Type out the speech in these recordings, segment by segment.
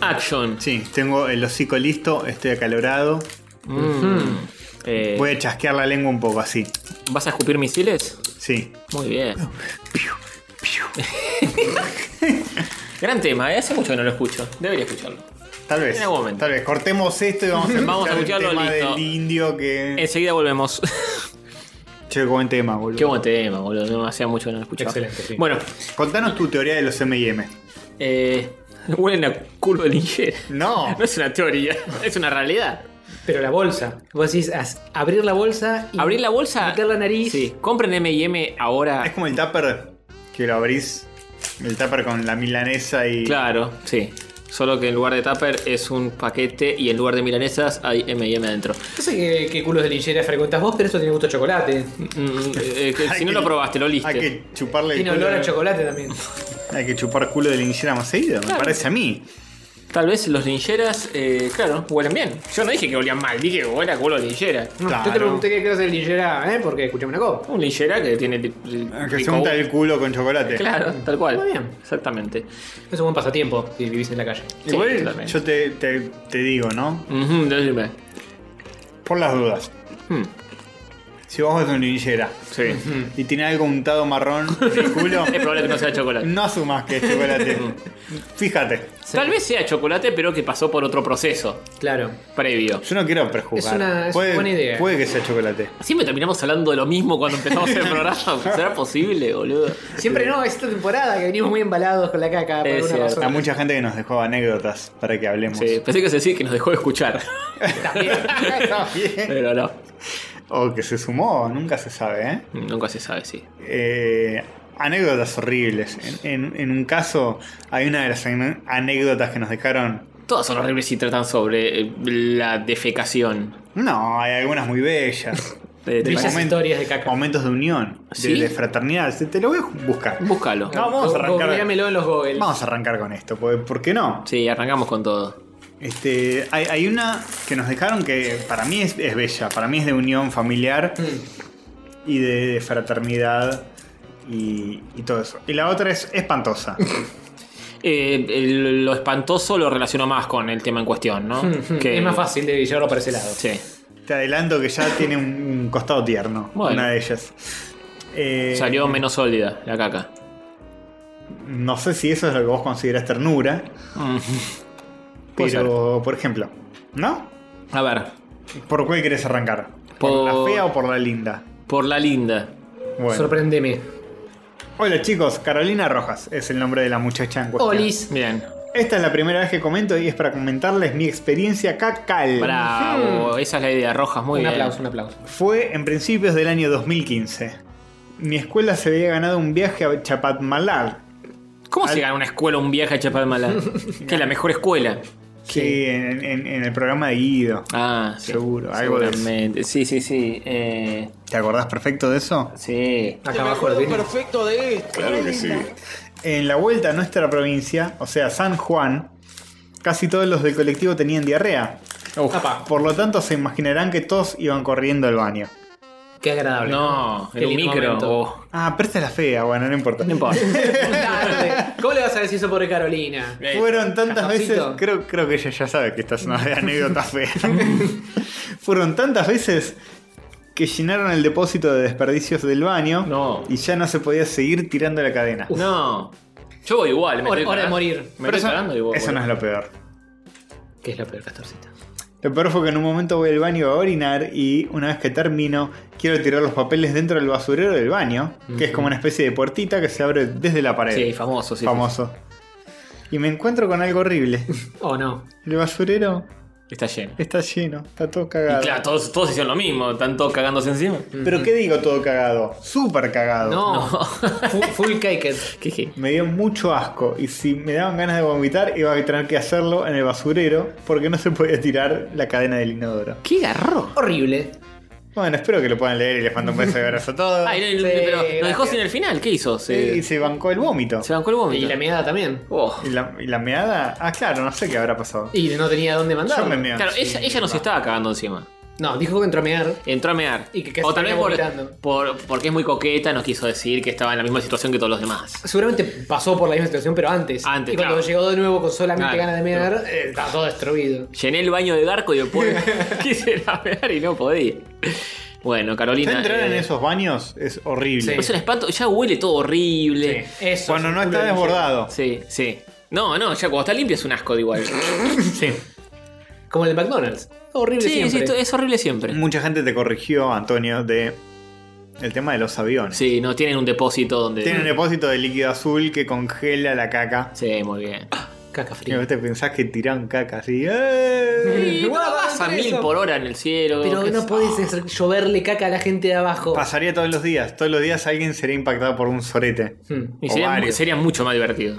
action. Sí, tengo el hocico listo, estoy acalorado. Eh, Voy a chasquear la lengua un poco así. ¿Vas a escupir misiles? Sí. Muy bien. Gran tema, ¿eh? hace mucho que no lo escucho. Debería escucharlo. Tal vez. En algún momento. Tal vez. Cortemos esto y vamos a Vamos a escuchar el escucharlo, tema listo. del indio que. Enseguida volvemos. Che, qué buen tema, boludo. Qué buen tema, boludo. No hacía mucho que no lo escuchaba. Excelente, sí. Bueno, Contanos tu teoría de los MM. eh, huelen a culo de linchera. No. No es una teoría, es una realidad. Pero la bolsa. Vos decís as- abrir la bolsa y. Abrir la bolsa. Meter la nariz. Sí, compren MM Es ahora. como el tupper que lo abrís. El tupper con la milanesa y. Claro, sí. Solo que en lugar de tupper es un paquete y en lugar de milanesas hay MM adentro. No sé qué, qué culos de linchera frecuentas vos, pero esto tiene gusto a chocolate. Mm, eh, que Hay si no que- lo probaste, lo Hay oliste. que chuparle el Tiene culo olor a de- chocolate también. Hay que chupar culo de linchera más seguido, me parece a mí. Tal vez los lincheras, eh, claro, huelen bien. Yo no dije que olían mal, dije que huele a culo de linchera. Yo te Claro. pregunté qué clase de linchera, ¿eh? Porque escuchame una copa. Un linchera que tiene. li- li- Ah, Ah, Que se rico- unta el culo con chocolate. Claro, tal cual. Muy bien. Exactamente. Es un buen pasatiempo si vivís en la calle. Sí, Igual totalmente. yo te, te, te digo, ¿no? Ujú, decime. Por las dudas. Mm, Hmm. Si vos ves una linchera Sí. y tiene algo untado marrón en el culo, Es probable que no sea chocolate. no asumas que es chocolate. Hmm. Fíjate, Tal vez sea chocolate, pero que pasó por otro proceso Claro. previo. yo no quiero prejuzgar. Es una- es puede, buena idea. Puede que sea chocolate. Siempre terminamos hablando de lo mismo cuando empezamos el programa. ¿Será posible, boludo? Siempre no, es esta temporada que venimos muy embalados con la caca por Es alguna cierto. Hay razón. mucha gente que nos dejó anécdotas para que hablemos. Sí, pensé que se decía que nos dejó de escuchar. También. Está bien. Pero no. O que se sumó, nunca se sabe, ¿eh? Nunca se sabe, sí. Eh, anécdotas horribles. En, en- en un caso, hay una de las ane- anécdotas que nos dejaron. Todas son horribles si tratan sobre eh, la defecación. No, hay algunas muy bellas. Eh, ¿te Bellas parece? momento- historias de caca. Momentos de unión, de, ¿Sí? de fraternidad. Te- Te lo voy a buscar. Búscalo. No, vamos a arrancar. Googleamelo en los Google. Vamos a arrancar con esto, porque ¿por qué no? Sí, arrancamos con todo. Este, hay, hay una que nos dejaron que para mí es, es bella, para mí es de unión familiar Mm. y de fraternidad y, y todo eso. Y la otra es espantosa. Eh, el- lo espantoso lo relaciono más con el tema en cuestión, ¿no? Que... Hmm, Es más fácil de llevarlo para ese lado. Sí. Te adelanto que ya tiene un, un costado tierno, Bueno. una de ellas. Eh, Salió menos sólida la caca. No sé si eso es lo que vos considerás ternura, Mm. Puede pero por ejemplo, ¿no? A ver, ¿Por cuál querés arrancar? ¿Por, Por- la fea o por la linda? por la linda. Bueno. Sorprendeme. Hola chicos, Carolina Rojas es el nombre de la muchacha en cuestión. Olis. Bien. Esta es la primera vez que comento y es para comentarles mi experiencia cacal. Bravo. Esa es la idea, Rojas. Muy Hmm. un bien. aplauso, un aplauso. Fue en principios del año 2015. Mi escuela se había ganado un viaje a Chapatmalal, ¿Cómo se Al- gana una escuela un viaje a Chapalmalá? que es la mejor escuela. sí, en, en- en el programa de Guido. Ah, sí. Seguro, algo de eso. Seguramente. Sí, sí, sí. eh, ¿Te acordás perfecto de eso? sí. Acá abajo lo tiene. perfecto de esto. Claro que sí. En la vuelta a nuestra provincia, o sea, San Juan, casi todos los del colectivo tenían diarrea. Apa, Por lo tanto, se imaginarán que todos iban corriendo al baño. Qué agradable. No, Qué en un lindo micro. momento. oh. Ah, pero esta es la fea, bueno, no importa. No importa. Dale. ¿Cómo le vas a decir eso por Carolina? Eh, Fueron tantas veces, Castorcito. creo, creo que ella ya sabe que esta es una anécdota fea. Fueron tantas veces que llenaron el depósito de desperdicios del baño No. y ya no se podía seguir tirando la cadena. No. Yo voy igual. Me Hora- estoy hora de cagando. morir. Me Pero estoy eso, cagando y voy. eso no es lo peor. ¿Qué es lo peor, Castorcita? Lo peor fue que en un momento voy al baño a orinar y una vez que termino quiero tirar los papeles dentro del basurero del baño, que es como una especie de puertita que se abre desde la pared. Sí, famoso, sí, pues. sí. Famoso. Y me encuentro con algo horrible. Oh, no. El basurero Está lleno. está lleno, está todo Y cagado. claro, todos, todos hicieron lo mismo. Están todos cagándose encima. Pero ¿qué digo todo cagado? Súper cagado. No. Fu- Full caked. Qué gen- Me dio mucho asco y si me daban ganas de vomitar iba a tener que hacerlo en el basurero porque no se podía tirar la cadena del inodoro. ¿Qué garro? Horrible. Bueno, espero que lo puedan leer y les mando un beso de abrazo a todos. Ay, no, no, Sí, pero lo dejó gracias. sin el final. ¿Qué hizo? Se, y se bancó el vómito. se bancó el Y vómito. la meada también. Oh. ¿Y la, y la meada? Ah, claro, no sé qué habrá pasado. Y no tenía dónde mandar. Yo me meo. Claro, ella, ella nos estaba cagando encima. No, dijo que entró a mear. Entró a mear. Y que casi o tal vez termina por, vomitando. por- porque es muy coqueta, no quiso decir que estaba en la misma situación que todos los demás. Seguramente pasó por la misma situación, pero antes. Antes, Y cuando claro. llegó de nuevo con solamente Claro. ganas de mear, eh, estaba todo destruido. Llené el baño de Garco y después quise ir a mear y no podía. Bueno, Ya Carolina. entrar en eh, esos baños es horrible. Es un espanto, ya huele todo horrible. Eso. Cuando es no un culo está de mierda. desbordado. Sí, sí. No, no, ya cuando está limpio es un asco de igual. Sí. Como el de McDonald's. Horrible sí, sí, siempre. Mm. esto es horrible siempre. Mucha gente te corrigió, Antonio, de el tema de los aviones. Sí, no, tienen un depósito donde. Tiene un depósito de líquido azul que congela la caca. Sí, muy bien. Ah, Caca Y fría. vos te pensás que tiran caca así. ¡eh! Y no Guarda, vas a entre mil eso. por hora en el cielo. Pero qué no sé- podés Ah. hacer lloverle caca a la gente de abajo. Pasaría todos los días. Todos los días alguien sería impactado por un sorete. Hmm. Y O sería, mu- varios. sería mucho más divertido.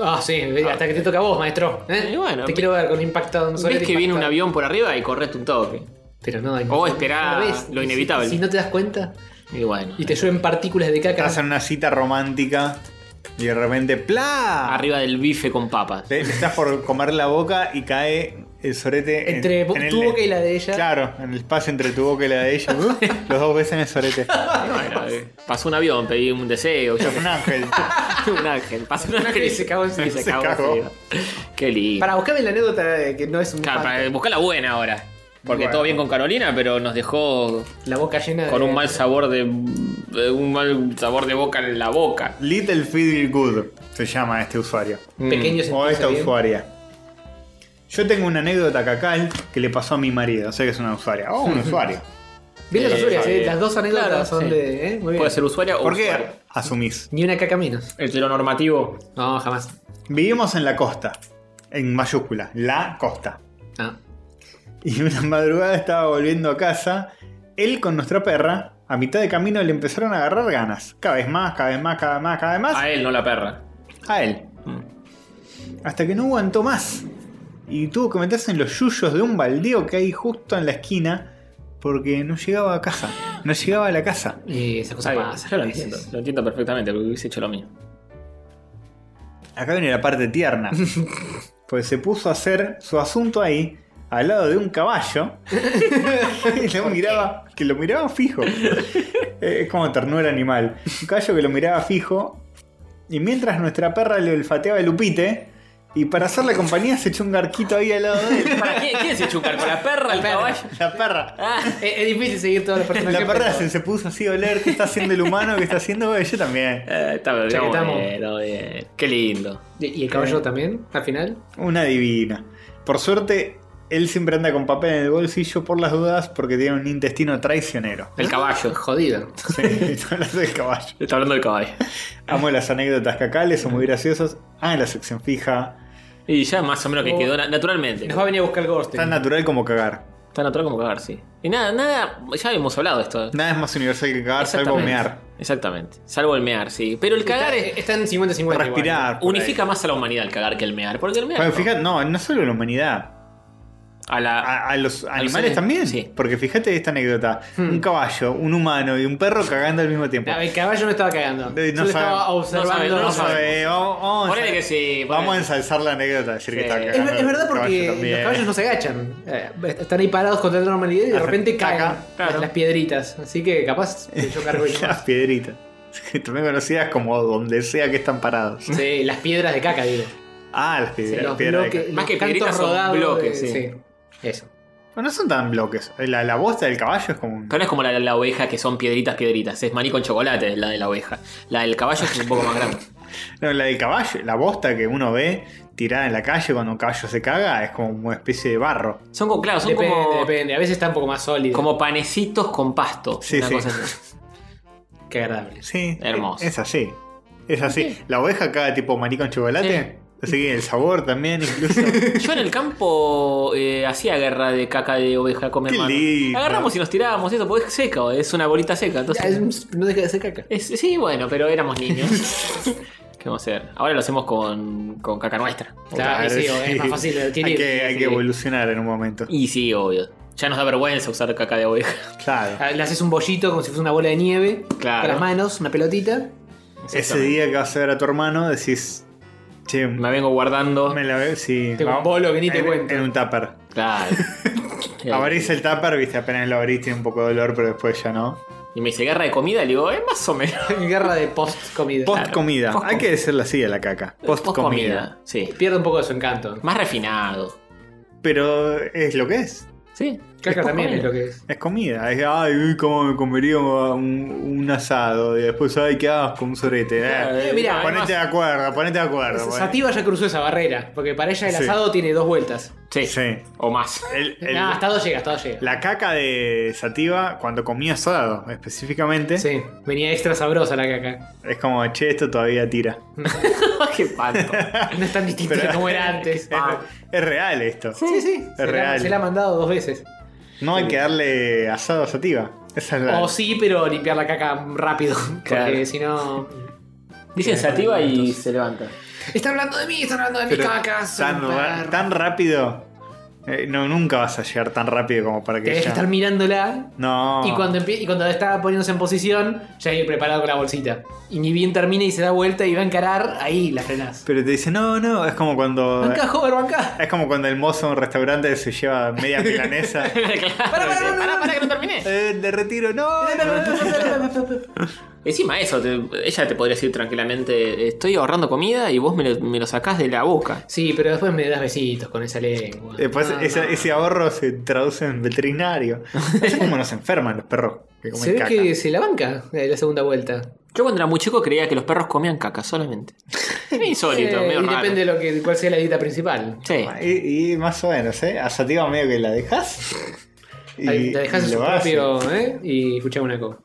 Ah, sí, hasta que te toca a vos, maestro. ¿eh? Y bueno, te quiero ver con impactado. un Ves solete que viene un impactado. avión por arriba y correte un toque. Pero no, hay O esperá Una lo y si- inevitable. Si, no te das cuenta Y bueno. y te llueven partículas de caca. Estás en una cita romántica y de repente ¡plá! Arriba del bife con papas. Le, le estás por comer la boca y cae el sorete. en- Entre bo- en el- tu boca y la de ella. Claro, en el espacio entre tu boca y la de ella. Uh, los dos besan el sorete. Ah, Bueno, eh, pasó un avión, pedí un deseo. yo- Un ángel. un ángel. Pasó un ángel y se cagó encima. y se Se cagó cagó. encima. Qué lindo. Para buscarme la anécdota de que no es un. Claro, impacto. para buscar la buena ahora. Porque Bueno. todo bien con Carolina, pero nos dejó La boca llena con de. un mal sabor de. de un mal sabor de boca en la boca. Little Feel Good se llama este usuario. Mm. Pequeños O entonces, Oh, esta bien. usuaria. Yo tengo una anécdota cacal que le pasó a mi marido. Sé que es una usuaria. O un usuario. Bien las Eh, usuarias, eh, bien. las dos anécdotas Claro, son sí. de. eh, Muy bien. Puede ser usuaria o ¿Por qué usuario. asumís? Ni una caca menos. Heteronormativo. No, jamás. Vivimos en la costa. En mayúscula. La costa. No. Y una madrugada estaba volviendo a casa. Él con nuestra perra. A mitad de camino le empezaron a agarrar ganas. Cada vez más, cada vez más, cada vez más, cada vez más. A él, no la perra. A él. Mm. Hasta que no aguantó más. Y tuvo que meterse en los yuyos de un baldeo que hay justo en la esquina. Porque no llegaba a casa. No llegaba a la casa. Y esas Está cosas bien, pasan. yo lo a veces. entiendo. Lo entiendo perfectamente, porque hubiese hecho lo mismo. Acá viene la parte tierna. Pues se puso a hacer su asunto ahí, al lado de un caballo. y lo miraba, que lo miraba fijo. Eh, Es como ternura animal. Un caballo que lo miraba fijo. Y mientras nuestra perra le olfateaba el upite. Y para hacerle compañía se echó un garquito ahí al lado de él. ¿Para quién, quién se chuca? ¿Con la perra, el caballo? La perra. Ah, Es, es difícil seguir todas las personas. La perra se, se puso así a oler qué está haciendo el humano, qué está haciendo ella también. eh, está bien, Ya que está estamos. bien, está bien. Qué lindo. ¿Y el caballo Eh. también? Al final. Una divina. Por suerte, él siempre anda con papel en el bolsillo por las dudas porque tiene un intestino traicionero. El caballo. Jodido. Sí, estoy hablando del caballo. Está hablando del caballo. Amo las anécdotas cacales, son muy graciosas. Ah, en la sección fija. Y ya más o menos que quedó na- naturalmente. Nos va a venir a buscar el Ghost. Tan natural como cagar. Tan natural como cagar, sí. Y nada, nada, ya hemos hablado de esto. Nada es más universal que cagar, salvo Exactamente. mear. Exactamente. Salvo el mear, sí. Pero el cagar es- Están 50-50. Respirar. por unifica más a la humanidad el cagar que el mear. Porque el ahí. mear. Pero no. fíjate, Ah, no, no solo la humanidad. A la. A, a los animales seres- también. sí. Hmm. Porque fíjate esta anécdota: un caballo, un humano y un perro cagando al mismo tiempo. No, Ah, el caballo no estaba cagando. Eh, no Solo sabe. estaba No sabe, observando. no lo Vamos a sabe. ver, Eh, vamos- vamos a Ponele ensal- que sí, ponele. Vamos a ensalzar la anécdota, decir que Sí. está Es- Es, cagando. ver- es verdad el caballo porque también. los caballos no se agachan. Eh, están ahí parados con tanta normalidad y de Hacen repente taca, caen claro. las piedritas. Así que capaz que yo cargo y Las nomás. piedritas. Que También conocidas como donde sea que están parados. Sí, las piedras de caca, digo. Ah, las Sí, piedritas. los piedras de bloques- ca- Más los que cantos piedritas son rodados bloques, de- sí. Eso. No, no son tan bloques. La, la bosta del caballo es como un. Pero no es como la de la oveja que son piedritas, piedritas. Es maní con chocolate la de la oveja. La del caballo es un poco más grande. No, la del caballo, la bosta que uno ve tirada en la calle cuando un caballo se caga es como una especie de barro. Son como, claro, son Depende, como, depende. A veces está un poco más sólido. como panecitos con pasto. Sí, una sí. cosa así. Qué agradable. Sí. Hermoso. Es así. Es así. La oveja caga tipo maní con chocolate. Así que el sabor también, incluso. Yo en el campo eh, hacía guerra de caca de oveja con mi Qué hermano. lindo. Agarramos y nos tirábamos eso, porque es seca, es una bolita seca. Ya, es Entonces, un- no deja de ser caca. es- sí, bueno, pero éramos niños. ¿Qué vamos a hacer? Ahora lo hacemos con, con caca nuestra. Claro, sí, o es más fácil de adquirir. Hay que, hay Sí. que evolucionar en un momento. Y sí, obvio. Ya nos da vergüenza usar caca de oveja. Claro. Ah, Le haces un bollito como si fuese una bola de nieve. Claro. Con las manos, una pelotita. Ese día que vas a ver a tu hermano, decís. Che, Me vengo guardando. me la veo. Sí. Tengo un bolo que ni te en- cuento. Eh, En un tupper. Claro. Abrís el tupper, viste, apenas lo abrís tiene un poco de dolor, pero después ya no. Y me dice guerra de comida, le digo, es más o menos. Guerra de post comida. Post comida. Post- Hay que decirle así a la caca. Post comida. Sí. Pierde un poco de su encanto. Más refinado. Pero es lo que es. Sí. Caca post también comida. es lo que es. Es comida. Es, ay, uy, cómo me comería un, un asado. Y después, ay, qué asco, un sorete. Claro, Eh, eh, mira, además- ponete de acuerdo, ponete de acuerdo. pues. bueno. Sativa ya cruzó esa barrera, porque para ella el Sí. asado tiene dos vueltas. Sí. Sí. O más. El- el- Nah, hasta dos llega, hasta dos llega. La caca de Sativa, cuando comía asado específicamente, Sí, venía extra sabrosa la caca. es como, che, esto todavía tira. Qué panto. No es tan distinta Pero- de como era antes. Es, es real esto. Sí, sí. se, La, real. se la ha mandado dos veces. No hay que darle asado a Sativa. Esa es la. O sí, pero limpiar la caca rápido. Porque Claro. si no. Dicen sativa y se levanta. Está hablando de mí, está hablando de mis Pero cacas. soy tan, un perro. tan rápido. eh, no, nunca vas a llegar tan rápido como para que. Tenés que ya- estar mirándola. No. Y cuando, empie- y cuando está poniéndose en posición, ya ir preparado con la bolsita. Y ni bien termina y se da vuelta y va a encarar, ahí la frenás. Pero te dice, no, no. Es como cuando. Bancá, Hover, bancá. Es como cuando el mozo en un restaurante se lleva media milanesa. Pará, pará, no, no, no. que no terminé. Eh, de retiro, no. Encima eso, te- ella te podría decir tranquilamente, estoy ahorrando comida y vos me lo, me lo sacás de la boca. Sí, pero después me das besitos con esa lengua. Después No, ese, no. ese ahorro se traduce en veterinario. No sé cómo nos enferman los perros que comen Se ve caca. que se la banca eh, la segunda vuelta. Yo cuando era muy chico creía que los perros comían caca solamente. Era insólito, Eh, medio y raro. depende de lo que, cuál sea la dieta principal. Sí. Ah, Y, y más o menos, ¿eh? A Sativa medio que la dejas. Ahí la dejás en su lo hace. propio, ¿eh? Y escuchá una cosa.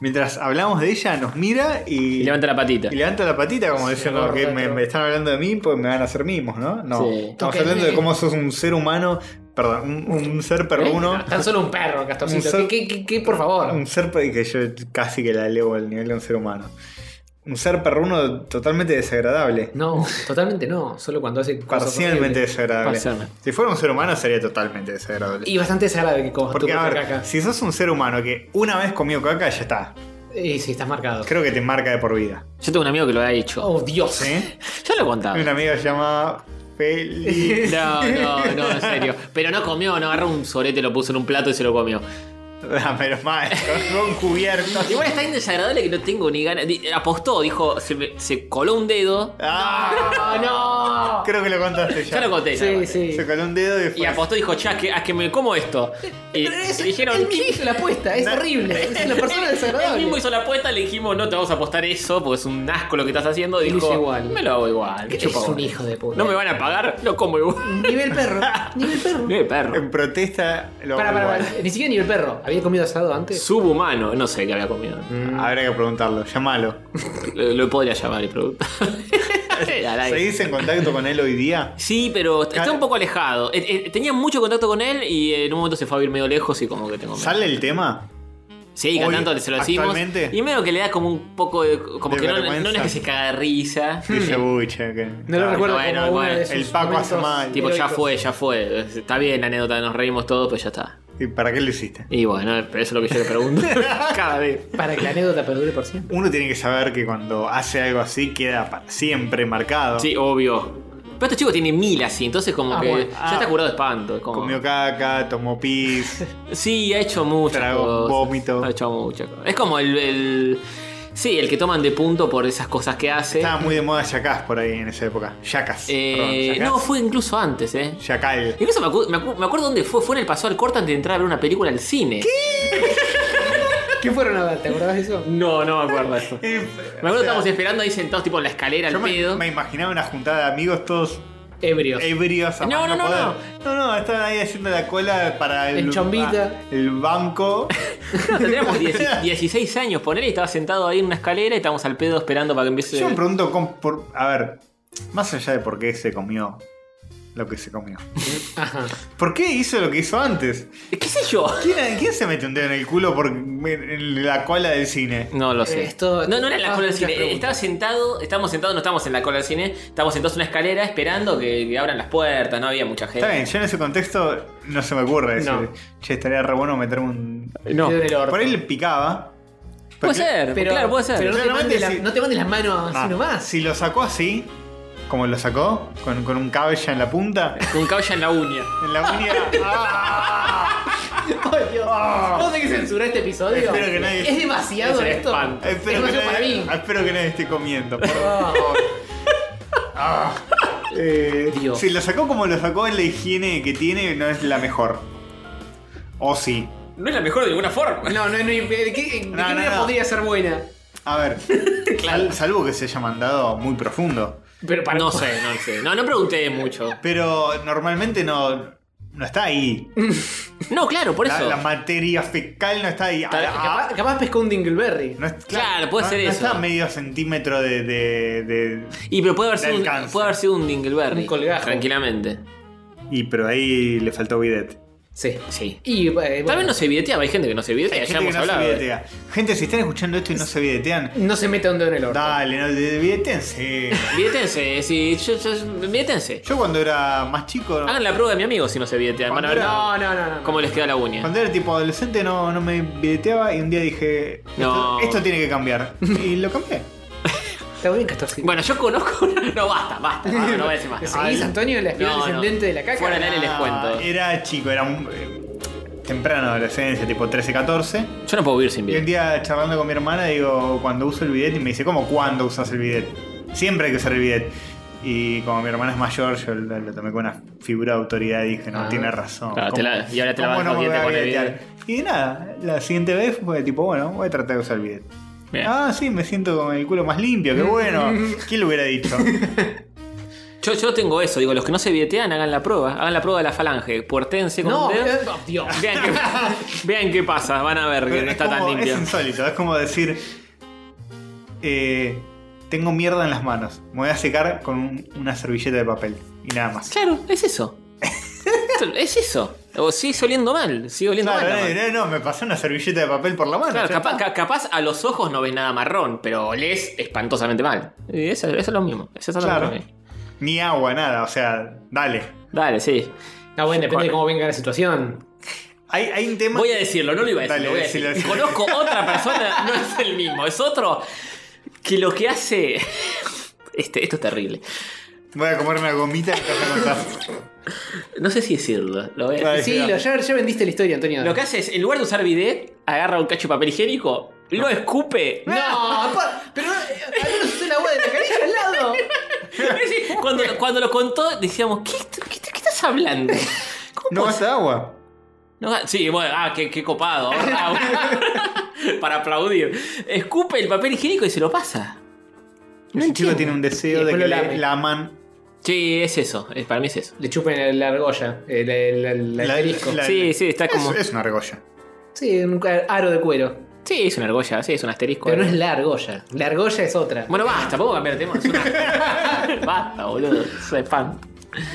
Mientras hablamos de ella, nos mira y, Y levanta la patita. y levanta la patita, como diciendo gordo, que me, pero- me están hablando de mí, pues me van a hacer mimos, ¿no? No. Sí. Estamos Toquenme. hablando de cómo sos un ser humano, perdón, un, un ser perruno. ¿Eh? No, tan solo un perro, Un Castorcito. sol- ¿Qué, qué, qué- qué, por favor? Un ser per- que yo casi que la elevo al nivel de un ser humano. Un ser perruno totalmente desagradable. No, totalmente no. Solo cuando hace cosas Parcialmente horribles. desagradable. Parcialmente. Si fuera un ser humano sería totalmente desagradable. Y bastante desagradable que comas tu Porque, a propia ver, caca. si sos un ser humano que una vez comió caca, ya está. Y sí, estás marcado. Creo que te marca de por vida. Yo tengo un amigo que lo ha hecho. Oh, Dios. ¿Sí? Ya lo he contado. Hay un amigo que se llama Feli. No, no, no, en serio. Pero no comió, no agarró un sorete, lo puso en un plato y se lo comió. Ah, Menos mal, con, con cubiertos. Igual está tan desagradable que no tengo ni ganas. Di- Apostó, dijo, se, me- se coló un dedo. Ah, ¡No! Creo que lo contaste ya. Ya lo conté. ya lo Sí, conté. sí. Se coló un dedo y Y fue. apostó, dijo, ya, que, a que me como esto. Y, Pero y es, dijeron, él mismo ¿qué? hizo la apuesta, es No. horrible. Es una persona Él desagradable. mismo hizo la apuesta, le dijimos, no te vamos a apostar eso, porque es un asco lo que estás haciendo. Él Dijo, hizo igual. me lo hago igual. me Es chupa un huevo". hijo de puta. No me van a pagar, lo como igual. Nivel perro. Nivel perro. Qué perro. En protesta lo Pará, pará, pará. Ni siquiera nivel perro. ¿Había comido asado antes? Subhumano, no sé qué había comido. Habrá que preguntarlo, llámalo. Lo, lo podría llamar el producto. Al aire. ¿Seguís en contacto con él hoy día? Sí, pero está un poco alejado. Eh, eh, tenía mucho contacto con él y en un momento se fue a vivir medio lejos y como que tengo miedo. ¿Sale el tema? Sí, Hoy, cantando se lo decimos. actualmente. Y medio que le da como un poco de. Como De que no, no vergüenza. no es que se caga de risa. Dice Buche que. No lo Ay, recuerdo bueno, como bueno, uno de sus el Paco hace momentos mal. Tipo, ya heroicos. fue, ya fue. Está bien la anécdota, nos reímos todos, pero ya está. ¿Y para qué lo hiciste? Y bueno, eso es lo que yo le pregunto cada vez. Para que la anécdota perdure por siempre. Uno tiene que saber que cuando hace algo así queda pa- siempre marcado. Sí, obvio. Pero este chico tiene mil así, entonces como Ah, que bueno. ya está Ah. curado de espanto. es como- Comió caca, tomó pis. Sí, ha hecho muchas Trago, cosas. vómito. Ha hecho muchas cosas. Es como el, el- Sí, el que toman de punto por esas cosas que hace. Estaba muy de moda Yacás por ahí en esa época. Yacas. Eh, perdón, no, Yacás. fue incluso antes, ¿eh? Yacal. Incluso me, acu- me acu- me acuerdo dónde fue. Fue en el Paso al Corta antes de entrar a ver una película al cine. ¿Qué fueron a ver? ¿Te acordabas de eso? No, no me acuerdo eso. Eh, Me acuerdo que estábamos esperando ahí sentados, tipo en la escalera, yo al me, pedo. me imaginaba una juntada de amigos todos Eh, Ebrios. ebrios. a No, más no, no, poder. no. No, estaban ahí haciendo la cola para el, En chombita. ah, el banco. Tendríamos 10 16 años, poner y estaba sentado ahí en una escalera y estábamos al pedo esperando para que empiece. Yo me pregunto, cómo- por- a ver, más allá de por qué se comió lo que se comió. Ajá. ¿Por qué hizo lo que hizo antes? ¿Qué sé yo? ¿Quién, quién se mete un dedo en el culo por en la cola del cine? No lo sé. Esto- no, no era en la Ah, cola del muchas cine. eh, preguntas. Estaba sentado, estábamos sentados, no estábamos en la cola del cine, estábamos sentados en una escalera esperando que, que abran las puertas, no había mucha Está gente. bien, yo en ese contexto no se me ocurre decir, No. che, estaría re bueno meterme un... No. Dedo en el orto. Por ahí le picaba. Puede porque- ser, claro, puede ser. Pero no te, Claramente mandes la, sí. no te mandes las manos Ah, así nomás. Si lo sacó así, como lo sacó, con, con un cabella en la punta. Con caballa en la uña. En la uña. ¡Ah! ¡Oh, Dios! Ah. ¿Vos tenés que censurar este episodio? Espero que nadie- Es demasiado Es el esto. espanto. Es Espero, que demasiado para nadie, mí. espero que nadie esté comiendo. por Ah. favor. Ah. Eh, Dios. Si lo sacó como lo sacó, la higiene que tiene no es la mejor. O sí. No es la mejor de ninguna forma. No, no, no. ¿De qué, de qué No, no, manera no. podría ser buena? A ver, sal- salvo que se haya mandado muy profundo. Pero para No sé, no sé. No, no pregunté mucho. Pero normalmente no, no está ahí. No, claro, por La, eso. la materia fecal no está ahí. Tal- Ah, Capaz, capaz pescó un Dingleberry. no es- Claro, puede no- ser no eso. está a medio centímetro de. de- de- Y pero puede haber sido Del un, cáncer. puede haber sido un Dingleberry. Un colgajo. Tranquilamente. Y pero ahí le faltó bidet. Sí. Sí. Y, eh, bueno, Tal vez no se videteaba, hay gente que no se videtea, Hay ya gente hemos que no se hablado. de- bidetea. Gente, si están escuchando esto y no se bidetean, no se meta un dedo en el orto. dale, no, de- bidetense. Videtense, sí, yo, yo- videtense. Yo cuando era más chico, Hagan la prueba de mi amigo si Ah, no se videtean. Van a ver Cuando No, no, no, no. cómo les queda la uña. cuando era tipo adolescente no, no me bideteaba y un día dije, esto, No. esto tiene que cambiar. Y lo cambié. Está bien que estás Bueno, yo conozco. No, basta, basta. basta, no voy a decir más. ¿Seguís, Al- Antonio, la espiral No, no. descendente de la caca? Fuera del aire les cuento. Ah, Era chico, era un, eh, temprano adolescencia, tipo 13, 14. Yo no puedo vivir sin Y un bidet. día charlando con mi hermana digo, cuando uso el bidet, y me dice, ¿cómo cuando usas el bidet? Siempre hay que usar el bidet. Y como mi hermana es mayor, yo lo, lo tomé con una figura de autoridad y dije, no, Ah. tiene razón. Claro, te ¿Cómo- la- y ahora te cómo lavas no los me voy dientes a con el bidetear? Y nada, la siguiente vez fue tipo, bueno, voy a tratar de usar el bidet. Bien. Ah, sí, me siento con el culo más limpio, qué bueno. ¿Quién lo hubiera dicho? Yo, yo tengo eso, digo, los que no se videtean, hagan la prueba. Hagan la prueba de la falange. Puertense con No, un dedo. eh, oh, Dios. Vean qué, vean qué pasa, van a ver que Pero no es está tan como- limpia. Es insólito, es como decir. eh, tengo mierda en las manos. Me voy a secar con un- una servilleta de papel. Y nada más. Claro, es eso. es eso. O sigue oliendo mal, sigue oliendo Claro, eh, mal. la no, mano. no, no, me pasó una servilleta de papel por la mano. Claro, Ah, ya capa- está. ca- capaz, a los ojos no ves nada marrón, pero olés espantosamente mal. Y eso, eso es lo mismo. Eso es lo Claro. mismo. Ni agua, nada, o sea, dale. Dale, sí. No, bueno, depende de cómo venga la situación. Hay, hay un tema. Voy a decirlo, no lo iba a decir. Dale, lo voy a decilo, decir. decilo. Conozco otra persona, no es el mismo, es otro que lo que hace. Este, esto es terrible. Voy a comer una gomita y te vas a contar. No sé si decirlo. Lo, voy a- Vale. Ay, Sí, mira. lo- ya, ya vendiste la historia, Antonio. lo que hace es, en lugar de usar bidet, agarra un cacho de papel higiénico, lo escupe. No, pa- pero eh, al menos usé el agua de la canilla al lado. Es decir, cuando, cuando lo contó, decíamos, ¿qué, qué- qué estás hablando? ¿Cómo No puede- gasta agua. No, ah, sí, bueno, ah, qué, qué copado. Ah, bueno. Para aplaudir. Escupe el papel higiénico y se lo pasa. No Ese chico entiendo. tiene un deseo de Y después que lo le, lame. la aman. Sí, es eso. es- para mí es eso. Le chupen la argolla, eh, el, el- el- el La- asterisco. la- Sí, sí, está Es- como. Es, una argolla. Sí, un ca- aro de cuero. Sí, es una argolla, sí, es un asterisco. Pero no es la argolla. La argolla es otra. Bueno, basta, podemos cambiar de tema. Es una- basta, boludo. Soy fan.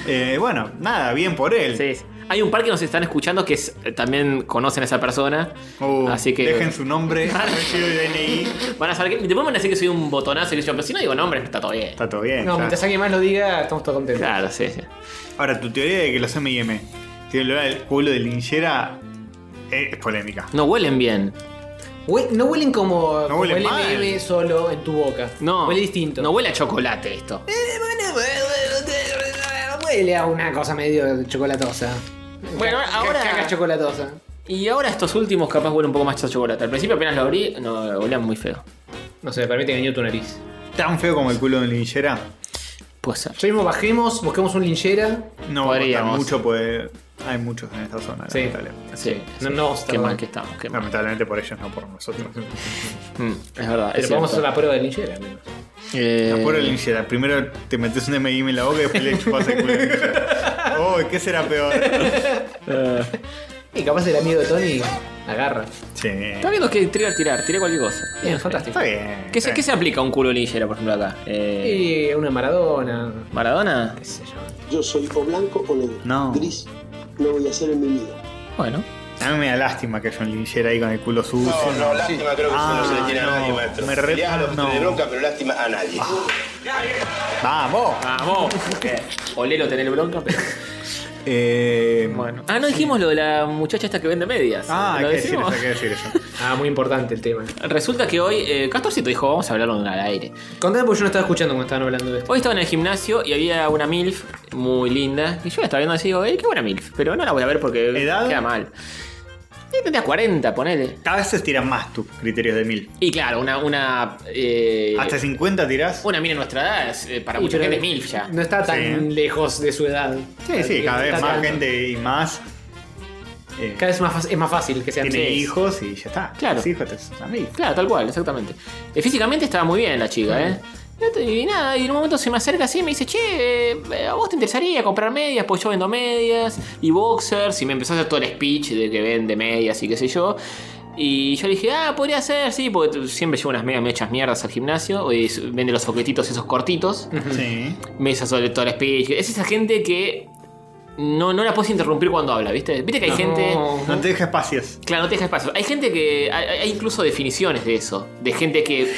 Eh, bueno, nada, bien por él. Sí, sí. Hay un par que nos están escuchando que es- eh, también conocen a esa persona. Uh, así que. Dejen su nombre, apellido y DNI. Van a saber que. Después van a decir que soy un botonazo y que yo, pero si no digo nombre, está todo bien. Está todo bien. No, claro. mientras alguien más lo diga, estamos todos contentos. Claro, sí, sí. Ahora, tu teoría de que los M&M tienen olor al culo de linchera eh, es polémica. No huelen bien. Hue- no huelen como, como huelen el mal. MM solo en tu boca. No. Huele distinto. Eh, No huele a chocolate esto. Huele a una cosa medio chocolatosa. Bueno, Ca- ahora- Caca chocolatosa. Y ahora estos últimos capaz huelen un poco más a chocolate. Al principio apenas lo abrí, no, olían muy feo. No se me permite engañar tu nariz. ¿Tan feo como el culo de un linchera? Puede ser. Ya mismo bajemos, busquemos un linchera. No, Podríamos. tan mucho pues hay muchos en esta zona, Sí. lamentablemente. Sí. No, sí. no, Qué está mal mal. que estamos. qué mal. Lamentablemente por ellos, no por nosotros. Mm, es verdad. Pero es vamos a hacer cierto. la prueba de linchera. al menos. Eh, Por el linchera. Primero te metes un M&M en la boca y después le chupas el culo de linchera. Oh, ¿qué será peor? eh, Y capaz el amigo de Tony agarra. Sí. Está Está viendo que trigger tirar, tiré cualquier cosa. Bien, fantástico. bien. ¿Qué se, qué se aplica a un culo ligera, por ejemplo, acá? Eh, Y una Maradona. ¿Maradona? Qué sé yo. Yo soy o blanco o negro. No. Gris no voy a hacer en mi vida. Bueno. A mí me da lástima que haya un linchera ahí con el culo sucio. No, no, lástima creo que eso no se le Ah, tiene no, a nadie, maestro. me re- Le hagas lo que no. te dé bronca, pero lástima a nadie. ¡Vamos! Vamos. Olelo tener bronca, pero. Eh, Bueno. Ah, no dijimos lo de la muchacha esta que vende medias. Ah, hay ¿Lo que decir eso, decimos? hay que decir eso. Ah, muy importante el tema. Resulta que hoy, eh, Castorcito dijo, vamos a hablarlo al aire. Contame porque yo no estaba escuchando cuando estaban hablando de esto. Hoy estaba en el gimnasio y había una MILF muy linda. Y yo la estaba viendo así, digo, eh, qué buena MILF. Pero no la voy a ver porque ¿Edad? queda mal. Eh, tendría 40, ponele. Cada vez se estiran más tus criterios de mil. Y claro, una. Una, eh, Hasta 50 tirás. una mina de nuestra edad es, eh, para Sí, mucha pero gente es MILF ya. No está tan Sí. ¿eh? lejos de su edad. Sí, sí, cada vez Está más tan- gente y más. eh, Cada vez más fa- es más fácil que sean tiene seis. hijos y ya está. Claro. Sí, hijos, es una mil. Claro, tal cual, exactamente. Eh, físicamente estaba muy bien la chica, ¿eh? No te- Y nada, y en un momento se me acerca así y me dice, che, eh, ¿a vos te interesaría comprar medias? Pues yo vendo medias y boxers. Y me empezó a hacer todo el speech de que vende medias y qué sé yo. Y yo le dije, ah, podría ser, sí, porque tú- siempre llevo unas medias mechas mierdas al gimnasio. Hoy s- vende los soquetitos esos cortitos. Sí. Me hizo sobre todo el speech. Es esa gente que no, no la puedes interrumpir cuando habla, ¿viste? Viste que hay gente... No te deja espacios. Claro, no te deja espacio. Hay gente que. Hay, hay incluso definiciones de eso. De gente que.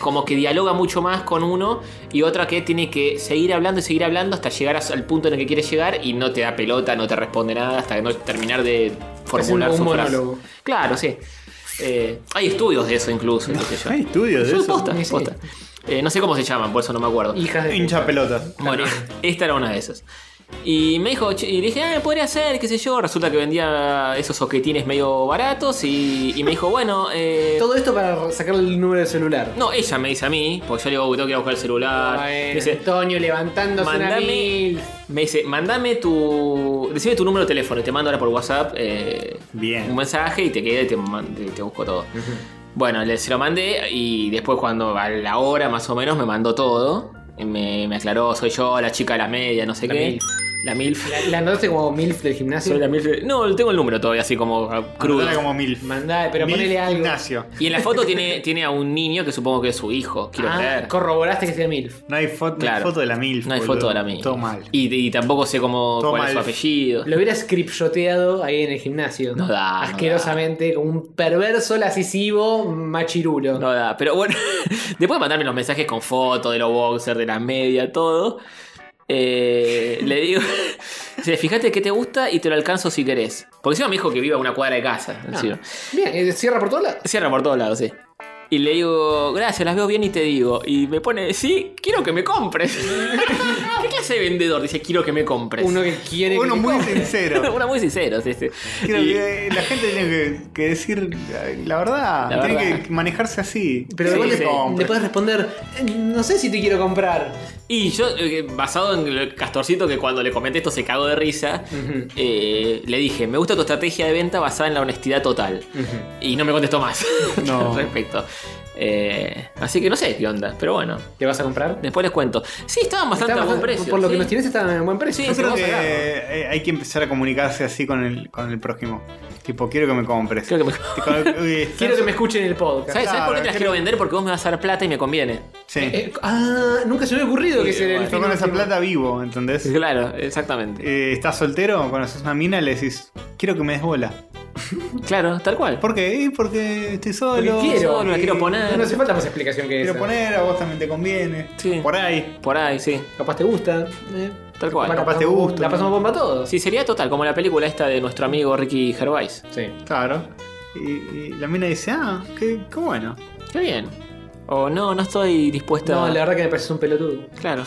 Como que dialoga mucho más con uno y otra que tiene que seguir hablando y seguir hablando hasta llegar as- al punto en el que quiere llegar y no te da pelota, no te responde nada hasta que no terminar de formular un su frase. monólogo. Claro, sí. Eh, hay estudios de eso incluso. qué sé yo. Hay estudios de Sí, eso. posta, Sí, sí. posta. Eh, no sé cómo se llaman, por eso no me acuerdo. Hijas de. Hincha pelota. Bueno, esta era una de esas. Y me dijo, che- y dije, ah, podría ser, qué sé yo. Resulta que vendía esos soquetines medio baratos. Y, y me dijo, bueno, eh, Todo esto para sacar el número del celular. no, ella me dice a mí, porque yo le digo, "Uy, tengo que ir a buscar el celular. Bueno, me dice, Antonio levantándose una mandame, mil. me dice, mandame tu. Decime tu número de teléfono y te mando ahora por WhatsApp eh, Bien. un mensaje y te quedé y te, man- te- te busco todo. Bueno, le, se lo mandé y después cuando a la hora más o menos me mandó todo. Y me, me aclaró, soy yo, la chica de la media, no sé La qué. milf. La MILF. La, la anotaste como MILF del Soy gimnasio. la MILF. No, tengo el número todavía así como ah, crudo. Dale como mil. Mandá, pero Mil ponele algo. gimnasio. Y en la foto tiene, tiene a un niño que supongo que es su hijo, quiero Ah, creer. corroboraste que sea MILF. No hay, fo- no hay Claro. foto de la mil. No hay boludo. foto de la mía. Todo mal. Y, y tampoco sé cómo Todo cuál es mal. su apellido. Lo hubieras cripshoteado ahí en el gimnasio. No da, no Asquerosamente, como un perverso, lascisivo, machirulo. No da, pero bueno. después de mandarme los mensajes con fotos de los boxers, de las medias, todo. eh, le digo, "Sí, fíjate qué te gusta y te lo alcanzo si querés. Porque encima me dijo que viva a una cuadra de casa. Ah. encima. Bien, eh, cierra por todos lados. Cierra por todos lados, sí. Y le digo, gracias, las veo bien y te digo. Y me pone, sí, quiero que me compres. ¿Qué clase de vendedor dice, quiero que me compres? Uno que quiere. Uno que muy sincero. Uno muy sincero, sí, sí. Creo Y- que la gente tiene que, que decir eh, la verdad. La tiene verdad. que manejarse así. Pero Sí, vos le, sí. le puedes responder, "Eh, no sé si te quiero comprar. Y yo, eh, basado en el Castorcito, que cuando le comenté esto se cagó de risa, eh, le dije, me gusta tu estrategia de venta basada en la honestidad total. Y no me contestó más No. al respecto. Eh, así que no sé qué onda, pero bueno, ¿Te vas a comprar? después les cuento. Sí, estaban bastante Está a buen bastante- precio. por lo que sí. nos tienes, están en buen precio. Sí, Yo sí, creo vamos que a hablar. eh, hay que empezar a comunicarse así con el, con el prójimo. Tipo, quiero que me compres. Creo que me- Te con- uy, estás- Quiero que me escuchen el podcast. ¿Sabes, ¿sabes por qué te las Claro, quiero vender? Porque vos me vas a dar plata y me conviene. Sí. Eh, ah, nunca se me había ocurrido que Sí, se bueno. Yo con esa plata vivo, ¿entendés? Claro, exactamente. Eh, ¿Estás soltero? Conoces una mina y le decís, quiero que me des bola. Claro, tal cual. ¿Por qué? "Y porque estoy solo. Porque quiero, solo, la quiero poner. No, no hace falta más explicación que Quiero esa. poner, a vos también te conviene. Sí. Por ahí. Por ahí, sí. Capaz te gusta. eh. Tal cual. Capaz, te gusta. La pasamos bomba a todos. Sí, sería total, como la película esta de nuestro amigo Ricky Gervais. Sí. Claro. Y, y la mina dice, ah, qué, qué bueno. Qué bien. O no, no estoy dispuesta. No, la verdad que me pareces un pelotudo. Claro.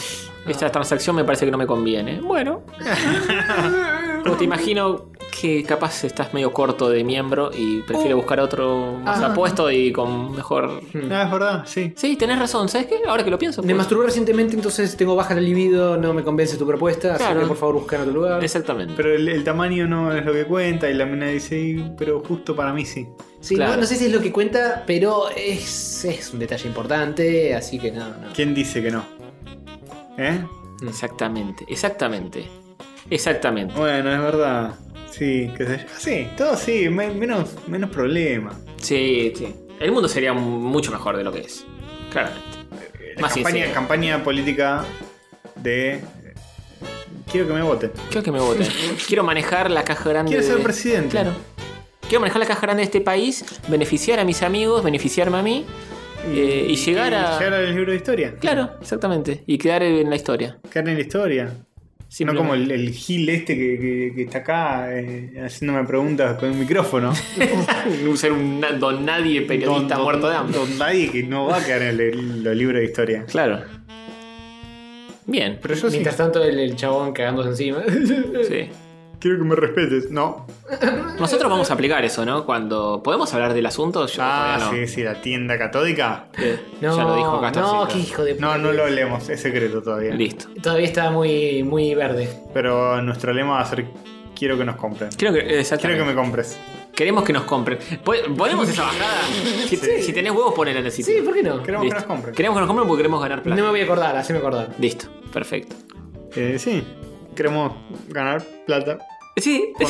Esta transacción me parece que no me conviene. Bueno. Pero te imagino que capaz estás medio corto de miembro y Uh. prefiero buscar otro más Ah. apuesto y con mejor. No, Ah, es verdad, sí. Sí, tenés razón, ¿sabes qué? Ahora que lo pienso. Me pues- masturbé recientemente, entonces tengo baja la libido, no me convence tu propuesta, así Claro. que por favor busca en otro lugar. Exactamente. Pero el, el tamaño no es lo que cuenta y la mina dice, "Y, pero justo para mí sí. Sí, Claro. no, no sé si es lo que cuenta, pero es, es un detalle importante, así que no, no. ¿Quién dice que no? ¿Eh? Exactamente, exactamente. Exactamente. Bueno, es verdad. Sí, qué sé yo. Ah, Sí, todo sí, me- menos, menos problema. Sí, sí. El mundo sería mucho mejor de lo que es. Claramente. La Más campaña, sincero. campaña política de... eh, Quiero que me voten. Quiero que me voten. Quiero manejar la caja grande. Quiero ser de- presidente. Claro. Quiero manejar la caja grande de este país, beneficiar a mis amigos, beneficiarme a mí eh, y, llegar a. Llegar al libro de historia. Claro, exactamente. Y quedar en la historia. Quedar en la historia. No Simplemente. como el, el Gil este que, que- que está acá eh, haciéndome preguntas con un micrófono. Un ser un na- don nadie periodista Don- muerto de hambre. don nadie que no va a quedar en el- los libros de historia. Claro. Bien. Pero eh, yo sí. Mientras tanto, el, el chabón cagándose encima. Sí. Quiero que me respetes. No. Nosotros vamos a aplicar eso, ¿no? Cuando podemos hablar del asunto, yo Ah, todavía sí, sí, la tienda catódica. no. Eh, No, ya lo dijo Castorcito. No, qué hijo de No, puta. no lo hablemos, es secreto todavía. Listo. Todavía está muy, muy verde. Pero nuestro lema va a ser quiero que nos compren. Creo que, eh, Quiero exactamente. que me compres. Queremos que nos compren. Po- ¿Ponemos esa bajada? Si, si tenés huevos, ponela en el sitio. Sí, ¿por qué no? Queremos que Listo. nos compren. Queremos que nos compren porque queremos ganar plata. No me voy a acordar, haceme acordar. Listo, perfecto. Eh, sí, queremos ganar plata Sí, con,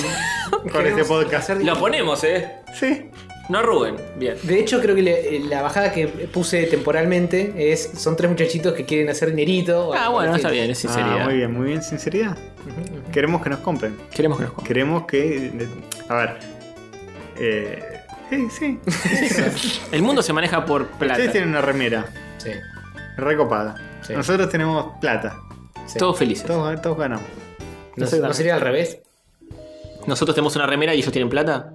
con Queremos este podcast. hacer- lo ponemos, ¿eh? Sí. No Rubén. Bien. De hecho, creo que le- la bajada que puse temporalmente es. Son tres muchachitos que quieren hacer dinerito. o Ah, algo bueno, está parecido. bien, es Ah, sinceridad. muy bien, muy bien, sinceridad. Queremos que nos compren. Queremos que nos compren. Queremos que. A ver. Eh, sí, sí. El mundo se maneja por Ustedes plata. tienen una remera Sí, recopada. Sí. Nosotros tenemos plata. sí. Todos felices. Todos, todos ganamos. ¿No, Exactamente. no sería al revés? Nosotros tenemos una remera y ellos tienen plata.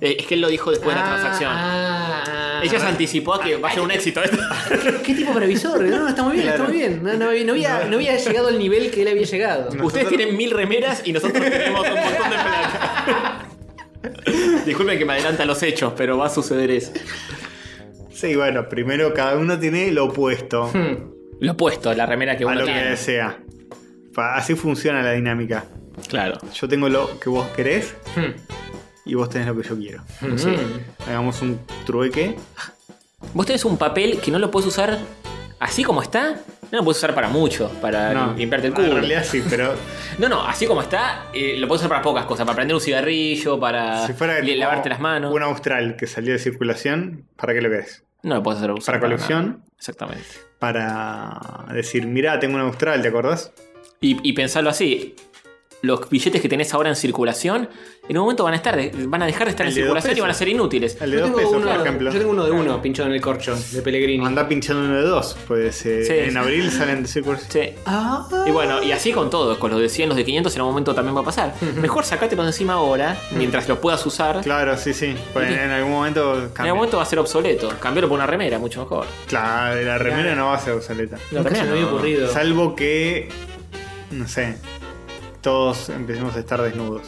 Eh, es que él lo dijo después de la Ah, transacción. ah, ah. Ella se anticipó a que vaya un éxito esto. ¿Qué tipo previsor? No, no, está muy bien, Claro. está muy bien. No, no había, no había- no había llegado al nivel que él había llegado. Ustedes tienen mil remeras y nosotros tenemos un montón de plata. Disculpen que me adelanta los hechos, pero va a suceder eso. Sí, bueno, primero cada uno tiene lo opuesto Hmm. Lo opuesto, la remera que a uno lo que tiene. desea. Pa- Así funciona la dinámica. Claro. Yo tengo lo que vos querés Hmm. y vos tenés lo que yo quiero. Sí. Hagamos un trueque. Vos tenés un papel que no lo puedes usar así como está. No lo puedes usar para mucho, para lim- limpiarte el Ah, En culo. realidad sí, pero No, no, así como está, eh, lo puedes usar para pocas cosas. Para prender un cigarrillo, para si fuera li- tipo Ah, lavarte las manos. Un austral que salió de circulación, ¿para qué lo querés? No lo puedes usar ¿Para colección? nada. Exactamente. Para decir, mirá, tengo un austral, ¿te acordás? Y, y pensarlo así. Los billetes que tenés ahora en circulación, en un momento van a estar, de- van a dejar de estar El en de dos circulación y pesos. van a ser inútiles. El de Yo dos tengo pesos, uno- por ejemplo. Yo tengo uno de uno pinchado en el corcho de Pellegrini. Andá pinchando uno de dos, pues eh, Sí, en sí. abril salen de circulación. Sí. Ah, Y bueno, y así con todos, con los de 100, los de 500 en algún momento también va a pasar. Mejor sacátelos de encima ahora, mientras los puedas usar. Claro, sí, sí. Pues en algún momento En cambia. algún momento va a ser obsoleto. Cambiarlo por una remera, mucho mejor. Claro, la remera no va a ser obsoleta. nunca se me había No. ocurrido. Salvo que, no sé, todos empecemos a estar desnudos.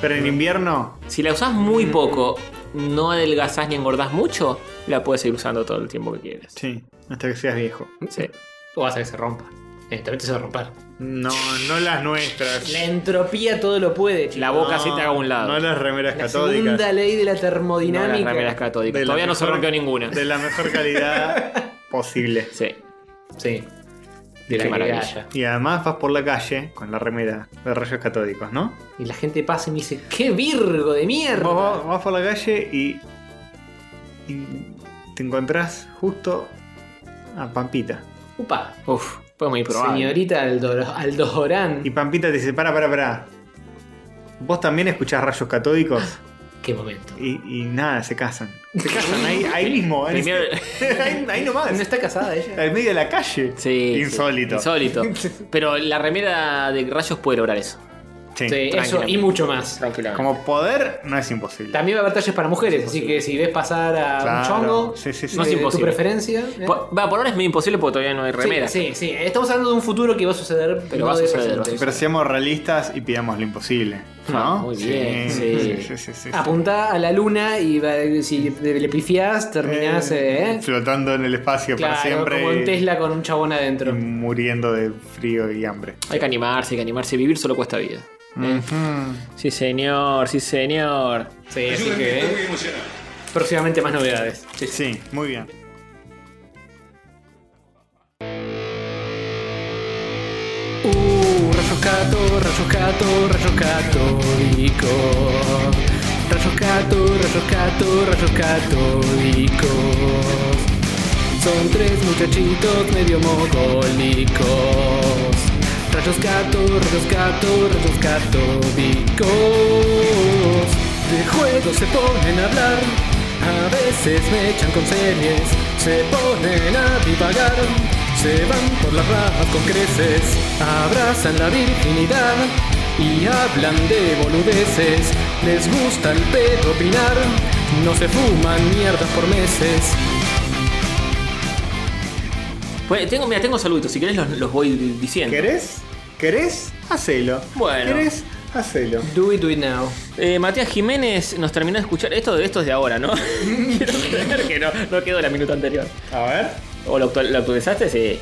Pero en invierno, Si la usás muy poco, no adelgazás ni engordás mucho, la puedes seguir usando todo el tiempo que quieras. sí, Eh, hasta que seas viejo. Sí. O vas a que se rompa. Evidentemente se va a romper. No, no las nuestras. La entropía todo lo puede, chicos. La boca se te haga a un lado. No las remeras La catódicas. segunda ley de la No, las termodinámica. remeras catódicas. De la Todavía no se mejor- rompió ninguna. De la mejor calidad posible. Sí. sí. De Qué la que maravilla. haya. Y además vas por la calle con la remera de rayos catódicos, ¿no? Y la gente pasa y me dice, ¡qué virgo de mierda! Vos vas, vas por la calle y, y te encontrás justo a Pampita. Upa. Uf, fue muy probable. Señorita Aldo, Aldo Jorán. Y Pampita te dice, para, para, para. Vos también escuchás rayos catódicos Qué momento. y, y nada, se casan. Se casan ahí, ahí mismo. en- Primero- ahí, ahí nomás. ¿No está casada ella? Al medio de la calle. Sí. sí. Insólito. Insólito. Pero la remera de rayos puede lograr eso. Sí. Sí, eso tranquilamente. y mucho más. Tranquilamente. Como poder no es imposible. También va a haber talles para mujeres, así que si ves pasar a un Claro. chongo, Sí, sí, sí. No es de tu imposible. preferencia. ¿eh? Por, va, por ahora es medio imposible porque todavía no hay remera. Sí, sí, sí. Estamos hablando de un futuro que va a suceder, Pero no va a de suceder, va a presente. Pero seamos realistas y pidamos lo imposible. ¿No? Ah, muy bien, sí. sí, sí, sí, sí. Apuntá a la luna y va- si le pifiás, terminás eh, Eh, Flotando en el espacio para claro, siempre. como en y- Tesla con un chabón y adentro. muriendo de frío y hambre. Hay que animarse, hay que animarse. Vivir solo cuesta vida. Ujú. Sí, señor, sí, señor. Sí, así Ayúdenme, que estoy eh, muy emocionado. próximamente más novedades. Sí, muy bien. Uh, rayos gato, rayos gato, rayos católicos. Rayos gato, rayos gato, rayos católicos. Son tres muchachitos medio mogólicos. Rayos gato, rayos gato, rayos católicos. De juego se ponen a hablar. A veces me echan con series. Se ponen a divagar. Se van por las ramas con creces, abrazan la virginidad y hablan de boludeces. Les gusta el pedo opinar, no se fuman mierdas por meses. Pues tengo, mira, tengo saluditos, si querés los, los voy diciendo. ¿Querés? ¿Querés? Hacelo. Bueno. ¿Querés? Hacelo. Do it, do it now. Eh, Matías Jiménez nos terminó de escuchar. Esto, esto es de ahora, ¿no? Quiero creer que no, no quedó la minuta anterior. A ver. ¿O lo, actual- lo actualizaste? Sí.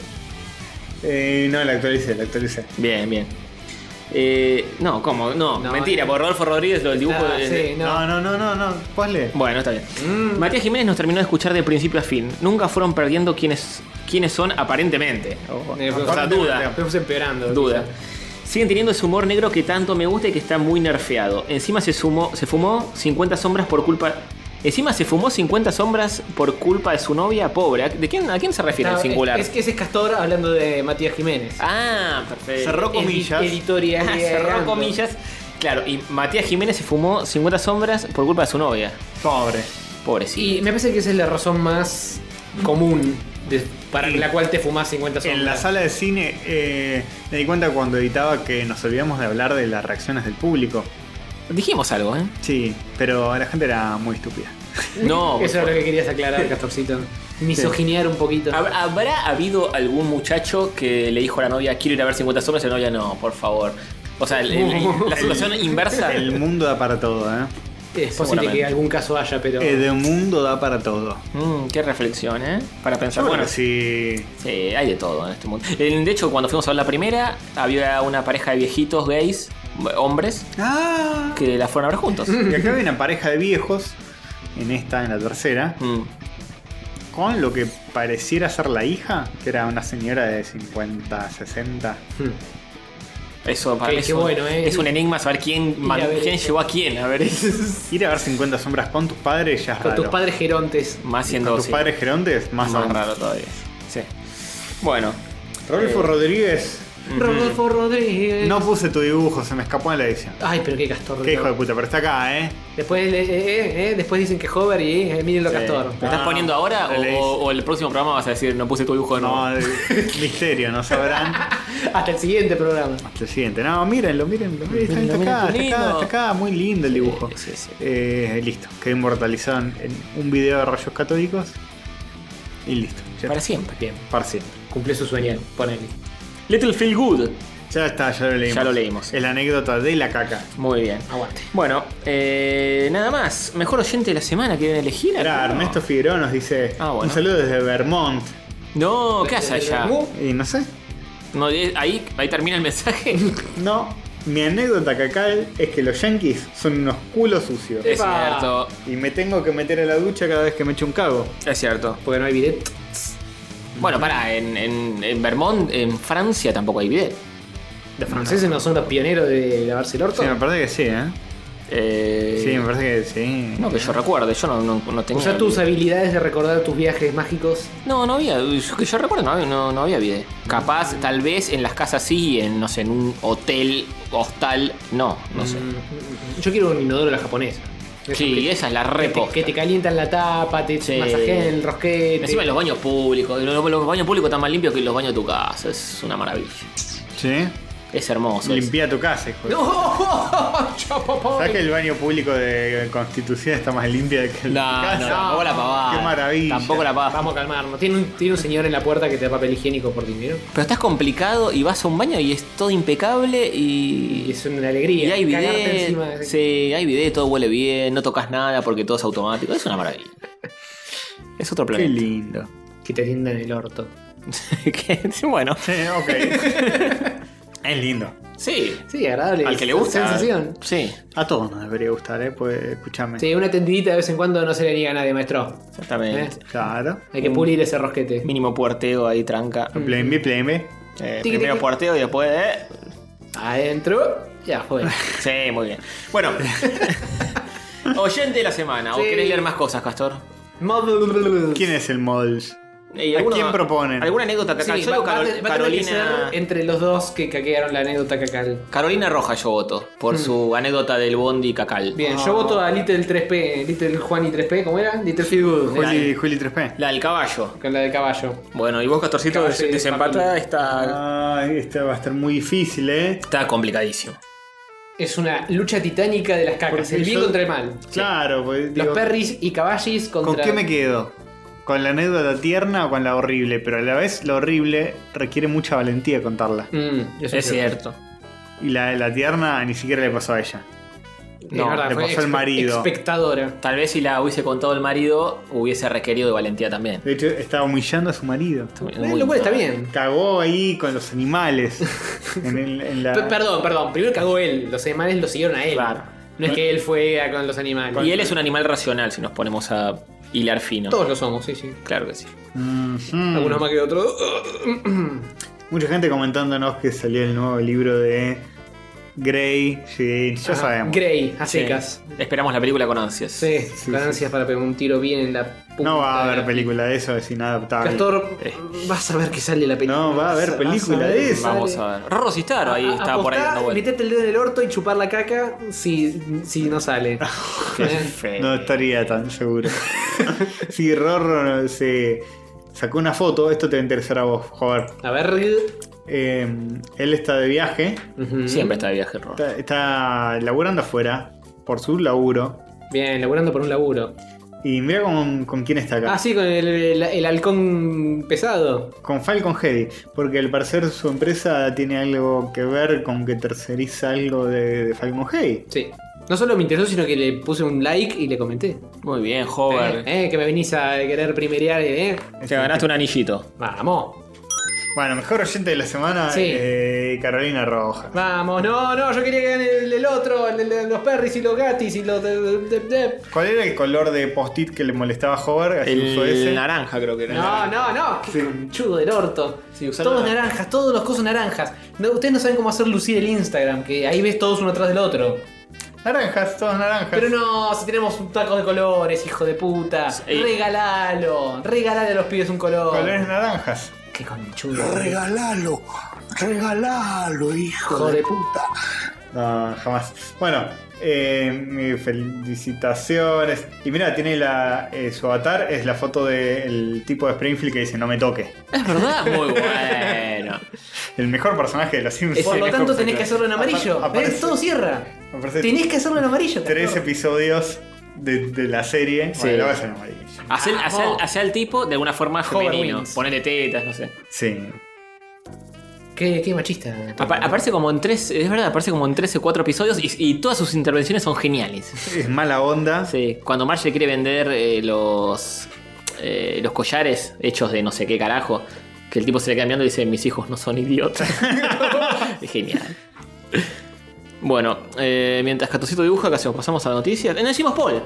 Eh, no, la actualicé, la actualicé. Bien, bien. Eh, no, ¿cómo? No, eh, No, mentira, no. por Rodolfo Rodríguez lo del dibujo. Ah, de- sí, no. No, no, no, no, no. Ponle. Bueno, está bien. Mm. Matías Jiménez nos terminó de escuchar de principio a fin. Nunca fueron perdiendo quiénes, quiénes son aparentemente. O, Eh, o sea, duda. Estamos empeorando. Duda. Siguen teniendo ese humor negro que tanto me gusta y que está muy nerfeado. Encima se, sumó, se fumó 50 sombras por culpa. Encima se fumó 50 sombras por culpa de su novia pobre. ¿A- ¿De quién, ¿A quién se refiere Está- en singular? Ah, Es, es que ese es Castor hablando de Matías Jiménez. Ah, perfecto. Cerró Edi- comillas. Editorial. Ah, cerró comillas. Claro, y Matías Jiménez se fumó 50 sombras por culpa de su novia. Pobre. Pobrecito. Y me parece que esa es la razón más común de- para la cual te fumás 50 sombras. En la sala de cine eh, me di cuenta cuando editaba que nos olvidamos de hablar de las reacciones del público. Dijimos algo, ¿eh? Sí, pero la gente era muy estúpida. No. Eso es lo que querías aclarar, Castorcito. Misoginear un poquito. ¿hab- ¿Habrá habido algún muchacho que le dijo a la novia, quiero ir a ver 50 sombras? Y la novia, no, por favor. O sea, el- el- la situación inversa. El mundo da para todo, ¿eh? es posible seguramente. que algún caso haya, pero. El mundo da para todo. Mm, qué reflexión, ¿eh? Para pensar, Yo creo bueno, que sí. Sí, hay de todo en este mundo. En- De hecho, cuando fuimos a ver la primera, había una pareja de viejitos gays, hombres, Ah. que la fueron a ver juntos. Y acá hay una pareja de viejos, en esta, en la tercera, Mm. con lo que pareciera ser la hija, que era una señora de 50, 60. hmm, Eso para Qué- mí es, qué un, bueno, ¿eh? es un enigma saber quién, man- a ver quién eso. llevó a quién. A ver, es- Ir a ver 50 sombras con tus padres ya es Con raro. tus padres gerontes. más Con siendo tus sí, padres gerontes, más, más aún. raro todavía. Sí. Bueno, Rodolfo Eh. Rodríguez, Rodolfo Rodríguez. no puse tu dibujo, se me escapó en la edición. Ah, Ay, pero qué Castor. Qué hijo de puta, pero está acá, ¿eh? Después, le- eh, eh, eh, después dicen que Hover y eh, mírenlo, Sí. Castor. ¿me estás Ah, poniendo ahora o, le hice. o- o el próximo programa vas a decir no puse tu dibujo de nuevo? No, el misterio, no sabrán. Hasta el siguiente programa. Hasta el siguiente. No, mírenlo, mírenlo. Está, está Mírenlo, acá, mírenlo, está acá, lindo. está acá, muy lindo el dibujo. sí, sí. Eh, listo, quedó inmortalizado en, en un video de rayos catódicos. Y listo. Ya Para está. siempre. Bien, Para siempre. cumple su sueño, ponele. Little Feel Good. Ya está, ya lo leímos. Ya lo leímos. Es la anécdota de la caca. Muy bien. Aguante. Bueno, eh, nada más. Mejor oyente de la semana que viene a elegir. Era ¿no? Ernesto Figueroa nos dice Ah, bueno. un saludo desde Vermont. No, ¿qué hace allá? Mu- Y no sé. No, de- ahí, ahí termina el mensaje. No, mi anécdota cacal es que los yankees son unos culos sucios. es Epa. cierto, Y me tengo que meter a la ducha cada vez que me echo un cago. es cierto. Porque no hay bidet. Bueno, pará, en, en- en Vermont, en Francia tampoco hay bidet. Los franceses no son los pioneros de lavarse el orto. Sí, me parece que sí, ¿eh? Eh, Sí, me parece que sí. No, que yo recuerde, yo no, no, no tenía. Usa tus habilidades de recordar tus viajes mágicos. No, no había, yo- que yo recuerdo, no había, no, no había bidet. Capaz, tal vez en las casas sí, en, no sé, en un hotel, hostal, no, no sé. Mm, Yo quiero un inodoro a la japonesa. Sí, esa es la Que te, reposta. que te calientan la tapa, te Sí. masajean el rosquete. Encima en los baños públicos, los, los baños públicos están más limpios que los baños de tu casa, es una maravilla. Sí. Es hermoso. es- Limpia tu casa, hijo. de- ¡No! Chapo, pobre. ¿Sabes que el baño público de Constitución está más limpio que el No, de casa? no, tampoco la pavada. Qué maravilla. Tampoco la pavada. Vamos a calmarnos. Tiene un, tiene un señor en la puerta que te da papel higiénico por dinero. Pero estás complicado y vas a un baño y es todo impecable Y y. es una alegría. y hay cagarte bidet. encima. Sí, hay bidet, todo huele bien, no tocas nada porque todo es automático. Es una maravilla. Es otro Qué planeta. lindo. Que te tiendan el orto. Que- bueno, Sí, ok. es lindo. sí. Sí, agradable. Al que le gusta. Sensación. Sí, A todos nos debería gustar, ¿eh? Pues escúchame. Sí, una tendidita de vez en cuando no se le niega a nadie, maestro. ¿Eh? exactamente. Claro. Hay que pulir ese rosquete. Mínimo puerteo ahí, tranca. Plembe, plembe. Eh, Mm. Tiqui, primero tiqui. puerteo y después. eh. Adentro, ya fue. Sí, muy bien. Bueno. Oyente de la semana, ¿o Sí. querés leer más cosas, Castor? ¿Quién es el Mods? Eh, ¿Y ¿A alguno- quién proponen? ¿Alguna anécdota acá? Sí, yo va- digo va a Carol- tener- va a tener que Carolina. ser entre los dos que caquearon la anécdota cacal. Carolina Roja yo voto. Por su anécdota del Bondi Cacal. Mm. Ah. Bien, Ah. yo voto a Little 3P, Little Juan y 3P, ¿cómo era? Little Feel Good. Juli, Juli 3P. La del caballo. Con la del caballo. Bueno, y vos, Castorcito, Caballo y desempata, Papín. está, Ay, esta va a estar muy difícil, ¿eh? está complicadísimo. Es una lucha titánica de las cacas, Porque el bien yo- contra el mal. Claro, pues. Los digo, perris y caballis contra. ¿Con qué me quedo? ¿Con la anécdota tierna o con la horrible? Pero a la vez, la horrible requiere mucha valentía contarla. Mm, eso es cierto. Y la, la tierna ni siquiera le pasó a ella. Es No, le fue pasó al expe- marido. Espectadora. Tal vez si la hubiese contado el marido, hubiese requerido de valentía también. De hecho, estaba humillando a su marido. Eh, lo cual está bien. Cagó ahí con los animales. en el- en la- Pe- Perdón, perdón. Primero cagó él. Los animales lo siguieron a él. Claro. No es que él fue a con los animales. Y él es un animal racional, si nos ponemos a hilar fino. Todos lo somos, sí, sí. Mm. Claro que sí. Ujú. Algunos más que otros. Mucha gente comentándonos que salió el nuevo libro de Grey, Jane, ya Ajá. sabemos. Grey, a Sí. secas. Esperamos la película con ansias. Sí, con ansias para pegar un tiro bien en la punta No va a de la- haber película de eso, es inadaptable. Castor, Eh. vas a ver que sale la película. No, va a haber Vas película vas de ver que eso. sale. Vamos a ver. Rorro Cistaro ahí A- estaba por ahí apostá, dando vueltas. Metete el dedo en el orto y chupar la caca si, si no sale. Eh. Fe. No estaría tan seguro. si Rorro no- se sacó una foto, esto te va a interesar a vos, joder. A ver. Eh, él está de viaje, Ujú. Siempre está de viaje Rorro. está, está laburando afuera, por su laburo. Bien, laburando por un laburo. Y mira con, con quién está acá. Ah, sí, con el, el- el halcón pesado. Con Falcon Heavy, porque al parecer su empresa tiene algo que ver con que terceriza algo de, de Falcon Heavy. Sí. No solo me interesó, sino que le puse un like y le comenté. Muy bien, joven. Eh, eh, que me venís a querer primerear, eh. Te ganaste un anillito. Vamos. Bueno, mejor oyente de la semana, Sí. eh, Carolina Roja. Vamos, no, no, yo quería que gane el, el otro, el de los perris y los gatis y los... de- de- de- de- ¿Cuál era el color de post-it que le molestaba a Hover? Así usó ese. El naranja creo que era. No, no, no, qué conchudo del orto. Sí, usar todos naranja. naranjas, todos los cosos naranjas. No, ustedes no saben cómo hacer lucir el Instagram, que ahí ves todos uno atrás del otro. Naranjas, todas naranjas. Pero no, si tenemos un taco de colores, hijo de puta. Ey. Regalalo, regalale a los pibes un color. Colores naranjas. Qué conchudo. Regalalo, regalalo, hijo Hijo de de puta. No, jamás. Bueno, eh, mi felicitaciones. Y mira, tiene la, eh, su avatar, es la foto del tipo de Springfield que dice no me toque. Es verdad, muy bueno. El mejor personaje de los Simpsons. Por lo El tanto mejor tenés que hacerlo en personaje. amarillo. Apa- aparece ¿Ves? Todo cierra. aparece- Tenés que hacerlo en amarillo. tres Castor. episodios de, de la serie. Sí. Bueno, lo vas a hacer en amarillo. Hacé al- hacé al- Vamos. hacé al tipo de alguna forma Hover femenino. Ah, wings. Ponele tetas, no sé. Sí. Qué, qué machista. Apa- aparece como en tres, es verdad, aparece como en 13 o 4 episodios y, y todas sus intervenciones son geniales. Es mala onda. Sí, cuando Marge le quiere vender eh, los eh, los collares hechos de no sé qué carajo, que el tipo se le queda mirando y dice, mis hijos no son idiotas. Es Genial. Bueno, eh, mientras Catocito dibuja, casi pasamos a las noticias. Eh, no hicimos poll.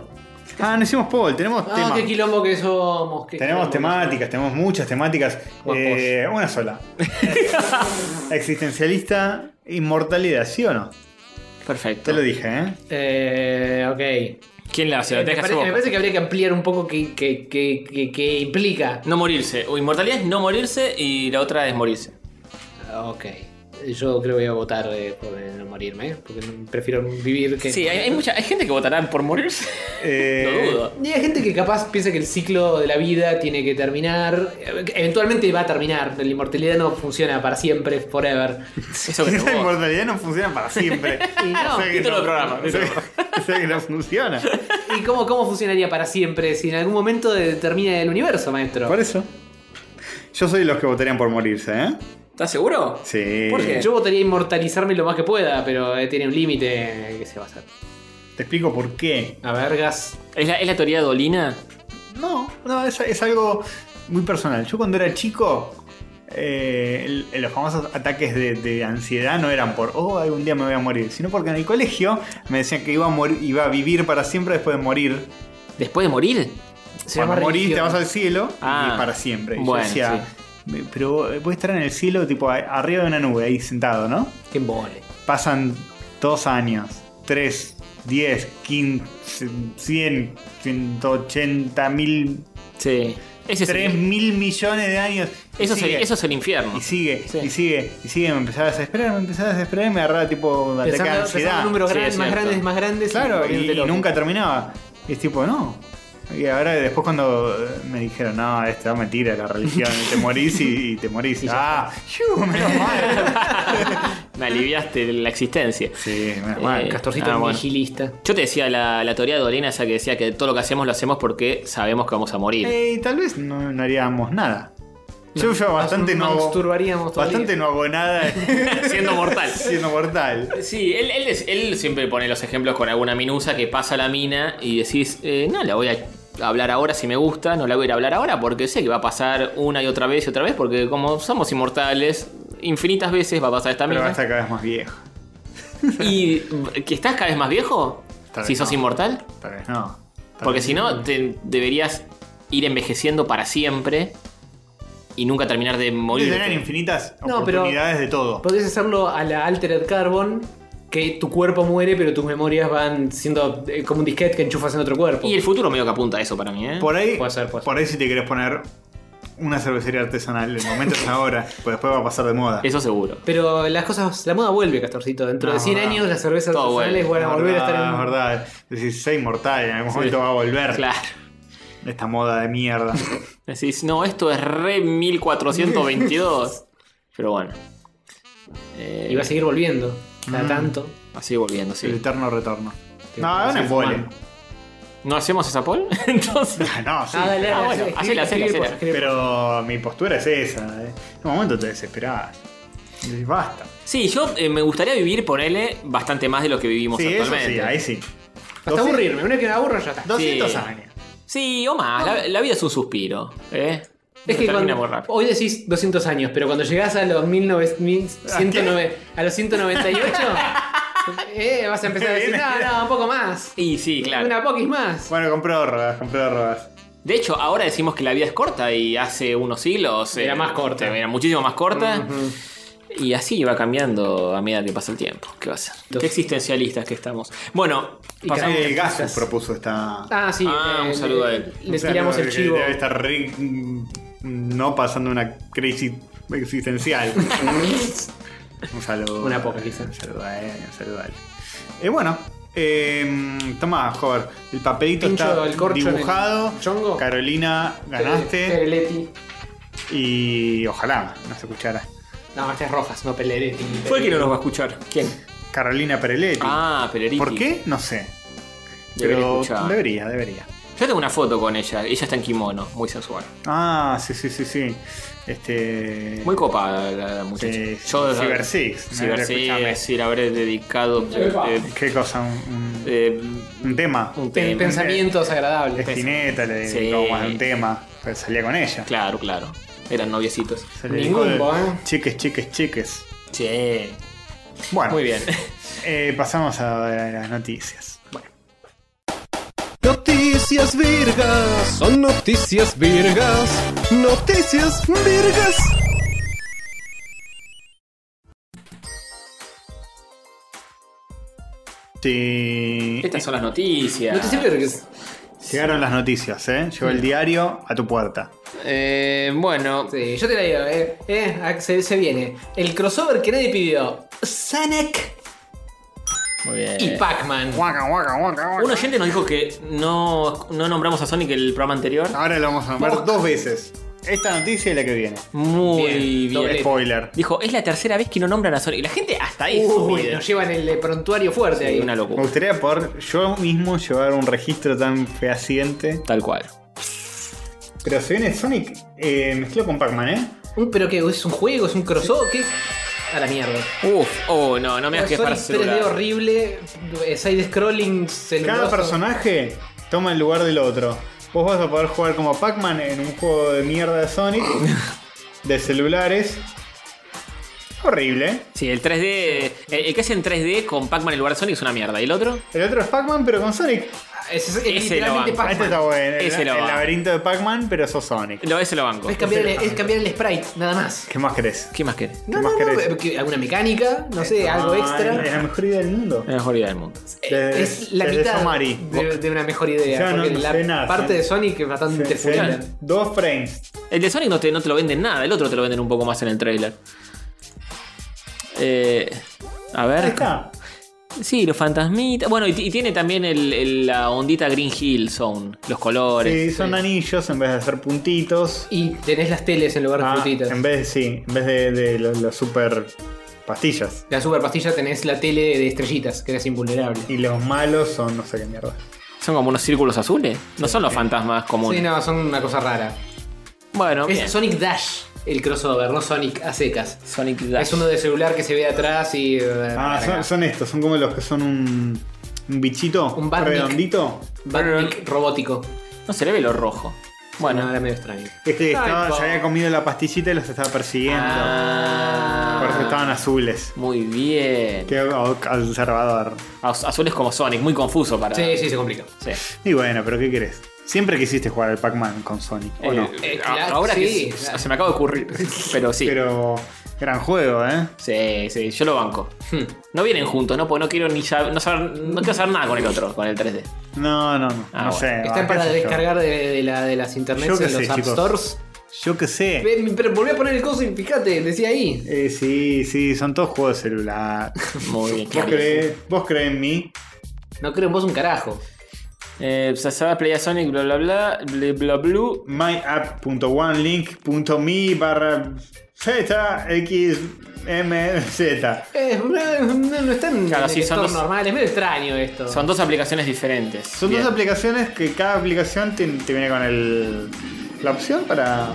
Ah, no hicimos poll, tenemos Ah, tema. qué quilombo que somos. qué Tenemos quilombo que temáticas, tenemos muchas temáticas. Guapos. Eh, una sola. Existencialista, inmortalidad, ¿sí o no? Perfecto. Te lo dije, ¿eh? somos. Eh, ok. ¿Quién la hace? La Eh, me, tenés que hacer parece, vos. me parece que habría que ampliar un poco qué qué- qué- qué- qué implica. No morirse. O inmortalidad es no morirse y la otra es morirse. Ok. Yo creo que voy a votar eh, por eh, no morirme, ¿eh? porque no- prefiero vivir que. Sí, hay, hay mucha, hay gente que votará por morirse. Eh, no dudo. Y hay gente que capaz piensa que el ciclo de la vida tiene que terminar. Eh, Eventualmente va a terminar. La inmortalidad no funciona para siempre, forever. Eso que Esa vos. inmortalidad no funciona para siempre. Y no, título del programa, o sea- o sea que no funciona. ¿Y cómo, cómo funcionaría para siempre si en algún momento eh, termina el universo, maestro? Por eso. Yo soy de los que votarían por morirse, ¿eh? ¿Estás seguro? Sí. ¿Por qué? Yo votaría inmortalizarme lo más que pueda, pero eh, tiene un límite que se va a hacer. Te explico por qué. A vergas. ¿Es la, es la teoría de Dolina? No, no, es, es algo muy personal. Yo cuando era chico, eh, el- el- los famosos ataques de, de ansiedad no eran por, oh, algún día me voy a morir, sino porque en el colegio me decían que iba a, morir, iba a vivir para siempre después de morir. ¿Después de morir? Se cuando llama morís te religión. vas al cielo Ah, y para siempre. Y bueno, yo decía, "Me- pero voy a estar en el cielo tipo a- arriba de una nube, ahí sentado, ¿no? Qué embole. Pasan dos años, tres, diez, quince, cien, ciento ochenta mil Sí. Ese es el- 3 mil millones de años. Y Eso es, el, sigue, eso es el infierno. Y sigue, Sí. y sigue, y sigue. Me empezaba a desesperar, me empezaba a desesperar y me agarraba tipo un ataque de Pensando, pensando en ansiedad. números Sí, gran- es más cierto. grandes, más grandes. Claro, y, volviéndote y loco. nunca terminaba. Y es tipo, no. Y ahora después cuando eh, me dijeron, no, esta mentira la religión, y te morís y, y te morís. ah, ¡yu! menos mal. Me aliviaste la existencia. Sí, menos mal. Eh, Castorcito Ah, bueno. nihilista. Yo te decía la, la teoría de Dolina, esa que decía que todo lo que hacemos lo hacemos porque sabemos que vamos a morir. Eh, y tal vez no, no haríamos nada. Yo, yo bastante no Nos hago, turbaríamos todo el bastante día. no hago nada Siendo mortal. siendo mortal. Sí, él, él es- él siempre pone los ejemplos con alguna minusa que pasa la mina y decís, eh, no la voy a hablar ahora si me gusta, no la voy a ir a hablar ahora porque sé que va a pasar una y otra vez y otra vez, porque como somos inmortales, infinitas veces va a pasar esta Pero va a mina. estar cada vez más viejo. ¿Y que estás cada vez más viejo? Tal vez Si sos no. inmortal. Tal vez no. Tal Porque vez si no, te deberías ir envejeciendo para siempre y nunca terminar de morir. Tener infinitas No, pero- oportunidades de todo. Podés hacerlo a la Altered Carbon, que tu cuerpo muere, pero tus memorias van siendo eh, como un disquete que enchufas en otro cuerpo. Y el futuro medio que apunta a eso para mí, ¿eh? Por ahí, Puede ser, puede ser. por ahí si te querés poner una cervecería artesanal, el momento es ahora, pues después va a pasar de moda. Eso seguro. Pero las cosas, la moda vuelve, Castorcito. Dentro No, de 100 verdad. años las cervezas Todo artesanales vuelve, van a volver a estar en... Es verdad, decís, soy inmortal, en algún momento va a volver Claro. esta moda de mierda. Decís, no, esto es re 1422. Pero bueno. Eh, Y va a seguir volviendo. Mm. Cada tanto. así volviendo, El sí. eterno retorno. Que No, es sí, una embole. humano. ¿No hacemos esa poll? Entonces. No, sí. Ah, dale, dale, Ah, bueno, escribile, hacela, hacela, escribile, hacela. escribile. Pero mi postura es esa. eh. En un momento te desesperás. Decís, basta. Sí, yo eh, me gustaría vivir, ponele, bastante más de lo que vivimos Sí, eso actualmente. sí, ahí sí. Hasta aburrirme. Una vez que me aburro ya está. 200 Sí. años. Sí, o más. La, la vida es un suspiro. ¿eh? Es que termina cuando- muy rápido. hoy decís 200 años, pero cuando llegás a los 1900, 1109 a los 198, eh, vas a empezar a decir, Viene. no, no, un poco más. Y sí, claro. Una poquis más. Bueno, con prórrogas, con prórrogas. De hecho, ahora decimos que la vida es corta y hace unos siglos Era más corta. Era muchísimo más corta. Y así va cambiando a medida que pasa el tiempo. ¿Qué va a ser? Qué existencialistas que estamos. Bueno, pasamos- Eh, Gasus propuso esta. Ah, sí. Ah, un saludo a él. O Les sea, tiramos que el chivo. Debe estar re- mm, no pasando una crisis existencial. un saludo. Una poca, quizá. Un saludo a él, un saludo a él. Eh, bueno, eh, toma, Jover. El papelito Pincho está el corcho en dibujado. el chongo. Eh, Carolina, ganaste. Pereletti. Y ojalá no se escuchara. No, estas rojas, no Peleretti. ¿Fue que no nos va a escuchar? ¿Quién? Carolina Pereletti. Ah, Peleriti. ¿Por qué? No sé. Debería Pero escuchar. debería, debería. Yo tengo una foto con ella. Ella está en kimono, muy sensual. Ah, sí, sí, sí, sí. Este. Muy copada la, la muchacha. Sí, Yo, Cyber Six, me Cyber habré escuchado. Six, sí, la habré dedicado. Epa. eh, ¿Qué cosa? Un, un- eh, un tema. un Pe- tema. Pensamientos agradables. Espineta le Sí. dedicó más de un tema. Pero salía con ella. Claro, claro. Eran noviecitos. Se le dedicó Ningún, el- ¿eh? Chiques, chiques, chiques. Che. Bueno, Muy bien. eh, pasamos a, las noticias. Noticias virgas, son noticias virgas, noticias virgas. Sí. Estas son las noticias. No te sirve porque es- Llegaron las noticias, ¿eh? Llegó el diario a tu puerta. Eh, bueno, Sí, yo te la digo, eh, eh, Axel, se viene. El crossover que nadie pidió. Sonic muy bien. y Pac-Man. Guaca, guaca, guaca, guaca. Un oyente nos dijo que no, no nombramos a Sonic el programa anterior. Ahora lo vamos a nombrar dos veces. Esta noticia y la que viene. Muy Bien, bien. doble. Spoiler. Dijo, es la tercera vez que no nombran a Sonic. La gente hasta ahí. Uy, pide. nos llevan el eh, prontuario fuerte ahí. Una Me locura. gustaría poder yo mismo llevar un registro tan fehaciente. Tal cual. Pero se viene Sonic eh, mezclado con Pac-Man, ¿eh? Un- ¿Pero qué? ¿Es un juego? ¿Es un crossover? ¿Qué? A la mierda. Uf, oh no, no me hagas que es para Sonic 3D celular. horrible, eh, side-scrolling Cada celuloso. personaje toma el lugar del otro. Vos vas a poder jugar como Pac-Man en un juego de mierda de Sonic, de celulares. Horrible. Sí, el 3D. El, el que es en 3D con Pac-Man en lugar de Sonic es una mierda. ¿Y el otro? El otro es Pac-Man, pero con Sonic. Ah, Es, es Ese literalmente lo banco. Pac-Man. Este está bueno. El, Ese lo el va. laberinto de Pac-Man, pero sos Sonic. Lo, ese lo banco. Es cambiar, el, es cambiar el sprite, nada más. ¿Qué más querés? ¿Qué más querés? No, más no, no, querés? que- alguna mecánica, no sé, algo Ah, extra. Es la mejor idea del mundo. La mejor idea del mundo. Eh, Desde- es la desde mitad Somari. de, de una mejor idea. Ya, no, porque no la sé nada, sí. parte de Sonic es bastante Se- se- fulana. Dos frames. El de Sonic no te, no te lo venden nada, el otro te lo venden un poco más en el trailer. Eh, a ver. Ahí está. Sí, los fantasmitas. Bueno, y, t- y tiene también el- el- la ondita Green Hill Zone, los colores. Sí, son anillos en vez de hacer puntitos. Y tenés las teles en lugar de Ah, frutitas. en vez, sí, en vez de, de lo- los, super pastillas. La super pastilla tenés la tele de estrellitas, que eras invulnerable. Y los malos son no sé qué mierda. Son como unos círculos azules. No son los fantasmas comunes. Sí, no, son una cosa rara. Bueno, bien. Es Sonic Dash el crossover, no Sonic a secas. Sonic Dash. Es uno de celular que se ve atrás y. eh, Ah, son, son estos, son como los que son un, un bichito Un Batnik. redondito. Batman robótico. No se le ve lo rojo. Bueno, Bueno, era medio extraño. Este estaba- Ay, po. se había comido la pastillita y los estaba persiguiendo. Ah. Por eso estaban azules. muy bien. Qué observador. Az- Azules como Sonic, muy confuso para. Sí, sí, se complica. Eh, Sí. Y bueno, pero ¿qué querés? Siempre quisiste jugar al Pac-Man con Sonic, ¿o Eh, no? Eh, a- claro, ahora sí, que se- claro. se me acaba de ocurrir. Pero sí. Pero gran juego, ¿eh? Sí, sí, yo lo banco. Hmm. No vienen juntos, ¿no? Porque no quiero ni saber, no, saber- no quiero saber nada con el otro, con el 3D. No, no, no. Ah, no bueno. sé. va, Están qué para sé yo. descargar de, de la- de las internets Yo en qué los sé, App chicos. Stores. Yo qué sé. Ve, Pero volví a poner el coso y fíjate, decía ahí. Eh, sí, sí, son todos juegos de celular. Muy bien, ¿Vos claro. crees, vos crees en mí? No creo en vos un carajo. Eh, se sabe Play a Sonic, bla bla bla, bla bla blu. myapp.onelink.me barra zxmz. Eh, no, no- no están Claro, en sí, el son store dos- normal, es medio extraño esto. Son dos aplicaciones diferentes. Son Bien. dos aplicaciones que cada aplicación te, te viene con el, la opción para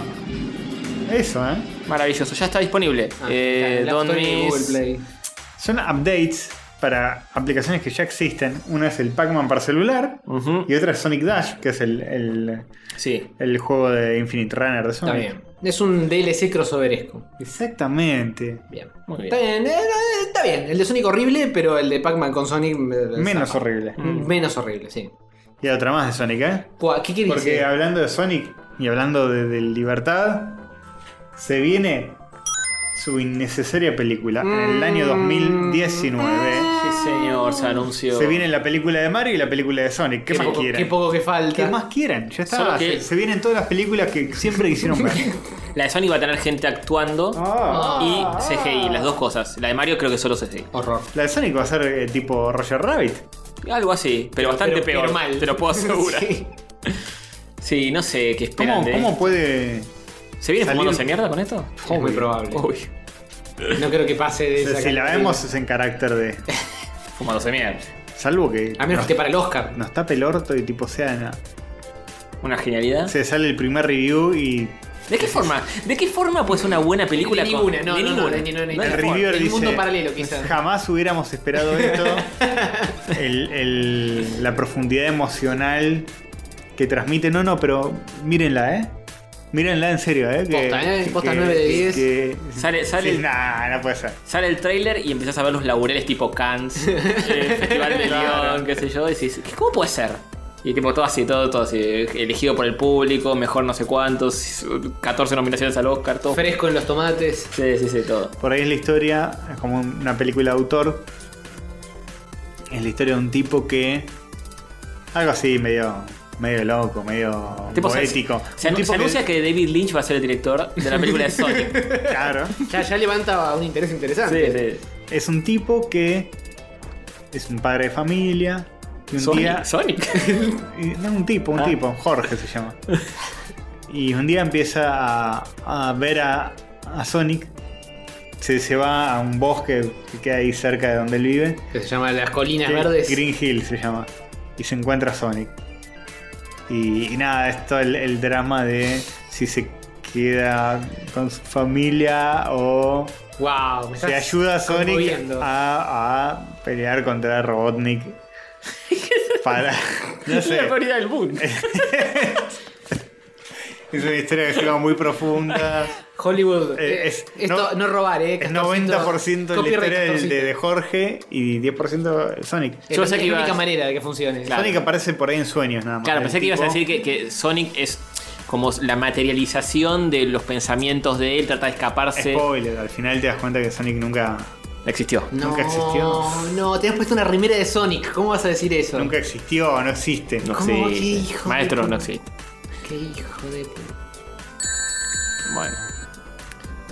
eso, ¿eh? Maravilloso, ya está disponible. Ah, eh, está en el App don't Store y en miss. Google Play. Son updates para aplicaciones que ya existen. Una es el Pac-Man para celular Ujú. y otra es Sonic Dash, que es el, el, Sí. el juego de Infinite Runner de Está Sonic. bien. Es un DLC crossoveresco. Exactamente. Bien. Muy bien. Está bien, eh, eh, está bien. El de Sonic horrible, pero el de Pac-Man con Sonic. eh, Menos zapa. horrible. Mm, Menos horrible, sí. Y otra más de Sonic, ¿eh? Buah, ¿Qué qué Porque dice? hablando de Sonic y hablando de, de libertad, se viene su innecesaria película Mm. en el año 2019. Ah, Sí, señor, se anunció. Se viene la película de Mario y la película de Sonic. ¿Qué, más poco, quieren? qué poco que falta. ¿Qué más quieren? Ya Solo está. que- Se, se vienen todas las películas que siempre quisieron ver. La de Sonic va a tener gente actuando Ah. y CGI, las dos cosas. La de Mario creo que solo CGI. Horror. La de Sonic va a ser eh, tipo Roger Rabbit. Algo así, pero, bastante pero- peor. pero mal. Te lo puedo asegurar. sí. Sí. no sé qué ¿Cómo, esperan. de- cómo puede.? ¿Se viene salir- fumándose mierda con esto? Es muy probable. Uy, No creo que pase de Si esa la categoría. vemos es en carácter de. fumándose mierda. Salvo que. A menos que nos, esté para el Oscar. nos tape el orto y tipo sea. na- Una genialidad. se sale el primer review y. ¿De qué forma? ¿De qué forma puede ser una buena película De con- ninguna, no, de no, no, ninguna? de ni- no, no, ni- No hay El forma. reviewer el dice, mundo paralelo, quizás. Jamás hubiéramos esperado esto. El- el- la profundidad emocional que transmite. No, no, pero mírenla, ¿eh? Mírenla en serio, ¿eh? Que, Posta, ¿eh? Posta 9 de 10. que- Sale- sale- Sí, nah, no puede ser. Sale el trailer y empiezas a ver los laureles tipo Cannes, eh, Festival de Claro. León, qué sé yo, y decís, "¿Qué- ¿cómo puede ser? Y tipo todo así, todo, todo así, elegido por el público, mejor no sé cuántos, 14 nominaciones al Oscar, todo. Fresco en los tomates. Sí, sí, sí, todo. Por ahí es la historia, es como una película de autor. Es la historia de un tipo que. Algo así, medio. medio loco, medio Tipo, se- poético. Se, Un anu- tipo se anuncia que... David Lynch va a ser el director de la película de Sonic. Claro. Ya, ya levanta un interés sí, interesante. sí. Es un tipo que. Es un padre de familia. Y un Sonic. día. Sonic. y- no, un tipo, un Ah. tipo, Jorge se llama. Y un día empieza a, a ver a, a Sonic. Se, se va a un bosque que queda ahí cerca de donde él vive. Que se llama Las Colinas Gre- Verdes. Green Hill se llama. Y se encuentra Sonic. Y, y nada, es todo el, el drama de si se queda con su familia o Wow, me se estás ayuda a Sonic conmoviendo. a, a pelear contra Robotnik. para. No sé. la prioridad del mundo. Es una historia que se va muy profunda. Hollywood. Eh, eh, es- esto, no- no, robar, eh. Es 1400, 90% la copyright historia del- 1400. de, de Jorge y 10% Sonic. Eh, Es Yo pensé que la- es la ibas- única manera de que funcione. Sonic aparece por ahí en sueños nada más. Claro, El pensé que ibas a tipo- decir que, que Sonic es como la materialización de los pensamientos de él, trata de escaparse. Spoiler, al final te das cuenta que Sonic nunca, Existió. No, Nunca existió. no, te has puesto una remera de Sonic. ¿Cómo vas a decir eso? nunca existió, no existe. No ¿Cómo? existe. ¿Qué hijo de Maestro, puta? no existe. Qué hijo de. Bueno.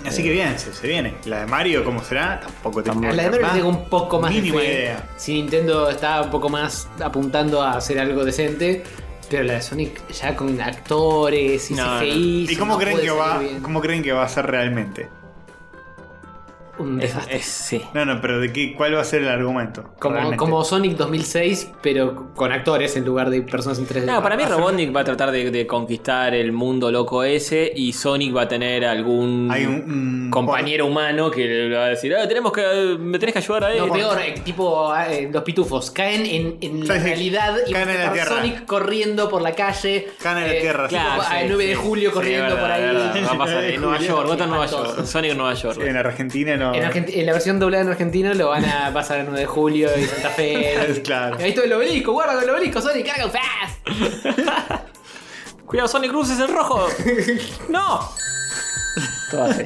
Así que bien, se, se viene. La de Mario, ¿cómo será? Tampoco tengo Tampoco. La de Mario capaz. tengo un poco más Mínima de fe. idea. Si Nintendo está un poco más apuntando a hacer algo decente. Pero la de Sonic ya con actores y No, no. CGI. ¿Y cómo, no creen puede que va, salir bien. cómo creen que va a ser realmente? Un Es, desastre. es- sí. No, no, pero de qué, ¿cuál va a ser el argumento? Como, realmente? como Sonic 2006, pero con actores en lugar de personas en Ah, 3D. No, para mí Robotnik va a tratar de, de conquistar el mundo loco ese y Sonic va a tener algún Hay un- un- compañero humano que le va a decir, ah, tenemos que, me tenés que ayudar a él. No, peor, eh, tipo eh, los pitufos caen en, en la Sí, sí. realidad y Caen vas a en la estar tierra. Sonic corriendo por la calle. eh, Caen en la tierra, sí. tipo, Claro, a sí, 9 de sí. julio Sí, corriendo verdad, por ahí. verdad. Va a pasar Sí, en Nueva Julio. York, vota en Nueva Espantoso. York, Sonic en Nueva York. En Argentina no. eh. En, Argent- en la versión doblada en Argentina lo van a pasar el 9 de julio y Santa Fe. Claro. Y Ahí todo el obelisco, guarda el obelisco, Sonic, carga fast. Cuidado, Sonic cruces en rojo. no. Todo así.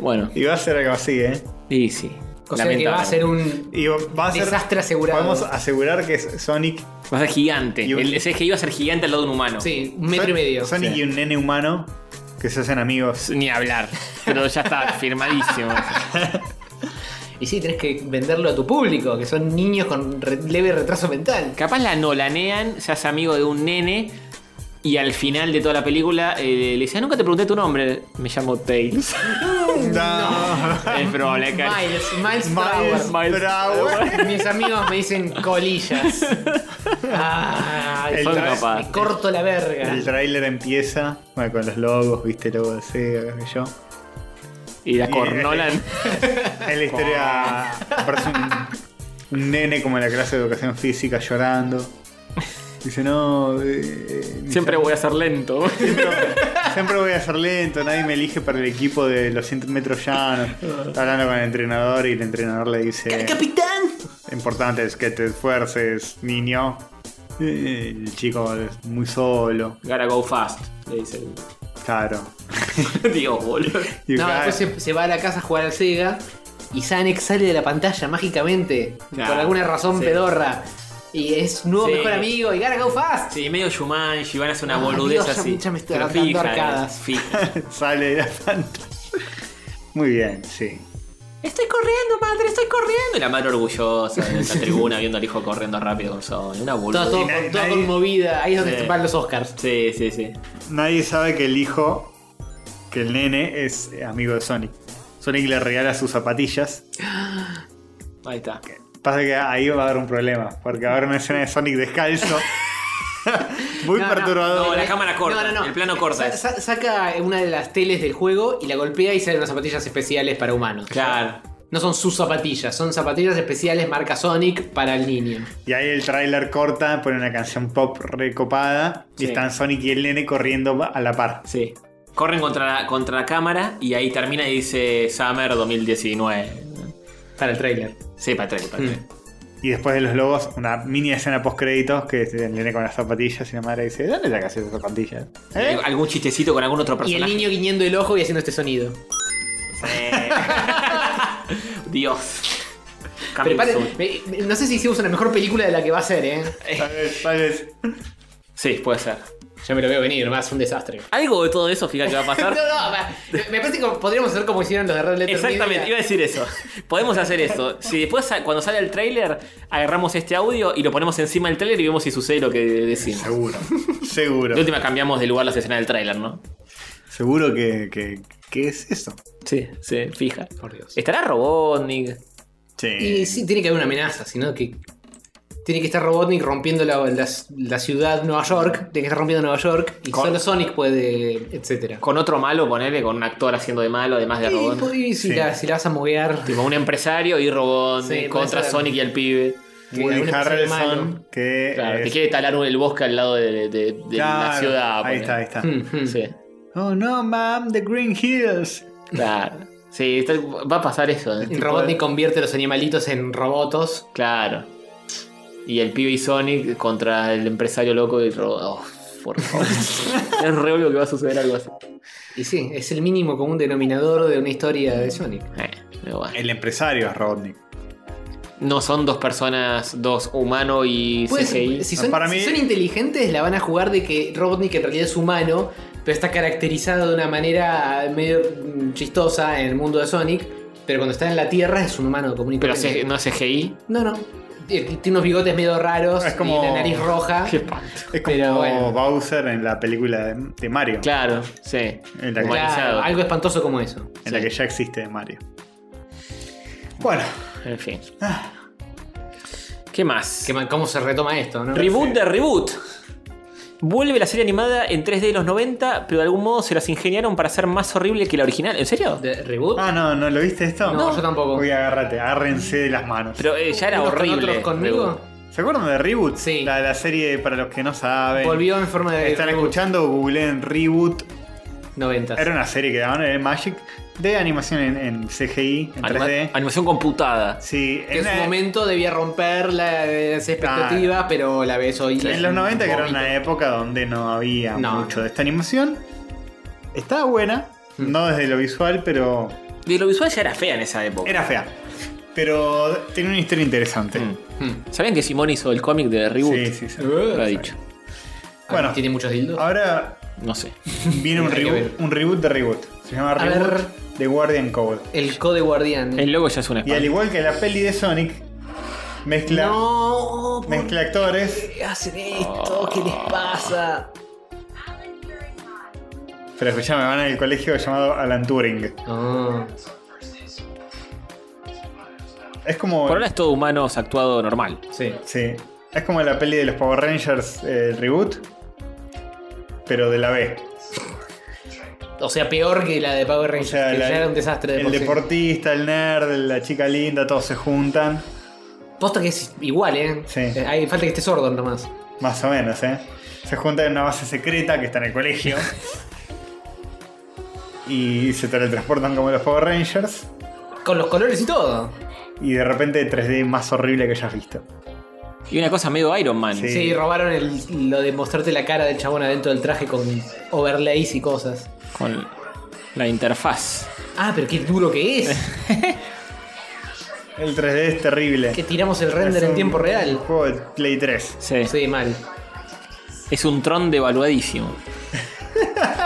Bueno, Y va a ser algo así, ¿eh? y sí. O sea que va a ser un. Y va a ser, Desastre asegurado. Podemos asegurar que es Sonic. Va a ser gigante. Y un- El CGI va a ser gigante al lado de un humano. Sí, un metro y Son- medio. Sonic Sí. y un nene humano que se hacen amigos. Ni hablar. Pero ya está firmadísimo. Y sí, tenés que venderlo a tu público, que son niños con re- leve retraso mental. Capaz la nolanean, se hace amigo de un nene. Y al final de toda la película eh, le dice, "Ah, nunca te pregunté tu nombre. Me llamo Tails. No. es probable que... Miles, Miles, Miles Brower. Miles Brower. Mis amigos me dicen colillas. Ay, El son tra- capaz. me corto la verga. El tráiler empieza bueno, con los logos, viste, el logo de Sega, qué sé yo. Y la Y- cornolan. Es la historia. Aparece un, un nene como en la clase de educación física llorando. Dice, no. eh, mi Siempre llam- voy a ser lento. Siempre voy a ser lento, nadie me elige para el equipo de los 100 metros llanos. Está hablando con el entrenador y el entrenador le dice: ¡Capitán! Importante es que te esfuerces, niño. Eh, El chico es muy solo, Gotta go fast. Le dice. claro. Digo, boludo. Y No, cada- después se, se va a la casa a jugar al Sega y Zanek sale de la pantalla mágicamente. Nah, por alguna razón sí. pedorra. Y es nuevo Sí. mejor amigo y gana go fast. Sí, medio Shumanji, van a hacer una Ah, boludez Dios, ya- así. ya me estoy Pero arrancando fija, arcadas. fija. sale de la pantalla. Muy bien, sí. Estoy corriendo, madre, estoy corriendo. Y la madre orgullosa en esa tribuna viendo al hijo corriendo rápido con Sony. Una Todo, boludez. todo, Y nadie- todo nadie- conmovida. Ahí es donde Sí. se van los Oscars. Sí, sí, sí. Nadie sabe que el hijo, que el nene, es amigo de Sonic. Sonic le regala sus zapatillas. Ahí está. Pasa que ahí va a haber un problema, porque va a haber una escena de Sonic descalzo. Muy No, no, perturbador. No, la cámara corta, el plano corta es. Sa- sa- saca una de las teles del juego y la golpea y salen unas zapatillas especiales para humanos. Claro. No son sus zapatillas, son zapatillas especiales marca Sonic para el niño. Y ahí el tráiler corta, pone una canción pop recopada Sí. y están Sonic y el nene corriendo a la par. Sí. Corren contra la, contra la cámara y ahí termina y dice Summer 2019. Para el trailer. Sí, Patrick, Patrick. Y después de los lobos, una mini escena post créditos que es el nene con las zapatillas y la madre dice, ¿dónde sacas esas zapatillas? ¿Eh? ¿Algún chistecito con algún otro Y el personaje? niño guiñando el ojo y haciendo este sonido. Sí. Dios. Cambio Preparen- azul. eh, eh, no sé si hicimos una mejor película de la que va a ser, ¿eh? Tal vez, tal vez. Sí, puede ser. Yo me lo veo venir, va a ser un desastre. Algo de todo eso, fíjate que va a No, pasar. no, va- me- me parece que podríamos hacer como hicieron los de Red Letter Exactamente, iba Media. a decir eso. Podemos hacer eso. Si después, sa- cuando sale el tráiler, agarramos este audio y lo ponemos encima del tráiler y vemos si sucede lo que decimos. Seguro, seguro. De última cambiamos de lugar las escenas del tráiler, ¿no? Seguro que, que, que es eso. Sí, sí, fija. Por Dios. ¿Estará Robotnik? Y sí, tiene que haber una amenaza, sino que. Tiene que estar Robotnik rompiendo la, la- la ciudad Nueva York. Tiene que estar rompiendo Nueva York. Y Con- solo Sonic puede. etcétera. Con otro malo, ponele, con un actor haciendo de malo, además de Robotnik. Y, y si, Sí. la, si la vas a moguear. Tipo un empresario y Robotnik Sí, puede contra ser. Sonic y el pibe. Woody alguna especie de Harrelson malo. que. Claro, es- te quiere talar el bosque al lado de, de- de- de la Claro, ciudad. Ahí ponele. está, ahí está. Hmm, hmm. Sí, Oh no, ma'am, the Green Hills. claro. Sí, está- va a pasar eso. ¿eh? Y Robotnik convierte los animalitos en robotos. Claro. Y el pibe y Sonic contra el empresario loco y Robo. Oh, por favor. es re obvio que va a suceder algo así. Y sí, es el mínimo común denominador de una historia de Sonic. Eh, pero bueno. El empresario es Rodney. No son dos personas, dos humano y CGI. Puede ser, Pues, si, son, Para si mí- son inteligentes, la van a jugar de que Robotnik en realidad es humano, pero está caracterizado de una manera medio mm, chistosa en el mundo de Sonic. Pero cuando está en la Tierra es un humano común y Pero corriente. C- no es CGI. No, no. Eh, Tiene unos bigotes medio raros, Es como- y la nariz roja. Qué espanto. Es como Pero bueno. Bowser en la película de, de Mario. Claro, sí. En la que- Claro, algo espantoso como eso. En la que ya existe de Mario. Bueno, En fin. Ah. ¿Qué más? Que man- ¿Cómo se retoma esto, no? Reboot de reboot. Vuelve la serie animada en 3D de los 90, pero de algún modo se las ingeniaron para ser más horrible que la original. ¿En serio? ¿De- ¿Reboot? Ah, no, ¿no lo viste esto? No, yo tampoco. Uy, agárrate, agárrense de las manos. Pero eh, ya era ¿Unos con horrible. otros conmigo? Reboot. ¿Se acuerdan de Reboot? Sí. La, la serie para los que no saben. Volvió en forma de. Están reboot. escuchando, googleen Reboot. 90. Era una serie que daban en el Magic de animación en, en CGI, en Anima- 3D. Animación computada. Sí, Que en en, su la- momento debía romper la- las expectativas, pero la ves hoy. en los 90, que era una época donde no había No, mucho no. de esta animación. Estaba buena, Mm. no desde lo visual, pero De lo visual ya era fea en esa época. era fea. Pero tenía una historia interesante. Mm. ¿Sabían que Simón hizo el cómic de Reboot? Sí, sí, sí. Lo ha Eh, dicho. Bueno. ¿Tiene muchos dildos? Ahora No sé. Viene un Hay que reboot, un reboot de reboot. Se llama A Reboot ver. de Guardian Code. El Code Guardián. El logo ya es una Y al espalda. igual que la peli de Sonic, mezcla, No, ¿por mezcla actores, qué hacen esto? ¿Qué les pasa? pero ya me van al colegio llamado Alan Turing. No. Es como. Por ahora es todo humanos actuado normal. Sí. Sí. Es como la peli de los Power Rangers, eh, el reboot. Pero de la B. O sea, peor que la de Power O Rangers, sea, que la- ya era un desastre de el por sí. deportista, el nerd, la chica linda, todos se juntan. Posta que es igual, ¿eh? Sí. Eh, Hay falta que esté sordo nomás. Más o menos, ¿eh? Se juntan en una base secreta que está en el colegio. y se teletransportan como los Power Rangers. Con los colores y todo. Y de repente 3D más horrible que hayas visto. Y una cosa medio Iron Man. Sí. Sí, robaron el- lo de mostrarte la cara del chabón adentro del traje con overlays y cosas. Con la interfaz. Ah, pero qué duro que es. El 3D es terrible. que tiramos el render Es en un- tiempo Un real. juego de Play 3. Sí. Sí, mal. Es un tron devaluadísimo.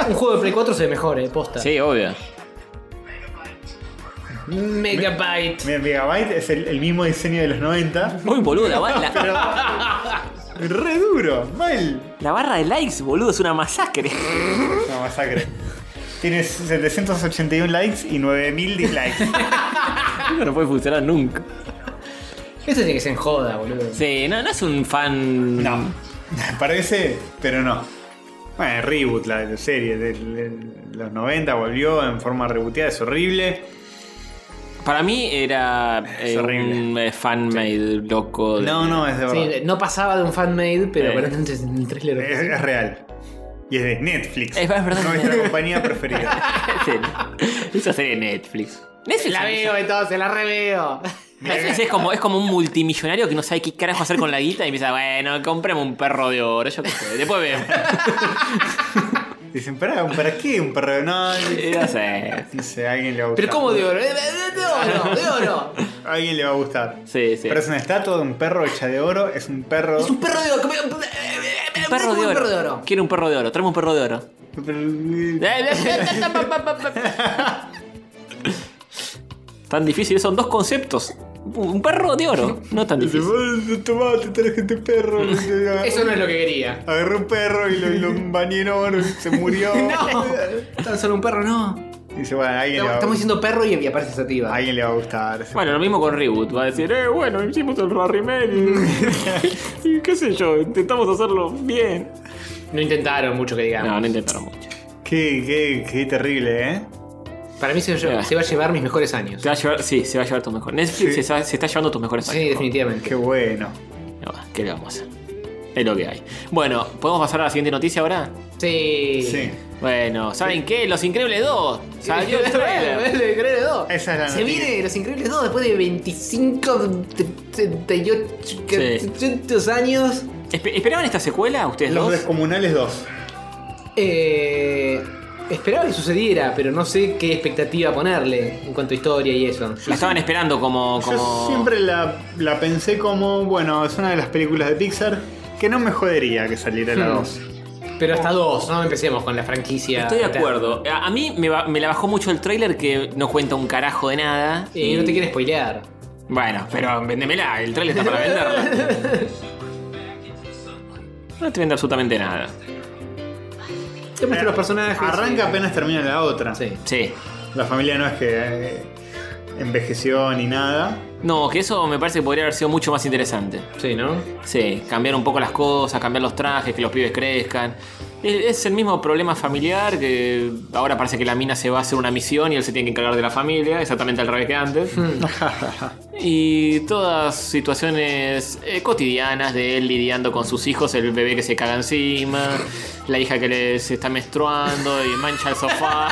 Un juego de Play 4 se mejore, posta. Sí, obvio. Megabyte. Mira, Megabyte es el, el mismo diseño de los 90. Muy boluda. va- la, Pero. re duro, mal. la barra de likes, boludo, es una masacre. Una masacre. Tienes 781 likes y 9000 dislikes. no puede funcionar nunca. Eso tiene que ser en joda, boludo. Sí, no, no es un fan. No, parece, pero no. Bueno, reboot, la, la serie de, de los 90 volvió en forma reboteada, es horrible. Para mí era eh, Es horrible. un eh, fan made loco. de- No, no, es de verdad. Eh. Sí, no pasaba de un fanmade, pero Eh. aparentemente es un trailer. es, es real. Y es de Netflix. Es- es verdad. Nuestra compañía preferida. Esa serie de Netflix. Netflix La es- veo entonces, la reveo. Netflix es como, es como un multimillonario que no sabe qué carajo hacer con la guita y empieza, bueno, cómprame un perro de oro, yo qué sé, después vemos. Dicen, ¿para, ¿para qué un perro de no? Eh, No sé. Dice, a alguien le va a gustar. Pero ¿cómo de oro? Eh, De oro, de oro. A alguien le va a gustar. Sí, sí. Pero es una estatua de un perro hecha de oro, es un perro. Es un perro de oro. eh, que me- Un perro Como de un oro. Quiero un perro de oro, tráeme un perro de oro. eh, Tan difícil, son dos conceptos. Un perro de oro, no tan Dice, difícil. "Vos tomá, te traje este perro. Eso no es lo que quería. Agarré un perro y lo, lo bañé en oro y se murió. No, tan solo un perro, no. Dice, bueno, a alguien, le Estamos, va, estamos diciendo perro y y aparece esa a tiba. alguien le va a gustar. ese Bueno, lo mismo con Reboot. Va a decir, eh, bueno, hicimos el remake y, y qué sé yo, intentamos hacerlo bien. No intentaron mucho que digamos. No, no intentaron mucho. Qué, qué, qué terrible, ¿eh? Para mí se, Mira. se va a llevar mis mejores años. Te va a llevar, sí, se va a llevar tus mejores. Netflix Sí. se, está, se está llevando tus mejores Sí, años. definitivamente. Qué bueno. No, ¿Qué le vamos a hacer? Es lo que hay. Bueno, ¿podemos pasar a la siguiente noticia ahora? Sí. Sí. Bueno, ¿saben qué? Los Increíbles 2. Salió el Los trailer. Increíbles 2. Esa es la Se noticia. viene Los Increíbles 2 después de 25, 38, 400 años. Espe- ¿Esperaban esta secuela ustedes Los dos? descomunales 2. Eh, esperaba que sucediera, pero no sé qué expectativa ponerle en cuanto a historia y eso. La estaban esperando como. como... Yo siempre la, la pensé como, bueno, es una de las películas de Pixar que no me jodería que saliera la Hmm. 2. Pero hasta dos, no empecemos con la franquicia. Estoy de acuerdo. A a mí me, ba- me la bajó mucho el trailer que no cuenta un carajo de nada. Y Eh, no te quiero spoilear. Bueno, pero vendemela, el trailer está para venderla. No te vende absolutamente nada. Te muestro los personajes. Arranca eh, apenas termina la otra. Sí. Sí. La familia no es que eh, envejeció ni nada. No, que eso me parece que podría haber sido mucho más interesante. Sí, ¿no? Sí, cambiar un poco las cosas, cambiar los trajes, que los pibes crezcan. Es es el mismo problema familiar que ahora parece que la mina se va a hacer una misión y él se tiene que encargar de la familia, exactamente al revés que antes. y todas situaciones eh, cotidianas de él lidiando con sus hijos, el bebé que se caga encima, la hija que le- se está menstruando y mancha el sofá.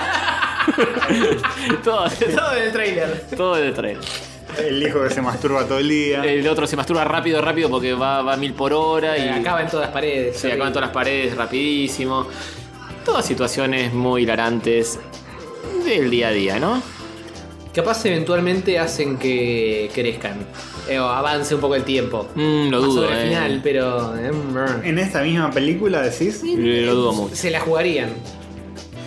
todo, Todo en el trailer. todo el tren. El hijo que se masturba todo el día. El otro se masturba rápido, rápido porque va, va a mil por hora y acaba en todas las paredes. Se acaban todas las paredes rapidísimo. Todas situaciones muy hilarantes del día a día, ¿no? Capaz eventualmente hacen que crezcan. eh, o avance un poco el tiempo. Mm, lo Más dudo. sobre el eh. final, pero. eh, brr. En esta misma película decís. Lo dudo mucho. Se la jugarían.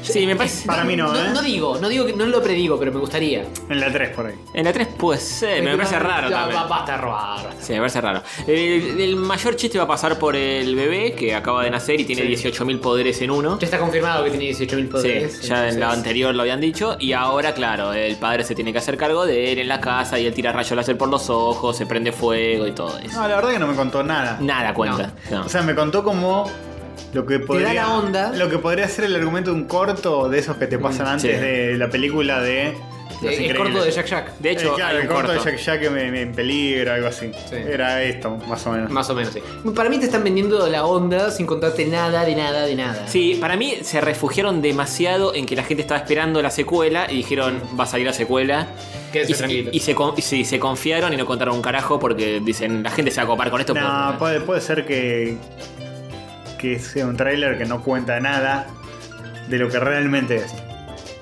Sí, me parece. Para mí no, ¿eh? No digo, no digo que no lo predigo, pero me gustaría. En la 3 por ahí. En la 3 puede ser, Eh, me parece raro Ya, también. va- Basta de robar. Sí, me parece raro. El, el mayor chiste va a pasar por el bebé que acaba de nacer y tiene 18.000 poderes en uno. Ya está confirmado que tiene 18.000 Sí, poderes. ya en la entonces- anterior lo habían dicho. Y ahora, claro, el padre se tiene que hacer cargo de él en la casa y él tira rayo láser por los ojos, se prende fuego y todo eso. No, la verdad que no me contó nada. Nada cuenta. no. O sea, me contó como lo que podría. la onda. Lo que podría ser el argumento de un corto de esos que te pasan antes Mm, sí. de la película de. Los Eh, es Increíbles. corto de Jack Jack. de hecho, Eh, claro, hay un el corto, corto. de Jack Jack en, en peligro, algo así. Sí. Era esto, más o menos. Más o menos, sí. Para mí te están vendiendo la onda sin contarte nada, de nada, de nada. Sí, para mí se refugiaron demasiado en que la gente estaba esperando la secuela y dijeron, va a salir la secuela. Quédense y, se- tranquilos. y se, con- y sí, se confiaron y no contaron un carajo porque dicen, la gente se va a copar con esto. pues, eh. No, pero- puede, puede ser que. que sea un tráiler que no cuenta nada de lo que realmente es.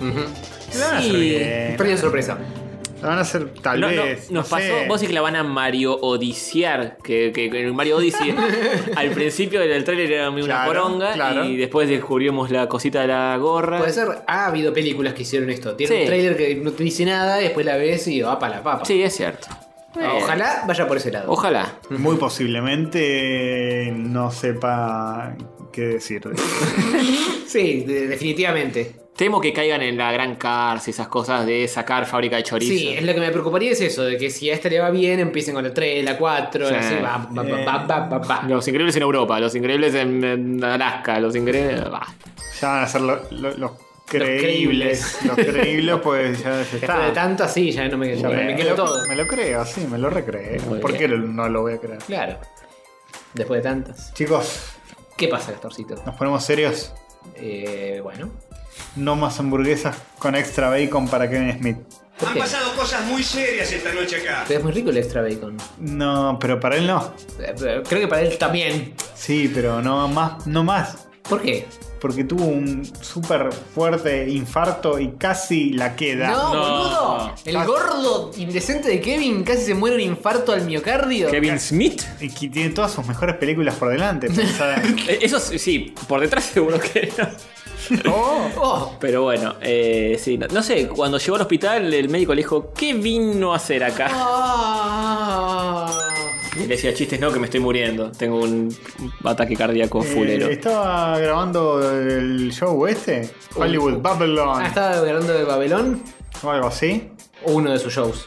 Ujú. Lo van a hacer Sí. bien. Pequeña sorpresa. eh. Lo van a hacer tal No, no, vez. nos no pasó, sé. vos sí que la van a Mario Odiciar, que, que, que en Mario Odyssey al principio del tráiler era una Claro, poronga claro. y después descubrimos la cosita de la gorra. Puede ser, ha habido películas que hicieron esto. Tiene Sí. un trailer que no te dice nada, después la ves y va para la papa. Sí, es cierto. Eh, Ojalá vaya por ese lado. Ojalá. Muy posiblemente no sepa qué decir. Sí, de- definitivamente. Temo que caigan en la gran cárcel esas cosas de sacar fábrica de chorizo. Sí, es lo que me preocuparía es eso, de que si a esta le va bien, empiecen con la 3, la 4, Sí. así va, va, va, va, va, va, va. Los increíbles en Europa, los increíbles en, en Alaska, los increíbles. bah. ya van a ser lo- lo- los creíbles. Los creíbles, pues ya, ya Después de está. tanto así, ya no me, Ya me- me, me me quedo lo, todo. me lo creo, sí, me lo recreo. Muy ¿Por bien. qué no lo voy a creer? Claro. Después de tantas. Chicos, ¿Qué pasa, Gastorcito? nos ponemos serios. Eh, bueno. No más hamburguesas con extra bacon para Kevin Smith. ¿Por Han qué? pasado cosas muy serias esta noche acá. Pero es muy rico el extra bacon. No, pero para él no. Eh, pero Creo que para él también. Sí, pero no más, no más. ¿Por qué? Porque tuvo un súper fuerte infarto y casi la queda. No, No. boludo. El gordo indecente de Kevin casi se muere un infarto al miocardio. Kevin Smith. Y que tiene todas sus mejores películas por delante. pensá. Eh, Eso sí, sí, por detrás seguro que no. Oh, Oh, Pero bueno, eh, sí, no, no sé, cuando llegó al hospital el médico le dijo, ¿qué vino a hacer acá? ah. Y le decía, chistes no, que me estoy muriendo, tengo un ataque cardíaco fulero. eh, estaba grabando el show este, Hollywood Babylon Ah, estaba hablando de Babelón o algo así. o uno de sus shows.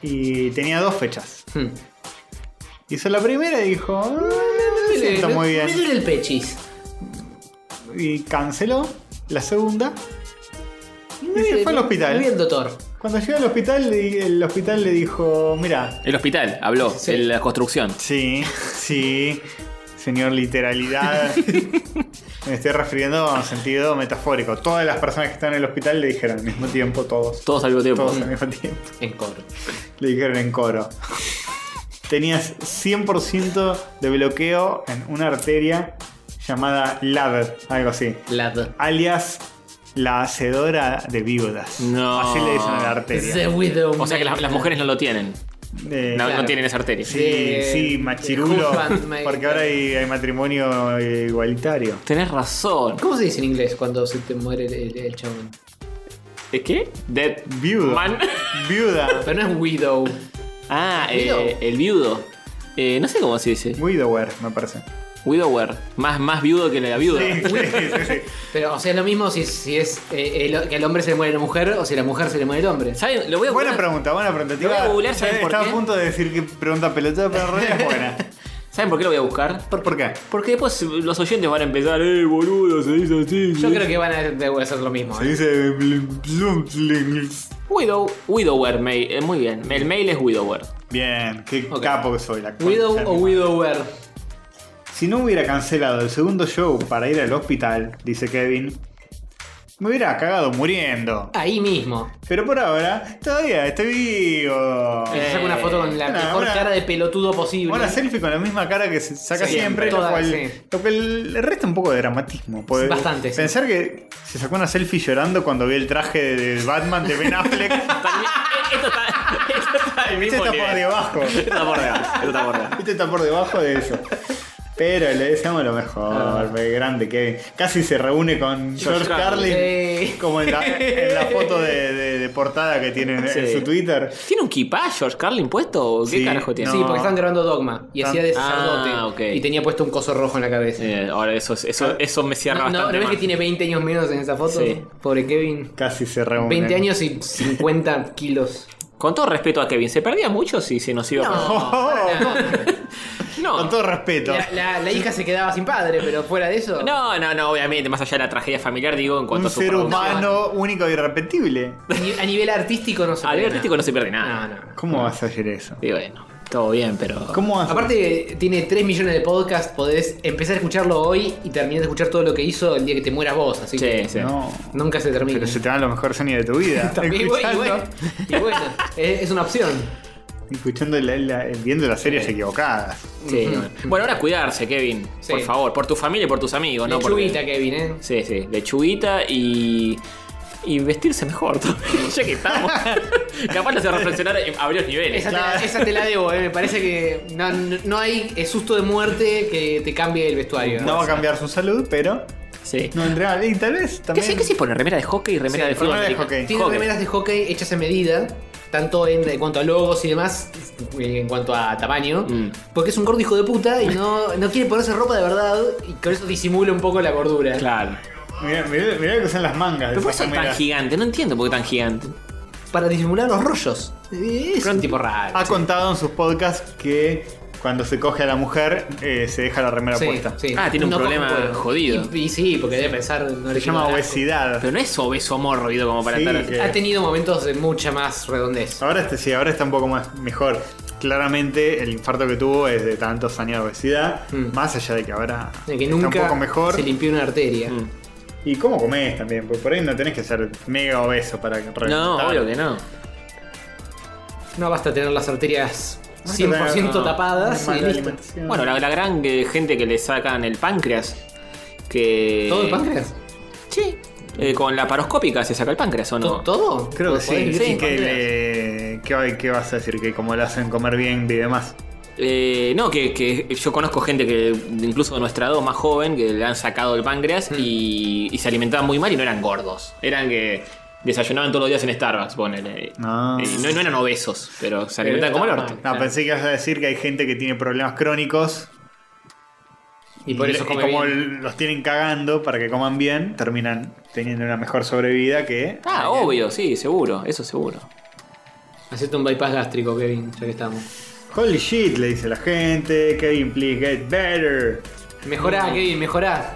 Y tenía dos fechas. Hmm. Hizo la primera y dijo, "Ah, no me siento Me- muy Me bien. duele el pechis. Y canceló la segunda. Y se fue al hospital. Muy bien, doctor. Cuando llega al hospital, di- el hospital le dijo, mira, El hospital, habló, Sí. el- la construcción. sí, sí, señor literalidad. Me estoy refiriendo en sentido metafórico. Todas las personas que están en el hospital le dijeron al mismo tiempo, todos. Todos al mismo tiempo. Todos al mismo tiempo. En cobro. Le dijeron en coro. Tenías 100% de bloqueo en una arteria llamada LAD, algo así. La d- Alias la hacedora de viudas. No. Así le dicen a la arteria. The Widow O sea que las, las mujeres no lo tienen. Eh, No, Claro. no tienen esa arteria. Sí, de- sí, machirulo. Husband, my- Porque ahora hay, hay matrimonio eh, igualitario. Tenés razón. ¿Cómo se dice en inglés cuando se te muere el, el, el chabón? ¿Es qué? Dead Viuda. Man. Viuda. Pero no es Widow. Ah, eh, Widow. el viudo. Eh, no sé cómo se dice. Widower, me parece. Widower. Más, más viudo que la viuda. Sí, sí, sí, sí. Pero, o sea, es lo mismo si, si es eh, el- que al hombre se le muere la mujer o si la mujer se le muere el hombre. ¿Saben? Lo voy a Buena poner- pregunta, buena pregunta. Te Lo voy a iba- googlear, estaba ¿sabes por qué? a punto de decir que pregunta pelotuda, pero en realidad es buena. ¿Saben por qué lo voy a buscar? ¿Por, por qué? Porque después los oyentes van a empezar, eh, boludo, se dice así. Yo creo que van a de- hacer lo mismo. Se ¿eh? dice. blum, blum, blum. Widow, Widower, mail. eh, muy bien. El mail es Widower. Bien, qué Ok. capo que soy. La Widow concha de o mi madre. Widower. Si no hubiera cancelado el segundo show para ir al hospital, dice Kevin, me hubiera cagado muriendo. Ahí mismo. Pero por ahora, todavía estoy vivo. Y se saca una foto con la una- mejor una- cara de pelotudo posible. Una selfie con la misma cara que se saca Sí, siempre, toda- lo, cual, sí. lo que le resta un poco de dramatismo. Porque Bastante, sí. Pensar que se sacó una selfie llorando cuando vio el traje de de Batman de Ben Affleck. eh, esto está, esto está al Este mismo está por nivel. debajo. Este Esto está por debajo. Esto está por debajo. Este está por debajo de eso. Pero le deseamos lo Ah. mejor, porque grande Kevin. Casi se reúne con George George Carlin. Carlin, Sí. como en la, en la foto de, de- de portada que tiene en- en Sí. su Twitter. ¿Tiene un kipá George Carlin puesto? ¿O ¿Qué Sí, carajo tiene? no. Sí, porque estaban grabando Dogma y Tan- hacía de Ah, sacerdote. ok. Y tenía puesto un coso rojo en la cabeza. Eh, ahora eso, es- Ah. eso, eso me cierra ¿No, no, bastante. ¿no ves que mal. tiene 20 años menos en esa foto? Sí. Pobre Kevin. Casi se reúne. 20 años y 50 kilos. Con todo respeto a Kevin, ¿se perdía mucho si se nos iba No. No. Con todo respeto. La, la- la hija se quedaba sin padre, pero fuera de eso. No, no, no, obviamente, más allá de la tragedia familiar, digo, en cuanto Un a su ser producción. humano único y irrepetible. A ni- a nivel artístico no se A puede nivel artístico no nada. se pierde nada. No, no. ¿Cómo vas a hacer eso? Y bueno, todo bien, pero. ¿Cómo vas a- Aparte, tiene 3 millones de podcasts. Podés empezar a escucharlo hoy y terminar de escuchar todo lo que hizo el día que te mueras vos. Así Sí, que sí. No. nunca se termina. Pero se te van los mejores años de tu vida. Y bueno, y bueno, Escuchando- y bueno, es, es una opción. Escuchando la- la- viendo las series equivocadas. Sí, bueno. Bueno, ahora cuidarse, Kevin. Sí. Por favor, por tu familia y por tus amigos, ¿no? Porque- Lechuguita, Kevin, ¿eh? Sí, sí, lechuguita y. Y vestirse mejor todavía, ya que estamos. Capaz de hacer reflexionar a varios niveles. Esa te, la, esa te la debo, eh. me parece que no, no hay eh, susto de muerte que te cambie el vestuario. No va a cambiar su salud, pero Sí. no entra. Y tal vez ¿Qué también. se, ¿Qué se pone? ¿Remera de hockey y remera Sí, de fútbol? remera de americano? hockey. Tiene Hockey. remeras de hockey hechas a medida, tanto en, en cuanto a logos y demás, eh, en cuanto a tamaño, Mm. porque es un gordo hijo de puta y no, no quiere ponerse ropa de verdad y con eso disimula un poco la gordura. Claro. Mirá, mirá- mirá lo que son las mangas. de Pero por esas eso es tan remeras. gigante, no entiendo por qué tan gigante. Para disimular los rollos. Eh, Es un tipo raro. Ha contado en sus podcasts que cuando se coge a la mujer eh, se deja la remera Sí, puesta. sí. Ah, tiene un coge problema un huevo. jodido. Y, y sí, porque debe pensar. No Se llama obesidad. Pero no es obeso mórbido como para Sí, estar. que- Ha tenido momentos de mucha más redondez. Ahora este, sí, ahora está un poco más mejor. Claramente el infarto que tuvo es de tantos años de obesidad. Mm. Más allá de que ahora De que está un nunca poco mejor. se limpió una arteria. Mm. Y cómo comés también, porque por ahí no tenés que ser mega obeso para reventar. No, obvio que no. No basta tener las arterias No 100% te- no. tapadas Mala y listo. alimentación. Bueno, la, la gran eh, gente que le sacan el páncreas. Que. ¿Todo el páncreas? Sí. Eh, con la paroscópica se saca el páncreas o no. ¿To- ¿Todo? Creo que ¿Podés sí. vivir sí sin que páncreas? le- ¿Qué, hay- qué vas a decir? Que como lo hacen comer bien, vive más. Eh, no, que, que yo conozco gente que, incluso de nuestra edad o más joven, que le han sacado el páncreas Mm. y, y se alimentaban muy mal y no eran gordos. Eran que desayunaban todos los días en Starbucks, ponele. Ah. Eh, no, no eran obesos, pero se alimentaban como el estaba orto. No, pensé que ibas a decir que hay gente que tiene problemas crónicos. Y por eso le- come como bien. l- los tienen cagando para que coman bien, terminan teniendo una mejor sobrevida que. Ah, obvio, sí, seguro, eso seguro. Hacete un bypass gástrico, Kevin, ya que estamos. Holy shit, le dice la gente. Kevin, please get better. Mejorá, Kevin, mejorá.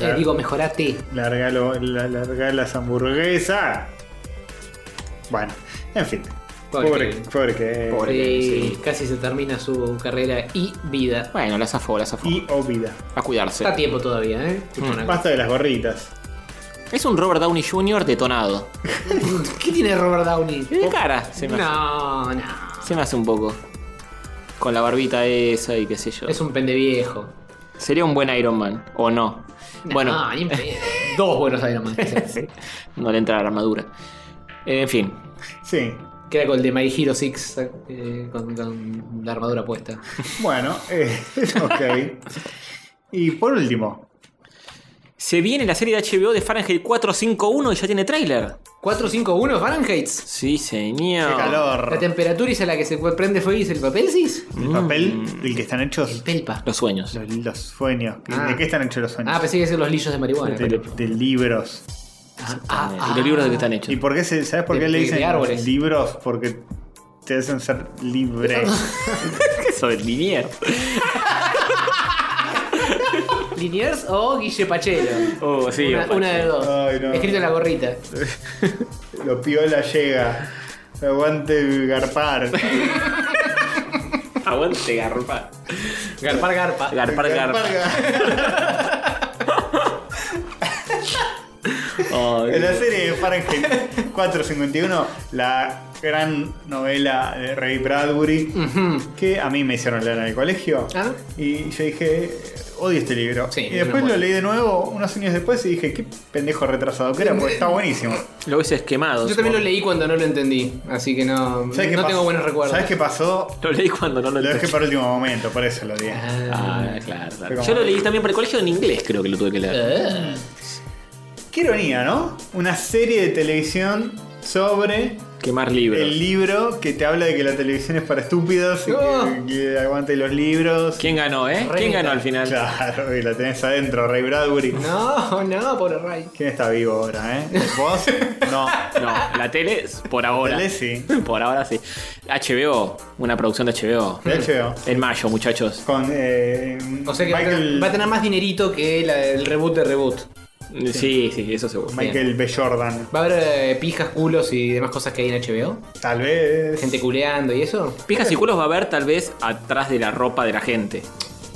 Eh, digo, mejorate. Larga, lo- la- larga las hamburguesas. Bueno, en fin. Pobre Pobre, Kevin. pobre que. Pobre. Sí, Sí. Eh, Casi se termina su carrera y vida. Bueno, la zafó, la zafó. Y o vida. A cuidarse. Está a tiempo todavía, ¿eh? Mm. Escucha una cosa. Basta de las gorritas. Es un Robert Downey Jr. detonado. ¿Qué tiene Robert Downey? Y de cara, se me, hace, No, no. se me hace un poco. Con la barbita esa y qué sé yo. Es un pendeviejo. Sería un buen Iron Man, o no. Bueno, No, ni en pedo. dos buenos Iron Man. no le entra la armadura. En fin, Sí. Queda con el de My Hero 6 eh, con, con la armadura puesta. Bueno, eh, ok. Y por último, se viene la serie de HBO de Fahrenheit 451 y ya tiene tráiler. 451 Fahrenheit. Sí, señor. qué La calor. temperatura es a la que se prende fuego y es el papel, ¿sí? El papel del que están hechos Pelpa. Los sueños. los, los sueños. Ah. ¿De qué están hechos los sueños? Ah, pues, pensé que eran los lillos de marihuana. de, de libros. Ah, ah. y los libros de que están ¿Y hechos. por qué se, sabes por De- qué le de- dicen de árboles. libros? Porque te hacen ser libre. Sobre Linier. Liniers o Guille Pachelo. Oh, sí, una, o Pachelo. una de dos. Ay, no. Escrito en la gorrita. Lo piola llega. Aguante garpar. Aguante, garpa. Garpar garpa. Garpar, garpa. gar- En la serie de Fahrenheit 451, la gran novela de Ray Bradbury, que a mí me hicieron leer en el colegio. Ah. Y yo dije, odio este libro. Sí, y después no lo puedo. leí de nuevo unos años después y dije, qué pendejo retrasado que era, porque está buenísimo. Lo hubieses quemado. Yo también lo supongo. leí cuando no lo entendí, así que no, no ¿Sabes qué tengo pasó? buenos recuerdos. ¿Sabes qué pasó? Lo leí cuando no lo Lo dejé entendí. para el último momento, por eso lo di. Ah. Ah, claro, claro. Pero Yo lo como- leí también para el colegio en inglés, creo que lo tuve que leer. Ah. Qué ironía, ¿no? Una serie de televisión sobre Quemar libros. el libro que te habla de que la televisión es para estúpidos y No. que, que aguante los libros. ¿Quién ganó, eh? Re ¿Quién neta. ganó al final? Claro, y la tenés adentro, Ray Bradbury. No, no, pobre Ray. ¿Quién está vivo ahora, eh? ¿Vos? No. No, la tele es por ahora. La tele sí. Por ahora sí. HBO, una producción de HBO. De hecho, En mayo, muchachos. con eh, O sea que va a tener- Michael, va a tener más dinerito que la- el reboot de reboot. Sí, sí, eso seguro. Michael B. Jordan. ¿Va a haber eh, pijas, culos y demás cosas que hay en HBO? Tal vez. ¿Gente culeando y eso? Pijas y culos va a haber tal vez atrás de la ropa de la gente.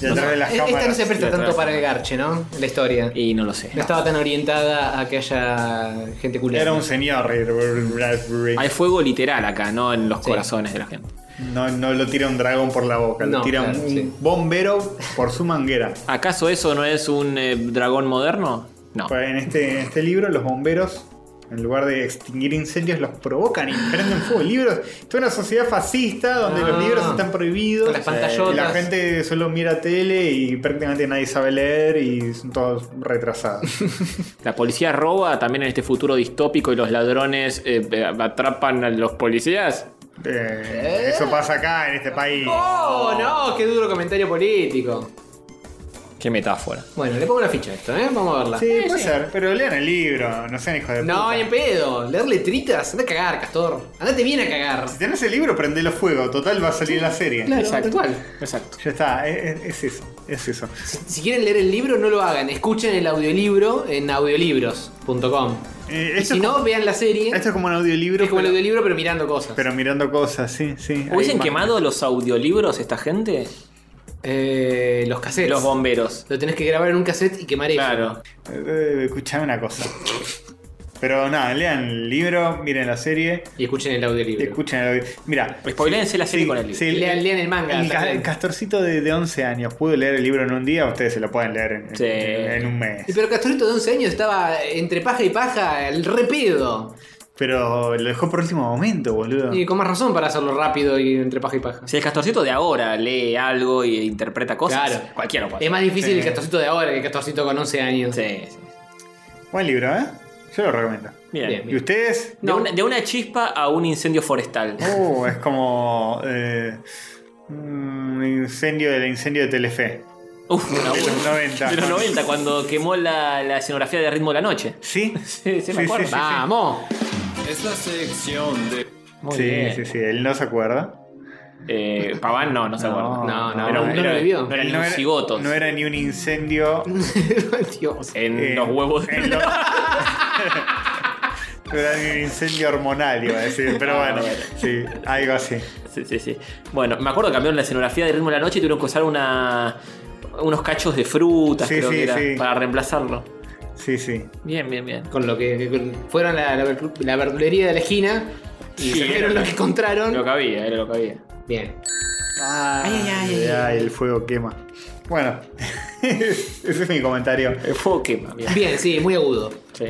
Detrás de las E- Esta no cámaras. se presta Sí, tanto atrás. para el garche, ¿no? La historia. Y no lo sé. No estaba tan orientada a que haya gente culeando. Era un señor Ray Bradbury. Hay fuego literal acá, no en los Sí. corazones de la gente. No, no lo tira un dragón por la boca, lo No, tira claro, un sí. bombero por su manguera. ¿Acaso eso no es un eh, dragón moderno? No. Pues En este, en este libro, los bomberos, en lugar de extinguir incendios, los provocan y prenden fuego. Libros. Toda una sociedad fascista donde Ah. los libros están prohibidos. Con las Sí. pantallotas. Y la gente solo mira tele y prácticamente nadie sabe leer y son todos retrasados. La policía roba también en este futuro distópico y los ladrones eh, eh, atrapan a los policías. Eh, eso pasa acá, en este país. ¡Oh, no! ¡Qué duro comentario político! Qué metáfora. Bueno, le pongo la ficha a esto, ¿eh? Vamos a verla. Sí, puede ser, pero lean el libro, no sean hijos de No, puta. ni en pedo. Leer letritas. Anda a cagar, Castor. Andate bien a cagar. Si tenés el libro, prendelo fuego. Total, va a salir la serie. Exacto. tal cual. Exacto. Ya está, es, es- es eso, es eso. Si quieren leer el libro, no lo hagan. Escuchen el audiolibro en audiolibros.com. Eh, Y esto, si es, no, vean la serie. esto es como un audiolibro, es como el pero, audiolibro, pero mirando cosas. pero mirando cosas, sí, sí. ¿Hubiesen Ahí, quemado los audiolibros esta gente? Eh, los cassettes. Los bomberos. Lo tenés que grabar en un cassette y quemar eso. Claro. Eh, escuchame una cosa. Pero nada, lean el libro, miren la serie, Y escuchen el y audiolibro. escuchen el audio. Mira, Spoiléense la serie con el libro. sí, Lean- lean el manga El, ca- también. el castorcito de, de 11 años pudo leer el libro en un día, ustedes se lo pueden leer en, Sí. en- en un Y mes. Pero Castorito de 11 años estaba entre paja y paja, el repedo. Pero lo dejó por último momento, boludo. Y con más razón para hacerlo rápido y entre paja y paja. Si el castorcito de ahora lee algo y interpreta cosas, Claro. cualquiera lo puede. Es más difícil Sí. el Castorcito de ahora que el Castorcito con 11 años. hacer. Sí, sí. Buen libro, ¿eh? Yo lo recomiendo. Bien. Bien, ¿Y ustedes? De, una, de una chispa a un incendio forestal. Oh, es como eh, un incendio del incendio de Telefe. Uf, una De los buena. 90. De los 90, cuando quemó la, la escenografía de Ritmo de la Noche. ¿Sí? Sí, sí, me acuerdo. Ah, sí, sí. ¡Vamos! Es la sección de... Muy sí, bien. sí, sí, él no se acuerda. Eh, Paván no, no se No, acuerda. no, no, no, era, no lo vivió. no era ni No un era- cigoto No era ni un incendio. Dios. en eh, los huevos. en lo- No era ni un incendio hormonal, iba a decir. Pero Ah, bueno, sí, algo así. Sí, sí, sí. Bueno, me acuerdo que cambiaron la escenografía de Ritmo de la Noche y tuvieron que usar una, unos cachos de frutas, Sí, creo sí, que era, sí. para reemplazarlo. Sí, sí. Bien, bien, bien. Con lo que, con- fueron a la, la verdulería de la esquina y Sí, sacaron lo que encontraron. Lo que había, era lo que había. Bien. Ah. ay, ay, ay, el fuego quema. Bueno, ese es mi comentario. El fuego quema, bien. Bien, sí, muy agudo. Sí.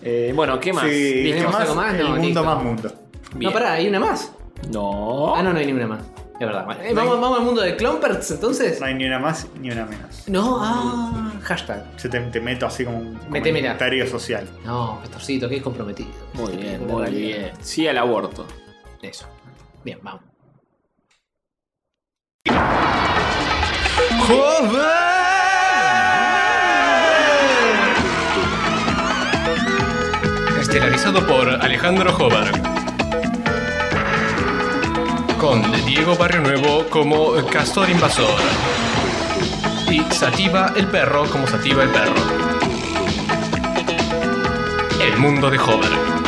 Eh, bueno, ¿qué más? Sí, Listo. ¿qué ¿Tenemos algo más? El No, mundo listo. más mundo. Bien. No, pará, hay una más. No. Ah, no, no hay ninguna más. Es verdad. Bueno, eh, ¿vamos, ¿Vamos al mundo de Clomperts entonces? No hay ni una más ni una menos. No, ah, hashtag. Yo te, te meto así como un Mete, mira. comentario social. No, Castorcito, que es comprometido. Muy bien, Con la muy realidad. bien. Sí al aborto. Eso. Bien, vamos. Estelarizado por Alejandro Jobar. Con Diego Barrio Nuevo como Castor Invasor. Y Sativa el Perro como Sativa el Perro. El mundo de Jobar.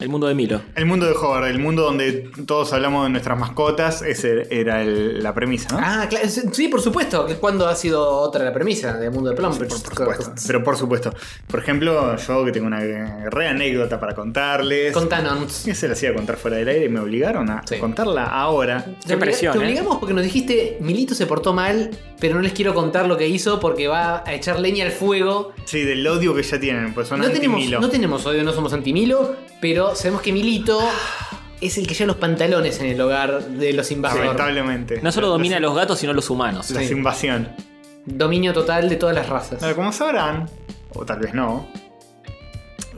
El mundo de Milo. El mundo de Hover, el mundo donde todos hablamos de nuestras mascotas, esa era el- la premisa, ¿no? Ah, claro. Sí, por supuesto. que ¿Cuándo ha sido otra la premisa del mundo de Plumper? Por supuesto. Pero por supuesto. Por ejemplo, yo que tengo una eh, re anécdota para contarles. Contanos. Que se la hacía contar fuera del aire y me obligaron a Sí. contarla ahora. Qué presión, Te ¿eh? obligamos porque nos dijiste, Milito se portó mal, pero no les quiero contar lo que hizo porque va a echar leña al fuego. Sí, del odio que ya tienen, pues son No tenemos, antimilo. no tenemos odio, no somos antimilo, pero sabemos que Milito es el que lleva los pantalones en el hogar de los invasores. Lamentablemente. No solo Las- domina a los gatos, sino a los humanos. Las Sí. invasión. Dominio total de todas las razas. Ahora, como sabrán, o tal vez no,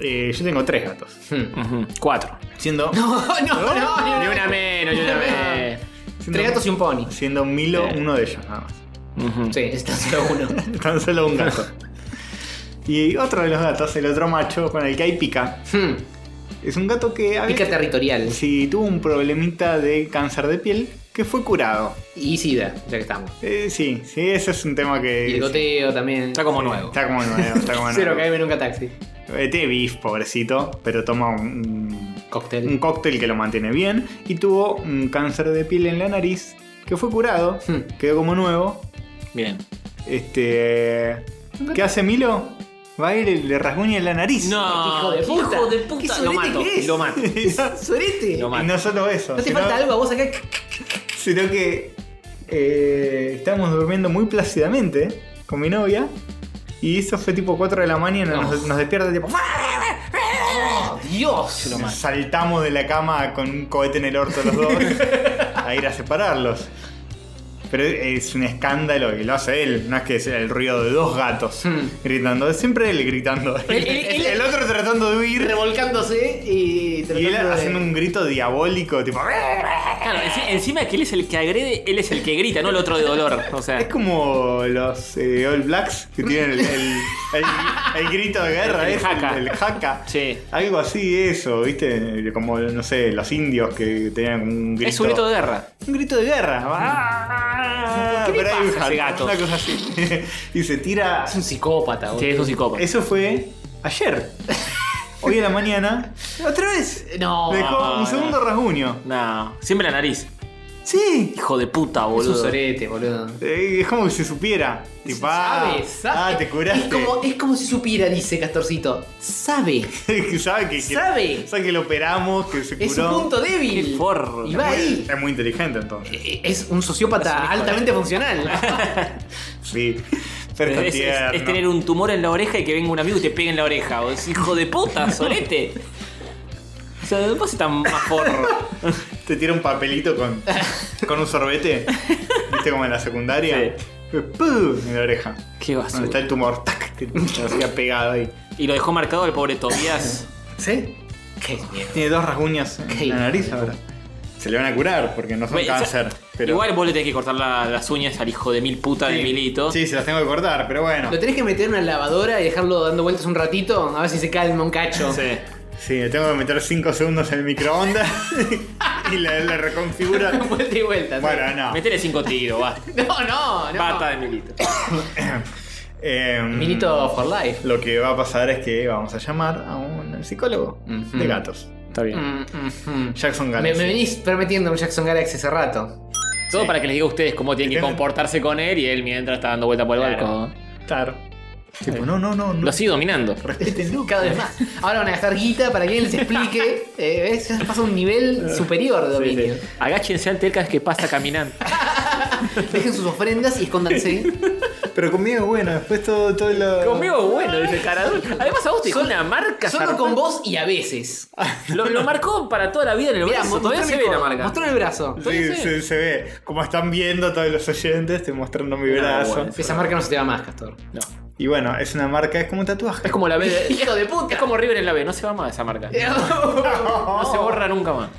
eh, yo tengo tres gatos. Hmm. Ujú, Cuatro. Siendo, No, no, no, Ni no. una menos, ni una menos. siendo- Tres gatos y un pony. siendo Milo Eh. uno de ellos nada más. Ujú. Sí, está solo uno. Tan solo un gato. y otro de los gatos, el otro macho con el que hay pica, Hmm. es un gato que a Pica veces- territorial. sí, tuvo un problemita de cáncer de piel que fue curado. Y SIDA, ya que estamos. Eh, sí, sí, ese es un tema que... Y el goteo también. Está como nuevo. Está como nuevo, está como Cero nuevo. KM nunca taxi. Eh, Tiene beef, pobrecito, pero toma un- un un Cóctel. cóctel que lo mantiene bien y tuvo un cáncer de piel en la nariz que fue curado, Hmm. quedó como nuevo. Bien. Este, ¿qué hace Milo? Va y le, le rasguña en la nariz. No, Hijo de puta. hijo de ¿Qué puta. Lo sorete mato, que es? lo mato. Mm. ¡Sorete! Lo No, y mato. no solo eso, te sino, falta algo a vos acá. sino que eh, estábamos durmiendo muy plácidamente con mi novia y eso fue tipo 4 de la mañana, nos, nos despierta tipo... ¡Oh, Dios! Nos saltamos de la cama con un cohete en el orto los dos a ir a separarlos. Pero es un escándalo y lo hace él, no es que sea el ruido de dos gatos Hmm. gritando, es siempre él gritando. Él- él- él- el otro tratando de huir Revolcándose y y él tratando de- haciendo un grito diabólico, tipo. Claro, enci- encima que él es el que agrede, él es el que grita, no el otro de dolor. O sea, Es como los eh, All Blacks que tienen el, el- el- el grito de guerra, El- el es haka. el haka. sí. Algo así, eso, ¿viste? Como, no sé, los indios que tenían un grito. Es un grito de guerra. Un grito de guerra. Ah, ¿Qué le pero hay un pasa a ese gato? Una cosa así. y se tira. Es un psicópata, Sí, es un boludo. psicópata. Eso fue ayer. Hoy en la mañana. Otra vez. No. Le dejó un segundo rasguño. No, siempre la nariz. Sí. Hijo de puta, Es un boludo. sorete, boludo. Eh, Es como que se supiera. Tipo, ah, Sabe, sabe. ah, te curaste. Es como, es como si supiera, dice Castorcito. Sabe. Que sabe que, que- Sabe. sabe que lo operamos, que se curó. Es un punto débil. Qué forro. Y va ahí. Eh, Es muy inteligente entonces. Es un sociópata altamente funcional. Sí. Pero Es, es- está es tierno. tener un tumor en la oreja y que venga un amigo y te pegue en la oreja. O es hijo de puta, solete. O sea, vos estás más forro. Te tira un papelito con, con un sorbete. ¿Viste como en la secundaria? ¡Pum! En la oreja. Qué Donde está basura. el tumor. ¡Tac! Te, te hacía pegado ahí. Y lo dejó marcado el pobre Tobias. ¿Sí? Qué mierda. Tiene dos rasguños Ok. en la nariz ahora. Se le van a curar porque no son Bueno, cáncer. o sea, pero... Igual vos le tenés que cortar la- las uñas al hijo de mil puta de Milito. Sí, se las tengo que cortar, pero bueno. Lo tenés que meter en una lavadora y dejarlo dando vueltas un ratito a ver si se calma un cacho. Sí. Sí, le tengo que meter 5 segundos en el microondas y le, le reconfigura. vuelta y vuelta. sí. Bueno, no. Metele cinco tiros, va. No, no, no. Bata de milito. Eh, Minito for life. Lo que va a pasar es que vamos a llamar a un psicólogo de gatos. Está bien. Mm, mm, mm. Jackson Me, Galaxy. me venís prometiendo un Jackson Galaxy hace rato. Todo para que les diga a ustedes cómo tienen que Depende- comportarse con él y él mientras está dando vuelta por el Claro. barco. Claro. Tipo, no, no, no. no. Lo sigue dominando. Respétenlo. Este Cada vez más. Ahora van a gastar guita para que él les explique. eh, ¿Ves? Ya pasa a un nivel superior de dominio. Agáchense ante él cada vez que pasa caminando. Dejen sus ofrendas y escóndanse. Pero conmigo, bueno, después todo, todo lo. Conmigo, bueno, dice Caradul. Además, a vos te dejó una marca. Solo zarpada. con vos y a veces. Lo, lo marcó para toda la vida en el Mirá, brazo. mostró Todavía mi se ve la codo, marca. mostró el brazo. Sí, se, se ve. Como están viendo todos los oyentes, estoy mostrando mi Ah, brazo. bueno. Esa marca no se te va más, Castor. No. Y bueno, es una marca, es como un tatuaje. Es como la B. de- ¡Hijo de puta! Es como River en la B. No se va más esa marca. Eh, No se borra nunca más.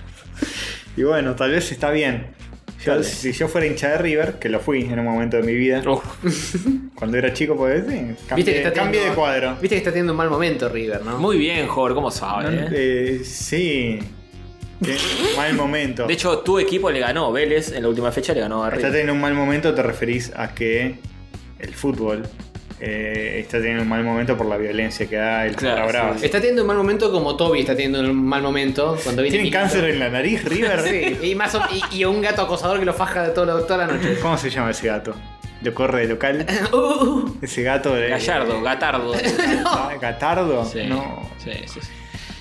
Y bueno, tal vez está bien. Yo, si yo fuera hincha de River, que lo fui en un momento de mi vida, Uf, cuando era chico, pues sí, Oh. Viste cambié, que está cambié teniendo- de cuadro. Viste que está teniendo un mal momento River, ¿no? Muy bien, Jorge. ¿Cómo No, sabe? eh? eh, sí. Qué mal momento. De hecho, tu equipo le ganó. Vélez en la última fecha le ganó a está River. teniendo un mal momento, te referís a que el fútbol eh, está teniendo un mal momento por la violencia que hay, el Claro, sí. Está teniendo un mal momento como Toby está teniendo un mal momento cuando viene. ¿Tienen Milito. cáncer en la nariz, River? Sí, y, más o- y, y un gato acosador que lo faja de todo lo- toda la noche. ¿Cómo se llama ese gato? ¿Lo corre de local? uh, Ese gato de. Gallardo, Gatardo. Ah, ¿Gatardo? Sí. No. Sí, sí, sí.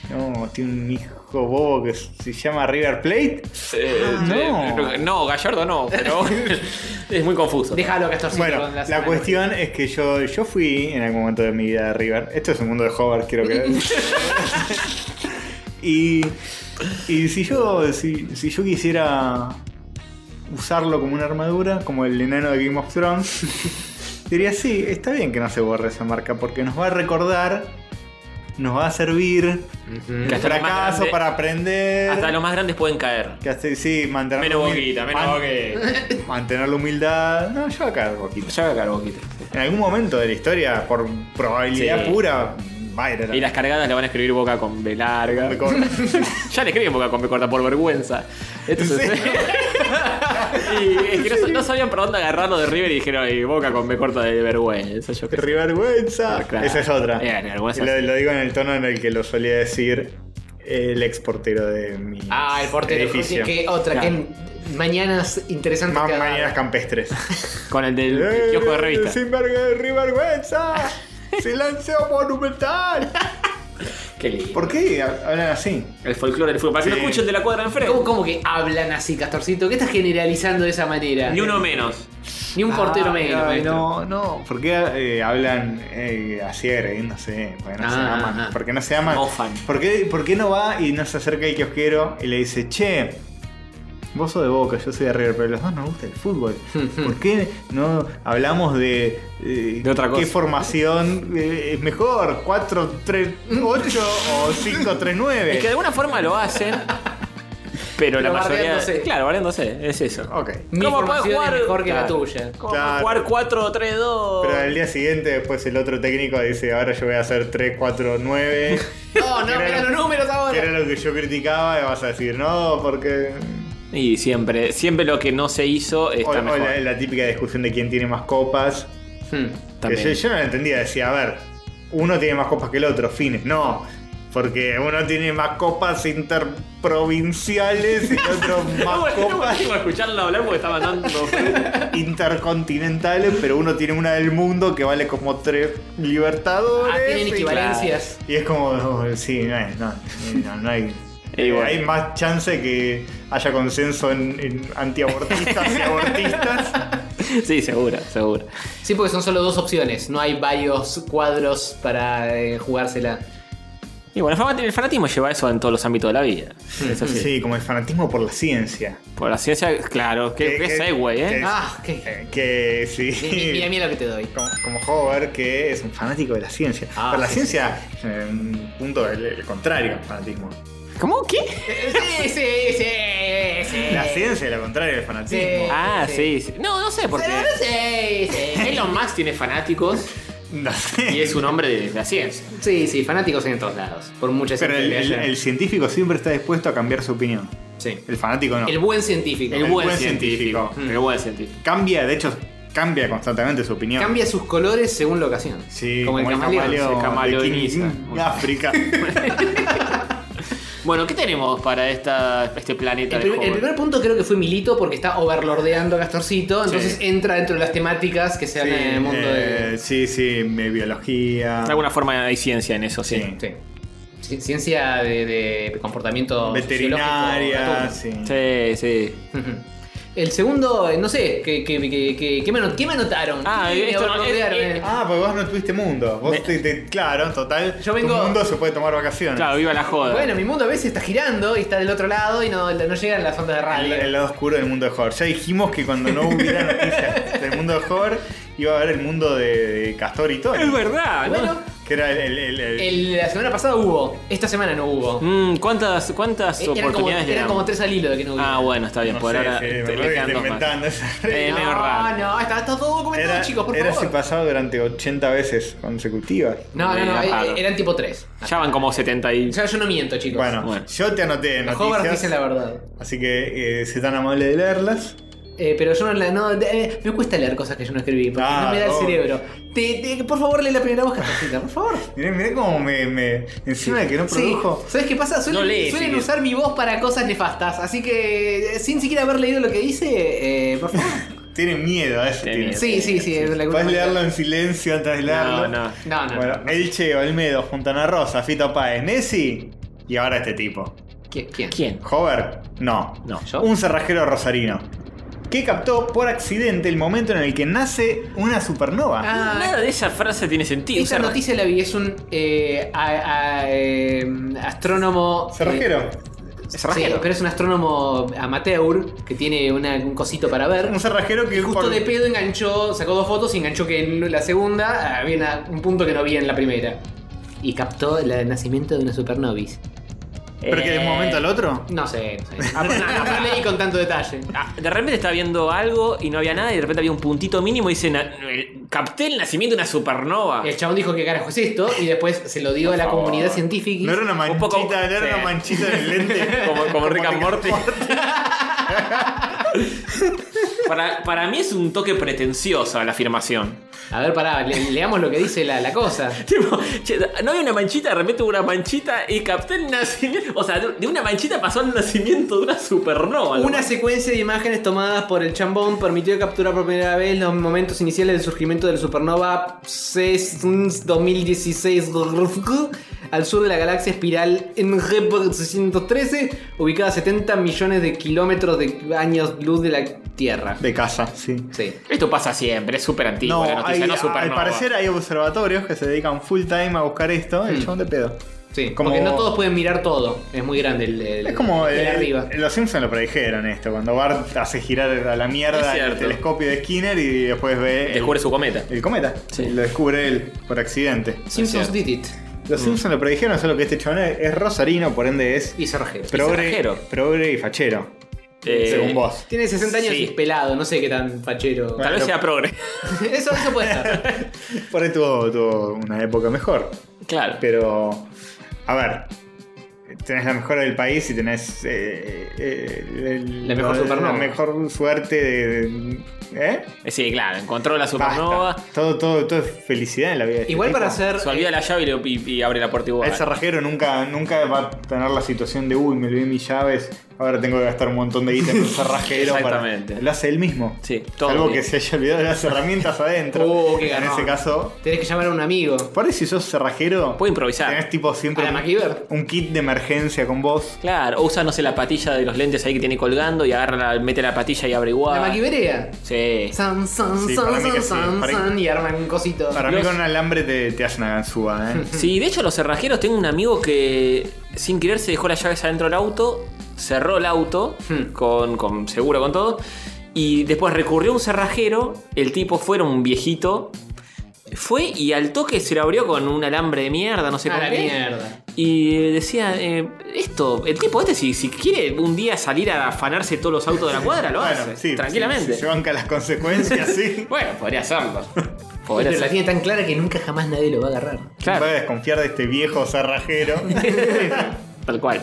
No, tiene un hijo bobo que se llama River Plate. Eh, Ah, eh, no. no, Gallardo no, pero es muy confuso. Déjalo, Castorcito. Bueno, con la, semana. cuestión es que yo, yo fui en algún momento de mi vida de River. Esto es un mundo de Hobart, quiero que. y, y si yo si, si yo quisiera usarlo como una armadura, como el enano de Game of Thrones, diría sí, está bien que no se borre esa marca porque nos va a recordar, nos va a servir Que el hasta lo más fracaso grande- para aprender. Hasta los más grandes pueden caer. Que hace, sí, mantener Menos la humil- boquita, menos man- boquita. Mantener la humildad. No, yo acá boquita. Ya va a caer Boquita. En algún momento de la historia, por probabilidad Sí. pura, va a ir a la- Y las cargadas le van a escribir boca con B larga. Me corta. ya le escriben boca con B corta por vergüenza. Entonces, y es que no, no sabían para dónde agarrarlo de River y dijeron, "Ay, boca con B corta de vergüenza. Yo ¡Qué qué sé. vergüenza! Ah, Claro. Esa es otra. Eh, la vergüenza lo, sí. lo digo en el tono en el que lo solía decir el exportero de mi Ah, el portero. edificio. Que otra, Claro. que mañanas interesantes. Más cada- mañanas campestres. Con el del ¡Eh, kiosco de revista. Sin verg- vergüenza! ¡Silencio monumental! Qué lindo. ¿Por qué hablan así? El folclore del fútbol. Para que Sí. lo escuchen de la cuadra de ¿Cómo, enfrente. cómo que hablan así, Castorcito? ¿Qué estás generalizando de esa manera? Ni uno menos. Ni un portero Ah, menos. ay, maestro. No, no, ¿por qué eh, hablan eh, así agrediéndose? Porque no se Ah, aman. ah. ¿Por qué no se aman? Mofan. ¿Por qué, por qué no va y no se acerca el kiosquero y le dice, che, vos sos de Boca, yo soy de River, pero los dos nos gusta el fútbol? ¿Por qué no hablamos de, eh, De otra cosa. qué formación eh, es mejor? ¿4, 3, 8 o 5, 3, 9? Es que de alguna forma lo hacen. Pero la Pero mayoría. bardeándose. Claro, variándose. Es eso. Ok. Mi ¿Cómo formación puede jugar- es mejor que la Claro. tuya. ¿Cómo Claro. jugar 4-3-2? Pero al día siguiente, después el otro técnico dice, ahora yo voy a hacer 3, 4, 9. No, no, Era- mira los números Que ahora. era lo que yo criticaba y vas a decir, no, porque. Y siempre, siempre lo que no se hizo O, está o mejor. la, la típica discusión de quién tiene más copas. Hmm. Que También. yo, yo no la entendía, decía, a ver, uno tiene más copas que el otro, fines. No, porque uno tiene más copas interprovinciales y el otro más copas a escucharlo hablar porque estaba dando. intercontinentales, pero uno tiene una del mundo que vale como tres libertadores. Ah, tienen y- equivalencias. Y es como, oh, sí, no, es- no, no, no hay. Y bueno. Hay más chance que haya consenso en, en antiabortistas y abortistas. sí, seguro, seguro. Sí, porque son solo dos opciones. No hay varios cuadros para eh, jugársela. Y bueno, el fama- el fanatismo lleva eso en todos los ámbitos de la vida. Es así. Sí. como el fanatismo por la ciencia. Por la ciencia, claro, qué, Que- qué que- segue, ¿eh? Es- Ah, qué. Eh, que sí. Mira, mira, mira lo que te doy. Como, como Hover, que es un fanático de la ciencia. Ah, Pero la sí, ciencia, eh, un punto el, el contrario al fanatismo. Ah, ¿Cómo? ¿Qué? Eh, Sí, sí, sí, sí. La ciencia es lo contrario del fanatismo. Sí. Ah, sí. sí. No, no sé por qué. Pero no sé, sí. Elon Musk tiene fanáticos. No sé. Y es un hombre de la ciencia. Sí, sí, fanáticos hay en todos lados. Por muchas Pero el, el- el científico siempre está dispuesto a cambiar su opinión. Sí. El fanático no. El buen científico. El, El buen, buen científico. científico. El buen científico. Cambia, de hecho, cambia constantemente su opinión. Cambia sus colores según la ocasión. Sí, como, el camaleón. camaleón. se camaleoniza. de King- África. Bueno, ¿qué tenemos para esta, este planeta? El, del prim- el joven? primer punto creo que fue Milito porque está overlordeando a Castorcito, entonces entra dentro de las temáticas que se Sí, hablan en el mundo eh, de... sí, sí, mi biología. De alguna forma hay ciencia en eso, sí. Sí. Sí. Ci- Ciencia de, de comportamiento veterinaria. sociológico, Sí. Sí, sí. Ujú. El segundo, eh, no sé, ¿qué, qué, qué, qué- qué me, anot- qué me anotaron? Ah, ¿Qué me esto no- overlordearon? eh, eh, Ah, porque vos no tuviste mundo. Vos Me- te- te- claro, en total. Yo vengo- Tu mundo se puede tomar vacaciones. Claro, viva la joda. Bueno, mi mundo a veces está girando y está del otro lado y no, no llegan las ondas de El, radio. el lado oscuro del mundo de Horror. Ya dijimos que cuando no hubiera noticias del mundo de Horror, iba a haber el mundo de, de Castor y todo. es verdad. ¿no? Bueno, Que era el. el- el- el- el- la semana pasada hubo, esta semana no hubo. Mm, ¿Cuántas, cuántas Eh, Eran como, oportunidades le eran damos? como tres al hilo de que no hubo. Ah, bueno, está bien. no por sé, ahora sí, te- me le parece que quedan está dos más. inventando esa Eh, regla. medio no, raro. no, está, está todo documentado, Era, chicos, por era favor. así pasado durante 80 veces consecutivas. No, no, no, Era eh, raro. eran tipo 3. Ya van como 70 y... O sea, yo no miento, chicos. Bueno, Bueno. yo te anoté en los jóvenes noticias. dicen la verdad. Así que eh, sé tan amable de leerlas. Eh, pero yo no la. No, eh, me cuesta leer cosas que yo no escribí porque Ah, no me da el no. cerebro. Te- te- por favor, lee la primera voz, Castorcita, por favor. Mirá, mirá cómo me, me- Encima de que no produjo. Sí. ¿Sabes qué pasa? Suelen, No lees, suelen sí, lees. usar mi voz para cosas nefastas. Así que, eh, sin siquiera haber leído lo que dice, eh, por favor. Tiene miedo a eso. Tiene Tiene. miedo. sí, sí, sí. es la- Puedes leerlo en silencio antes de No, leerlo. no. No, no. Bueno, no. Elche, Olmedo, Fontana Rosa, Fito Páez, Nessi y ahora este tipo. ¿Qui- ¿Quién? ¿Quién? Hover, no. No. ¿Yo? Un cerrajero rosarino. Que captó por accidente el momento en el que nace una supernova. Ah, Nada de esa frase tiene sentido. Esa o sea, noticia la vi, es un eh, a- a- eh, astrónomo. eh, Cerrajero. es sí, raro. pero es un astrónomo amateur que tiene una- un cosito para ver. Un cerrajero que Justo por- de pedo enganchó, sacó dos fotos y enganchó que en la segunda había una- un punto que no había en la primera. Y captó el nacimiento de una supernovis. Pero que de un momento al otro. No sé, no sé. No, no, no leí con tanto detalle. Ah, de repente estaba viendo algo y no había nada y de repente había un puntito mínimo y dice, "Na- el- capté el nacimiento de una supernova. El chabón dijo que carajo es esto y después se lo dio a la favor. comunidad científica. No era una Un manchita, poco- no era sí. una manchita en el lente. Como, como Rick and Morty. Rick para, para mí es un toque pretencioso a la afirmación. A ver, pará, le- leamos lo que dice la, la cosa. Tipo, che, no había una manchita, de repente hubo una manchita y capté el nacimiento. O sea, de de una manchita pasó al nacimiento de una supernova. Una secuencia de imágenes tomadas por el chambón permitió capturar por primera vez los momentos iniciales del surgimiento del supernova 6 2016 al sur de la galaxia espiral NG 613, ubicada a 70 millones de kilómetros de años luz de la Tierra. De casa, sí. Sí. Esto pasa siempre, es súper antiguo la noticia, hay- no al supernova. parecer hay observatorios que se dedican full time a buscar esto. Hmm. El chabón de pedo. Sí, Como- porque no todos pueden mirar todo. Es muy grande el, el- Es como eh, el el- arriba. los Simpsons lo predijeron esto, cuando Bart hace girar a la Es mierda cierto. el telescopio de Skinner y después ve el, Descubre su cometa. el cometa. Sí. Lo descubre él por accidente. Simpsons did it. Los Simpsons lo predijeron, solo que este chabón es, es rosarino, por ende es Y Sergio. progre, cerrajero. progre y fachero. Eh, según vos. Tiene 60 años Sí. y es pelado, no sé qué tan fachero. Tal vez sea progre. eso, eso puede ser. Por ahí tuvo, tuvo una época mejor. Claro. Pero, a ver, tenés la mejor del país y tenés eh, eh, el- La mejor supernova. la mejor suerte de... de- ¿Eh? Sí, claro, encontró la supernova. Basta. Todo, todo, todo es felicidad en la vida. de este Igual para tipo. hacer. Se olvida la llave y, le- y- y abre la puerta igual. El cerrajero nunca, nunca va a tener la situación de, uy, me olvidé mis llaves, ahora tengo que gastar un montón de guita en un cerrajero. para-". Exactamente. Lo hace él mismo. Sí, todo Salvo bien. Uh, que se haya olvidado las herramientas adentro. Oh, qué en garrón. ese caso, Tenés que llamar a un amigo. por ahí si sos cerrajero, Puede improvisar. tenés tipo siempre A la MacGyver. un kit de emergencia con vos. Claro, o usa, no sé, la patilla de los lentes ahí que tiene colgando y agarra, la- mete la patilla y abre igual. La maquiverea. Sí. San, san, Sí, para san, mí que san, sí, san, para- san, y arman un cosito. Para mí Los- con un alambre te, te hacen una ganzúa, ¿eh? Sí, de hecho los cerrajeros tengo un amigo que sin querer se dejó las llaves adentro del auto, cerró el auto Hmm. con, con seguro con todo y después recurrió a un cerrajero, el tipo fuera un viejito, fue y al toque se lo abrió con un alambre de Ah, mierda, no sé A con Ah, la qué. mierda. Y decía, eh, esto, el tipo este si, si quiere un día salir a afanarse todos los autos de la cuadra, lo hace, sí, tranquilamente. sí, se banca las consecuencias, sí. Bueno, podría hacerlo. Pobre pero la tiene tan clara que nunca jamás nadie lo va a agarrar. Claro, Voy a desconfiar de este viejo cerrajero. tal cual.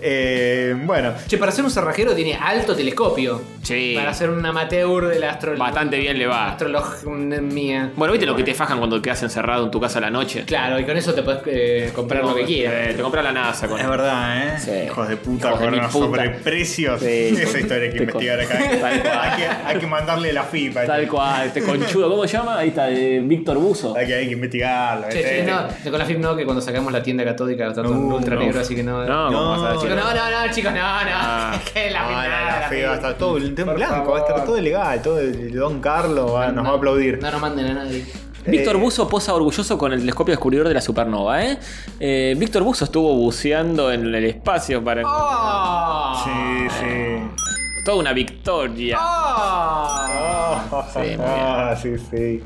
Eh, bueno, Che, para ser un cerrajero tiene alto telescopio. Sí. Para ser un amateur de la astrología. Bastante bien le va. Astrología. Bueno, ¿viste lo que te fajan cuando quedas encerrado en tu casa a la noche? Claro, y con eso te puedes eh, comprar lo que pues, quieras. Eh, te compras la NASA con es verdad, ¿eh? Sí. Hijos de puta, Hijos de con mil unos puta. sobreprecios. Sí. Esa historia hay que Te investigar con- acá. Tal cual. hay, que, hay que mandarle la FIPA. Tal cual, este conchudo, ¿cómo se llama? Ahí está, eh, Víctor Buzo. Hay que, hay que investigarlo. Che, ¿eh? che, no, con la FIP no, que cuando sacamos la tienda catódica está todo No, ultra no. negro, así que no. No, ¿cómo vas a decir? Chicos, no, no, no, chicos, no, no. Ah. que la No, FIP no, nada, la FIPA va a FIP. estar todo en Por blanco, favor. va a estar todo legal, todo el Don Carlos va- nos va a aplaudir. No nos manden a nadie. Víctor Eh, Buzo posa orgulloso con el telescopio descubridor de la supernova, ¿eh? Eh, Víctor Buzo estuvo buceando en el espacio para. ¡Oh! Sí, sí. Toda una victoria. ¡Oh! Sí, muy bien. Ah, sí, sí.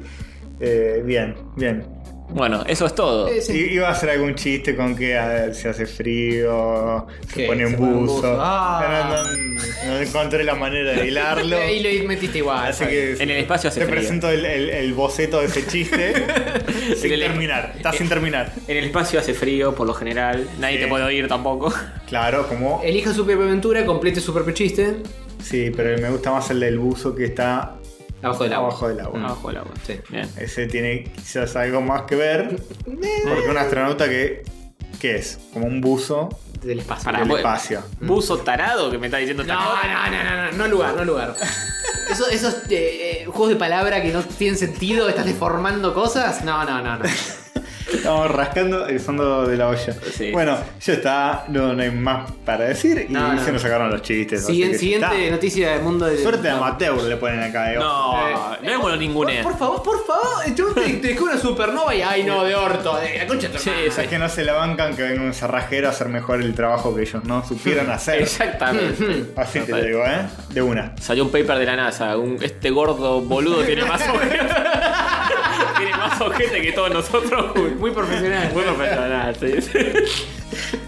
Eh, bien, bien. Bueno, eso es todo. Eh, sí. I- Iba a hacer algún chiste con que ah, se hace frío, se ¿Qué? pone un Se pone un buzo. buzo. Ah. No, no- no encontré la manera de hilarlo. Ahí lo metiste igual. Así que En el espacio hace te frío. presento el, el- el boceto de ese chiste sin el- terminar. eh, Está sin terminar. En el espacio hace frío, por lo general. Nadie Sí. te puede oír tampoco. Claro, como. Elija su propia aventura, complete su propio chiste. Sí, pero me gusta más el del buzo que está Abajo del agua. Ah. abajo del agua. Abajo del agua. Sí. Bien. Ese tiene quizás algo más que ver. Porque un astronauta que. ¿Qué es? Como un buzo Del espacio. Pará, del bueno. espacio. Buzo tarado que me está diciendo Mm. No, esta cosa. no, no, no, no, no lugar, no lugar. Eso- esos eh, eh, juegos de palabra que no tienen sentido, estás deformando cosas. No, no, no, no. Estamos rascando el fondo de la olla. Sí. Bueno, ya está, no, no hay más para decir y No, no. se nos sacaron los chistes. así Siguiente, que siguiente está. noticia del mundo de. Suerte de amateur le ponen acá. eh. No, no es bueno Por, ningunea. por favor, por favor, yo te, te descubro una supernova y ay no, de orto, de la concha de tu Sí, hermana. O sea, es que no se la bancan que venga un cerrajero a hacer mejor el trabajo que ellos no supieron hacer. Exactamente. Así te lo digo, ¿eh? De una. Salió un paper de la NASA. un- este gordo boludo tiene más ojete. tiene más ojete que todos nosotros juntos. Muy profesional. Bueno, pero nada, sí.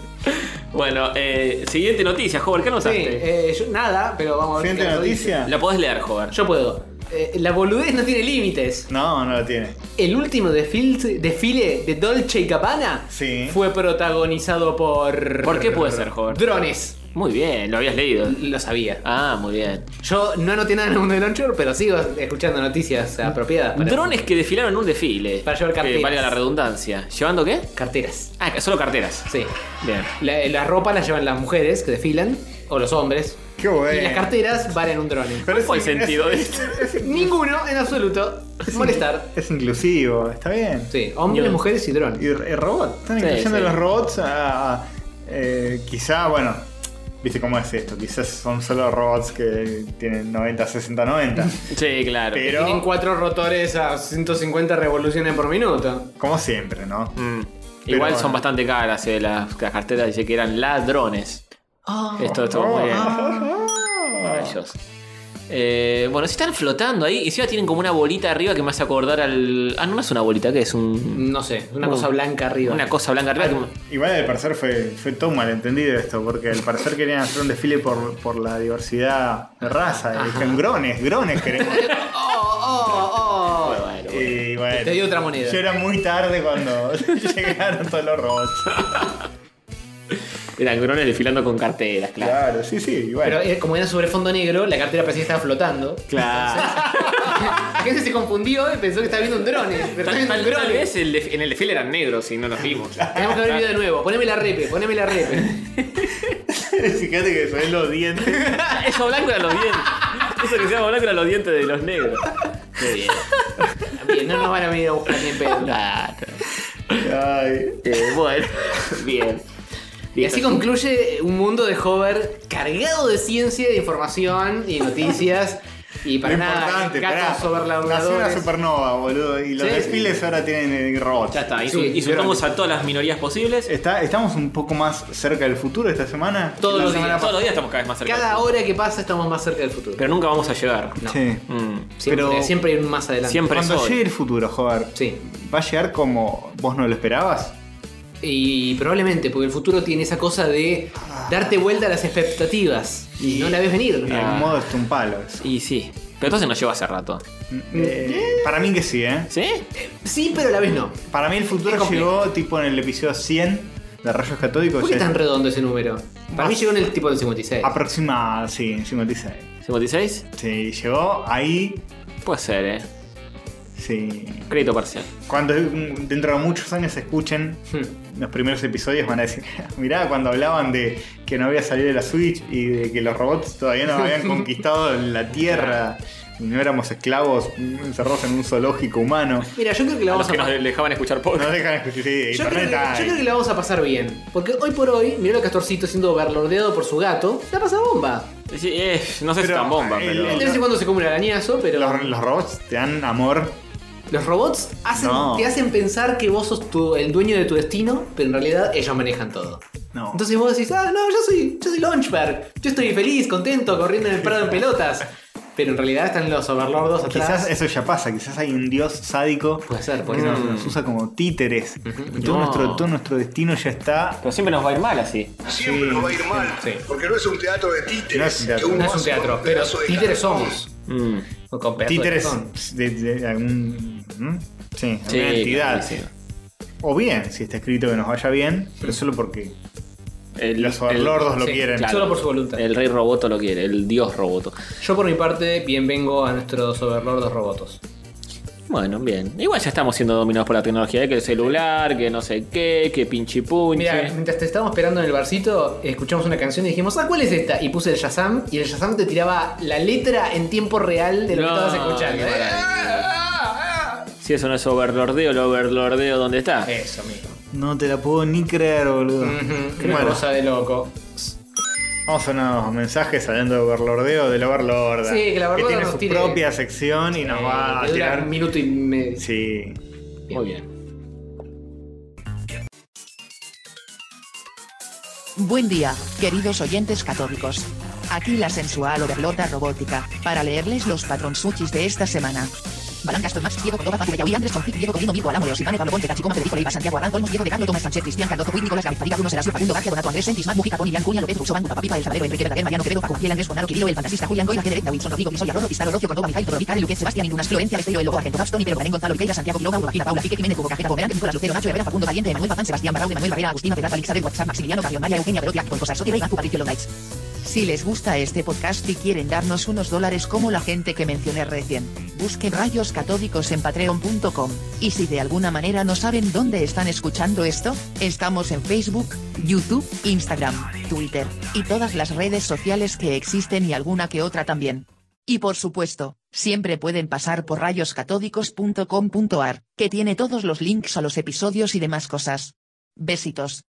Bueno, eh, siguiente noticia, Jover, ¿qué nos Sí, haces? eh, yo- nada, pero vamos a ver. Siguiente qué nos noticia. La podés leer, Jover. dice. Yo puedo. Eh, la boludez no tiene límites. No, no lo tiene. El último desfil- desfile de Dolce y Gabbana Sí. fue protagonizado por. ¿Por qué puede ser, joven? Drones. Muy bien, lo habías leído. Lo sabía. Ah, muy bien. Yo no anoté nada en el mundo del launcher, pero sigo escuchando noticias apropiadas. para- Drones que desfilaron en un desfile. Para llevar Que carteras. valga la redundancia. ¿Llevando qué? Carteras. Ah, que solo carteras. Sí. Bien. La, la ropa la llevan las mujeres que desfilan, o los hombres. Qué Y las bueno. carteras van en un drone. Pero ¿Cuál fue el es- sentido de es- esto? Ninguno en absoluto. Molestar. Es inclusivo, está bien. Sí, hombres, Yo- mujeres y drones. Y, robots, están Sí, incluyendo sí. los robots a. a- eh, quizá, bueno, viste cómo es esto. Quizás son solo robots que tienen 90, 60, 90. Sí, claro. Pero- Tienen cuatro rotores a 150 revoluciones por minuto. Como siempre, ¿no? Mm. Pero Igual bueno. son bastante caras eh, las, las carteras, dice que eran ladrones. Esto esto muy bien. Rayos. Eh, bueno, si están flotando ahí, y encima tienen como una bolita arriba que me hace acordar al. Ah, no, no es una bolita, que es un. No sé, una Uh. cosa blanca arriba. Una cosa blanca arriba. que- Igual al parecer fue, fue todo un malentendido esto, porque al parecer querían hacer un desfile por, por la diversidad de raza. Y dijeron, grones, grones queremos. Oh, oh, oh. Bueno, bueno. y bueno, Te di otra moneda. yo era muy tarde cuando llegaron todos los robots. Eran grones desfilando con carteras, claro. Claro, sí, sí, y bueno. Pero eh, como era sobre fondo negro, la cartera parecía que estaba flotando. Claro. La gente se confundió y pensó que estaba viendo un drone. Pero estaba Tal, viendo un tal- tal drone. vez el def- en el desfile eran negros y no nos vimos. Tenemos que haber video de nuevo. Poneme la repe, poneme la repe. Fíjate que se ven los dientes. Eso blanco eran los dientes. Eso que se llama blanco eran los dientes de los negros. Qué bien. Bien, no nos van a venir a buscar ni en pedo. Claro. Ay. Eh, bueno, bien. Y así concluye un mundo de hover cargado de ciencia, de información y noticias. Y para Lo nada, importante, gatos sobre pará. Nació una supernova, boludo. Y los Sí. desfiles ahora tienen eh, robots. Ya está, Sí, y sumamos a todas las minorías posibles. Está- estamos un poco más cerca del futuro esta semana. Todos La los semana días, Todos los días estamos cada vez más cerca. Cada hora que pasa estamos más cerca del futuro. Pero nunca vamos a llegar. No. Sí. Mm. Siempre, pero- siempre hay un más adelante. Siempre es Cuando hoy. llegue el futuro, joder. Sí. ¿Va a llegar como vos no lo esperabas? Y probablemente, porque el futuro tiene esa cosa de darte vuelta a las expectativas. Y no la ves venir. De algún modo es un palo eso. Y sí. Pero entonces nos lleva hace rato. Eh, para mí que sí, ¿eh? ¿Sí? Sí, pero a la vez no. Para mí el futuro Es complejo. llegó tipo en el episodio 100 de Rayos Catódicos. ¿Por qué ya- tan redondo ese número? Para Más. mí llegó en el tipo del 56. Aproxima, sí, 56. ¿56? Sí, llegó ahí, Puede ser, eh. sí. Crédito parcial. Cuando mm, dentro de muchos años se escuchen Hmm. los primeros episodios van a decir, mirá, cuando hablaban de que no había salido de la Switch y de que los robots todavía no habían conquistado la Tierra y no éramos esclavos encerrados en un zoológico humano. Mira, yo creo que la A los vamos a que nos pa- dejaban escuchar No podcast. dejan escuchar, sí, yo creo, internet que, yo hay. creo que la vamos a pasar bien. Porque hoy por hoy, mirá el castorcito siendo overlordeado por su gato, la pasa bomba. Sí, eh, no sé si Pero, tan bomba, el- pero. el- De vez en cuando se come un arañazo, pero Los, los robots te dan amor. los robots hacen, No. te hacen pensar que vos sos tu- el dueño de tu destino, pero en realidad ellos manejan todo. No. Entonces vos decís, ah, no, yo soy, yo soy Launchpad, yo estoy feliz, contento, corriendo en el prado en pelotas. Pero en realidad están los overlordos atrás. Quizás Mm. eso ya pasa, quizás hay un dios sádico Puede ser, puede que nos, ser. nos usa como títeres. Y todo, No. nuestro, todo nuestro destino ya está. Pero siempre nos va a ir mal así. Siempre nos va a ir mal. Porque no es un teatro de títeres. No es un teatro. que uno No es un hace teatro, con pero pedazo de títeres cartón. somos. Mm. O con pedazo de Títeres cartón. de, de algún. ¿Mm? Sí, Sí, alguna claro, entidad. sí. O bien, si está escrito que nos vaya bien, pero solo porque El- los el- overlordos lo sí, quieren. claro. Solo por su voluntad. El rey roboto lo quiere, el dios roboto. Yo por mi parte bienvengo a nuestros overlordos robotos. Bueno, bien. Igual ya estamos siendo dominados por la tecnología, ¿eh? que el celular, que no sé qué, que pinche ¿eh? punche. Mira, mientras te estábamos esperando en el barcito, escuchamos una canción y dijimos, ah, ¿cuál es esta? Y puse el Shazam y el Shazam te tiraba la letra en tiempo real de lo No, que estabas escuchando. qué ¿eh? Si eso no es overlordeo, el overlordeo, ¿dónde está? Eso, amigo. No te la puedo ni creer, boludo. Ujú, Una Bueno, cosa de loco. vamos a unos mensajes saliendo de Overlordeo de la Overlorda. Sí, que la Overlorda tiene nos su tire- propia sección y nos va a Eh, que dura tirar. un minuto y medio. Sí. Muy bien. Buen día, queridos oyentes católicos. Aquí la sensual overlorda robótica, para leerles los patronsuchis de esta semana. Balán Castro Max, Diego Córdoba, Facu Yaui, Andrés Confit, Diego Corino, Mirko Alamo, Osivane, Pablo Ponce, Cachicoma, Federico Leiva, Santiago Arán, Olmos, Diego de Carlo, Tomás Sánchez, Cristian Cardozo, Ruiz, Nicolás Gaviz, Bruno Serasio, Facundo García, Donato, Andrés Sentis, Matt Mujica, Tony, Ian Cunha, López, Russo, Banco, Papipa, El Sabadero, Enrique Verdaguer, Mariano Quevedo, Facu Giel, Andrés Bonaro, Quirilo, El Fantasista, Julián Goya, Federico, Wilson, Rodrigo, Pisoya, Rorro, Pizarro, Rocio, Córdoba, Mijail, Todorovic, Karen, Luquet, Sebastián, Indunas, Florencia, Besteiro, El Lobo, Argento, Gastón, Ibero, Barén, Gonzalo, Viqueira, Santiago, Quiroga, Urba, Paula, Fique, Jiménez, Hugo, Cajeta, Pomerante, Nicolás Lucero, Nacho, Herrera, Facundo, Valiente, Manuel, Bazán, Sebastián, Barraude, Manuel Barrera, Agustina, Pedraz, Alexa, del WhatsApp, Maximiliano, Carrión, Maya, Eugenia, Perotti, Acto, Cosas, Sotira y Gacu, Patricio Longaitz. Si les gusta este podcast y quieren darnos unos dólares como la gente que mencioné recién, busquen rayos catódicos en patreon.com, y si de alguna manera no saben dónde están escuchando esto, estamos en Facebook, YouTube, Instagram, Twitter, y todas las redes sociales que existen y alguna que otra también. Y por supuesto, siempre pueden pasar por rayoscatódicos.com.ar, que tiene todos los links a los episodios y demás cosas. Besitos.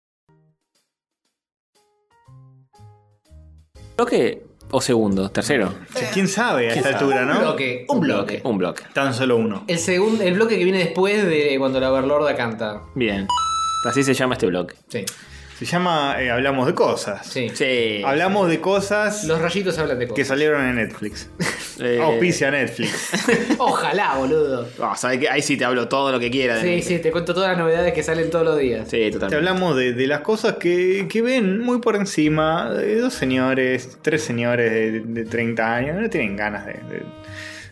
¿Bloque o segundo? ¿Tercero? ¿Quién sabe a esta altura, Un no? bloque, un bloque. Un bloque. Tan solo uno. El segundo, el bloque que viene después de cuando la overlorda canta. Bien. Así se llama este bloque. Sí, Se llama eh, Hablamos de cosas. sí. Sí. Hablamos de cosas Los rayitos hablan de que cosas. salieron en Netflix. Eh, Auspicia Netflix. Ojalá, boludo. Ah, ¿sabes qué? Ahí sí te hablo todo lo que quiera. de Sí, mí. sí, te cuento todas las novedades que salen todos los días. Sí, Te totalmente. hablamos de, de las cosas que, que ven muy por encima. de dos señores, tres señores de, de 30 años. No tienen ganas de, de-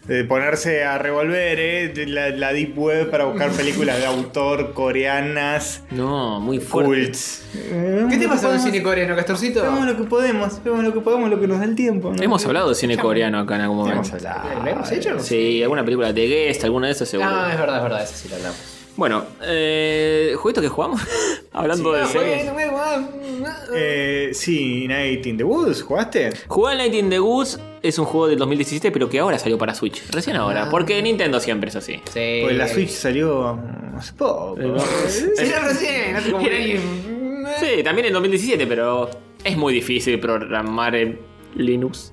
de ponerse a revolver eh, de la, la Deep Web para buscar películas de autor coreanas. No, muy fuerte. Cults. Eh, ¿Qué te pasa en el podemos- cine coreano, Castorcito? Vemos lo que podemos, vemos lo que podemos, lo que nos da el tiempo. ¿no? Hemos hablado de cine coreano acá en algún Hemos momento. hablado. ¿Lo hemos hecho? Sí, alguna película de Guest, alguna de esas seguro. Ah, es verdad, es verdad, esa sí la hablamos. Bueno, eh, ¿jueguito que jugamos? Hablando Ah, de series. Eh, sí, Night in the Woods, ¿jugaste? Jugar Night in the Woods es un juego del 2017, pero que ahora salió para Switch. Recién ahora, porque Nintendo siempre es así. Sí. Porque Pues la Switch salió hace poco. eh, Salió recién, hace como un año. Sí, también en 2017, pero es muy difícil programar en Linux.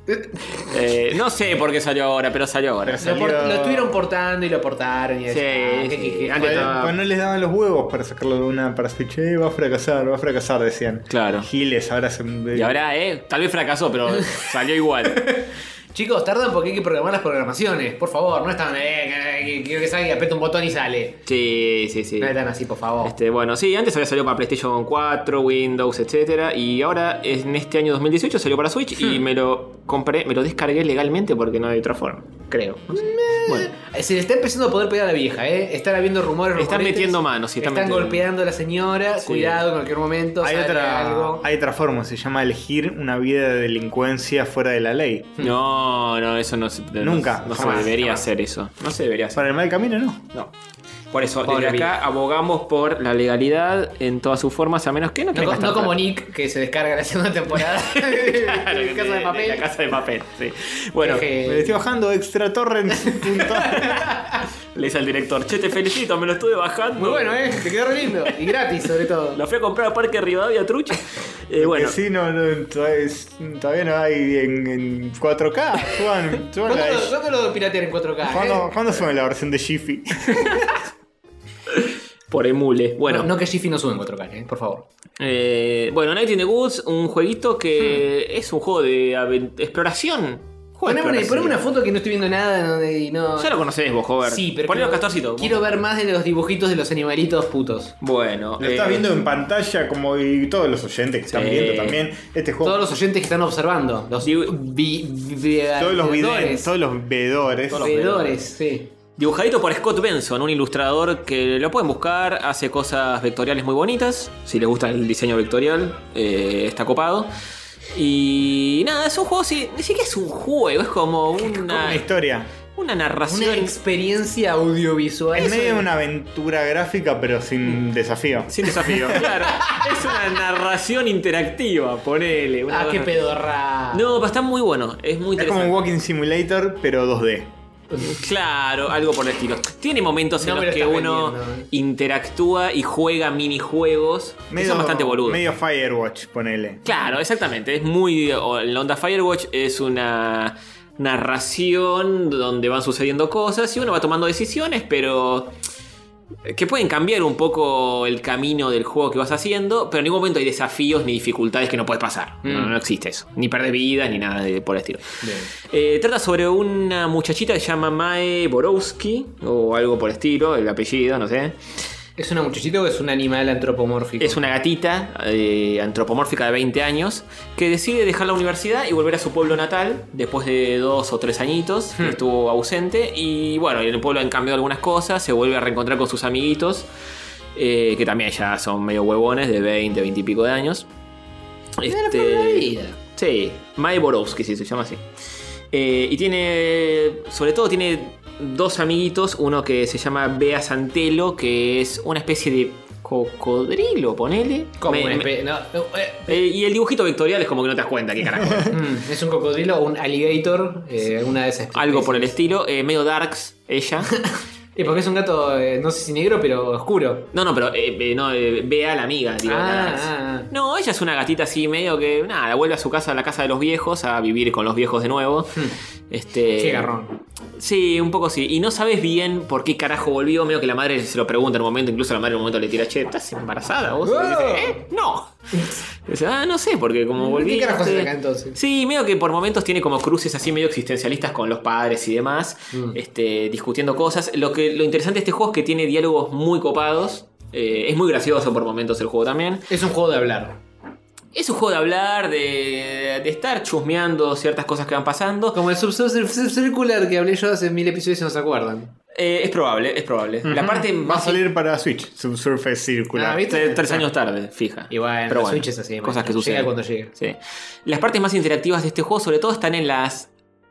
Eh, no sé por qué salió ahora, pero salió ahora. Pero Lo, por- salió- lo estuvieron portando y lo portaron Sí, y así. ah, qué- qué- pues sí. Antes qué- Cuando- estaba- Cuando pues no les daban los huevos para sacarlo de una para Switch, eh, va a fracasar, va a fracasar, decían. Claro. Giles, ahora se. Y ahora, eh, tal vez fracasó, pero salió igual. Chicos, tardan porque hay que programar las programaciones. Por favor, no están. Eh, que- que- quiero que salga y aprieta un botón y sale. Sí, sí, sí. No están así, por favor. Este, bueno, sí, antes había salido para PlayStation 4, Windows, etcétera, y ahora en este año 2018 salió para Switch y me lo compré, me lo descargué legalmente porque no hay otra forma. creo. No sé. Bueno, Eh, Se le está empezando a poder pegar a la vieja, ¿eh? Están habiendo rumores. Están rumoretes. metiendo mano, sí, están Están metiendo- golpeando a la señora. Sí. Cuidado, en cualquier momento. Hay sale otra, algo. hay otra forma, se llama elegir una vida de delincuencia fuera de la ley. no, no, eso no se. no- Hmm. Nunca, No, se jamás, debería jamás. hacer eso. No se debería hacer. Para el mal camino, no. No. Por eso, Pobre desde acá abogamos por la legalidad en todas sus formas, a menos que no No, quieran co- no gastar como plata. Nick, que se descarga la segunda temporada. Claro, En Casa de Papel. La casa de papel, sí. Bueno, Eje. Me estoy bajando extra torrents. punto. le dice al director, che, te felicito, me lo estuve bajando. Muy bueno, ¿eh? Te quedó re lindo. Y gratis, sobre todo. Lo fui a comprar a Parque Rivadavia Trucha. Eh, bueno, Que sí, no, no, todavía, es- todavía no hay en, en 4K. Juan, suban ¿Cuándo la de- lo, cuándo lo piratean en 4K? ¿Cuándo, eh? cuándo suben la versión de Jiffy? Eh. por emule. Bueno, No, no que Jiffy no sube en 4K, ¿eh? Por favor. Eh, bueno, Night in the Woods, un jueguito que es un juego de aven- exploración. Juego de Hmm. Poneme una, poneme exploración. una foto que no estoy viendo nada. donde- y no... Ya lo conocés vos, Hover. Sí, pero. Ponelo a quiero- Castorcito. Quiero ver más de los dibujitos de los animalitos putos. Bueno. Lo eh, estás viendo en pantalla como y todos los oyentes que están Sí. viendo también. Este juego. Todos los oyentes que están observando. Los Dibu- vi- vi- todos los videntes, veedores. todos los vedores. Todos los Veedores, sí. Dibujadito por Scott Benson, un ilustrador que lo pueden buscar, hace cosas vectoriales muy bonitas. Si les gusta el diseño vectorial, eh, está copado. Y nada, es un juego, sí, ni siquiera es un juego, es como una, Una historia. una Una narración experiencia audiovisual. Ah, En medio de una aventura gráfica, pero sin desafío. sin desafío. claro, es una narración interactiva, ponele. una Ah, qué cosa- pedorra. No, pero está muy bueno, es muy Es como interesante. un walking simulator, pero 2D. Claro, algo por el estilo. Tiene momentos No en me los lo que estás uno vendiendo, eh. interactúa y juega minijuegos. que son bastante boludos. Medio Firewatch, ponele. Claro, exactamente. Es muy. o La onda Firewatch es una narración donde van sucediendo cosas y uno va tomando decisiones, pero. eh, que pueden cambiar un poco el camino del juego que vas haciendo, pero en ningún momento hay desafíos ni dificultades que no puedes pasar. No, no existe eso. Ni perder vidas ni nada de- por el estilo. Eh, trata sobre una muchachita que se llama Mae Borowski o algo por el estilo, el apellido, no sé. ¿Es una muchachita o es un animal antropomórfico? Es una gatita eh, antropomórfica de 20 años que decide dejar la universidad y volver a su pueblo natal después de dos o tres añitos. que Estuvo ausente y bueno, en el pueblo han cambiado algunas cosas, se vuelve a reencontrar con sus amiguitos, eh, que también ya son medio huevones de 20, 20 y pico de años. Este, vida. Sí, Mae Borowski, sí, se llama así. Eh, y tiene, sobre todo tiene dos amiguitos, uno que se llama Bea Santelo, que es una especie de cocodrilo, ponele. Como Me- una me- espe- no, no, eh, eh, y el dibujito vectorial es como que no te das cuenta, qué carajo. mm, ¿Es un cocodrilo o un alligator? Eh, alguna de esas especies. Algo por el estilo, eh, medio darks, ella. Eh, porque es un gato, eh, no sé si negro, pero oscuro. No, no, pero eh, eh, no, eh, Bea la amiga, digo, nada Ah, más. ah, ah. No, ella es una gatita así, medio que nada, vuelve a su casa, a la casa de los viejos, a vivir con los viejos de nuevo. Este, Hmm. Qué ah. Mm, garrón. Sí, un poco sí. Y no sabes bien por qué carajo volvió. Medio que la madre se lo pregunta en un momento. Incluso la madre en un momento le tira, che, ¿estás embarazada vos? Y dice, ¿eh? No. Y dice, ah, no sé, porque como volví. ¡Ah! ¿Qué carajo este- se acá entonces? Sí, medio que por momentos tiene como cruces así medio existencialistas con los padres y demás, Mm. este, discutiendo cosas. Lo, que, lo interesante de este juego es que tiene diálogos muy copados. Eh, es muy gracioso por momentos el juego también. Es un juego de hablar. Es un juego de hablar, de, de estar chusmeando ciertas cosas que van pasando. Como el subcircular que hablé yo hace mil episodios y no se acuerdan. Eh, es probable, es probable. La parte Va a más salir para Switch, Subsurface Circular. Ah, ¿viste? Tre- Tres años tarde, fija. Y bueno, la Switch es así, Cosas maestro. que suceden. Llega cuando llega. Sí. Las partes más interactivas de este juego, sobre todo, están en las.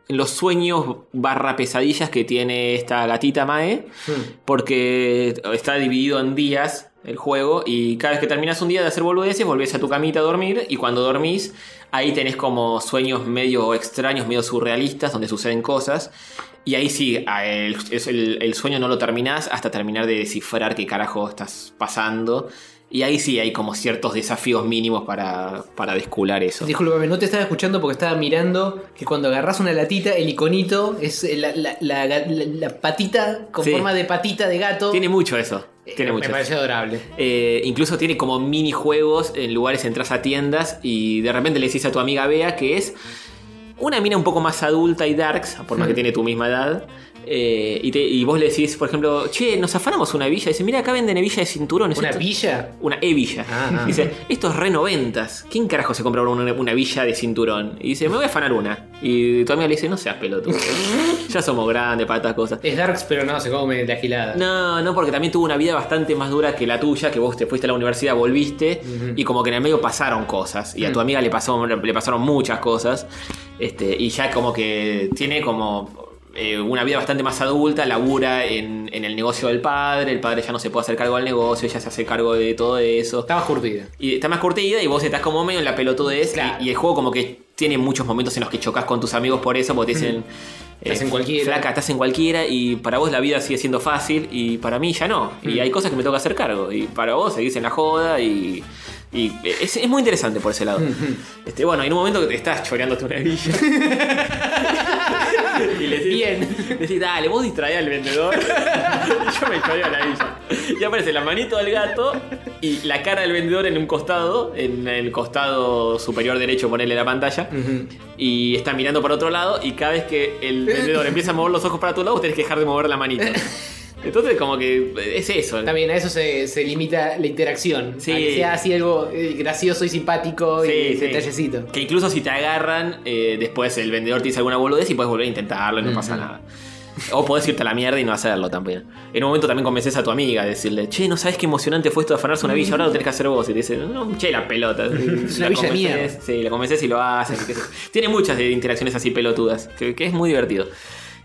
en los sueños barra pesadillas que tiene esta gatita Mae. Mm. Porque está dividido en días el juego. Y cada vez que terminas un día de hacer boludeces, volvés a tu camita a dormir. Y cuando dormís, ahí tenés como sueños medio extraños, medio surrealistas, donde suceden cosas. Y ahí sí, a- el, es el- el sueño no lo terminás hasta terminar de descifrar qué carajo estás pasando. Y ahí sí hay como ciertos desafíos mínimos para, para descular eso. Disculpame, no te estaba escuchando porque estaba mirando que cuando agarras una latita, el iconito es eh, la, la- la- la- la patita con Sí. forma de patita de gato. Tiene mucho eso. Eh, Tiene mucho. Me eso. parece adorable. Eh, incluso tiene como minijuegos en lugares, entras a tiendas y de repente le decís a tu amiga Bea que es una mina un poco más adulta y darks, por más que tiene tu misma edad, eh, y, te- y vos le decís, por ejemplo, che, nos afanamos una villa. Dice, mira, acá venden hebilla de cinturones. ¿Una Esto- villa? Una hebilla. Ah, ah. Dice, esto es re noventas. ¿Quién carajo se compra una, una villa de cinturón? Y dice, me voy a afanar una. Y tu amiga le dice, no seas pelotudo. ya somos grandes para estas cosas. Es Darks, pero no, se come la gilada. No, no, porque también tuvo una vida bastante más dura que la tuya, que vos te fuiste a la universidad, volviste, y como que en el medio pasaron cosas, y a tu amiga le, pasó, le pasaron muchas cosas, este, y ya como que tiene como eh, una vida bastante más adulta, labura en, en el negocio del padre, el padre ya no se puede hacer cargo del negocio, ella se hace cargo de todo eso. Estaba curtida. Y está más curtida y vos estás como medio en la pelotudez, Claro. y, y el juego como que tiene muchos momentos en los que chocas con tus amigos por eso, porque te dicen... eh, Estás en cualquiera. Flaca, estás en cualquiera y para vos la vida sigue siendo fácil y para mí ya no. Y Mm. hay cosas que me toca hacer cargo. Y para vos seguís en la joda y. y eh, es, es muy interesante por ese lado. Mm-hmm. Este, bueno, en un momento que te estás choreándote una villa. y le decís, Bien. Decís, dale, vos distrae al vendedor. y yo me choreo la villa. Y aparece la manito del gato y la cara del vendedor en un costado, en el costado superior derecho, ponerle la pantalla. Y está mirando para otro lado y cada vez que el vendedor empieza a mover los ojos para tu lado, vos tenés que dejar de mover la manito. Entonces como que es eso. También a eso se, se limita la interacción. Sí. A que sea así algo eh, gracioso y simpático y Sí, sí. detallecito. Que incluso si te agarran, eh, después el vendedor te dice alguna boludez y puedes volver a intentarlo y no pasa nada. O podés irte a la mierda y no hacerlo también. En un momento también convences a tu amiga a decirle, che, no sabes qué emocionante fue esto de afanarse una villa, ahora lo tenés que hacer vos. Y te dice, no, che, la pelota. Es una villa de mierda. Sí, la convences y lo haces. y qué sé yo. Tiene muchas de interacciones así pelotudas, que, que es muy divertido.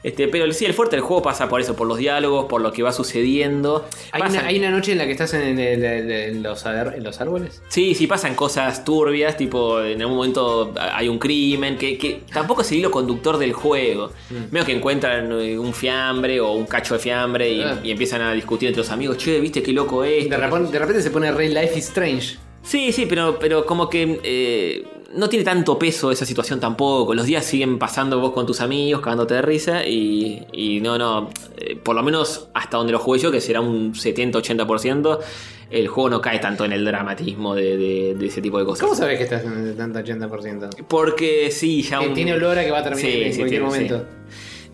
Este, pero sí, el fuerte del juego pasa por eso, por los diálogos, por lo que va sucediendo. Hay Pasan- una, hay una noche en la que estás en, el- el- el- los, ar- en los árboles. Sí, sí, pasan cosas turbias, tipo en algún momento hay un crimen, que, que tampoco es el hilo conductor del juego. Mm. Medio que encuentran eh, un fiambre o un cacho de fiambre y, Ah. y empiezan a discutir entre los amigos, che, viste qué loco es. De repente, de repente se pone re Life is Strange. Sí, sí, pero, pero como que eh, no tiene tanto peso esa situación tampoco. Los días siguen pasando vos con tus amigos, cagándote de risa y, y no, no, eh, por lo menos hasta donde lo jugué yo, que será un 70-80%, el juego no cae tanto en el dramatismo de, de- de ese tipo de cosas. ¿Cómo sabes que estás en el tanto 80%? Porque sí, ya Que un- tiene olor a que va a terminar Sí, en sí, cualquier tiene, momento.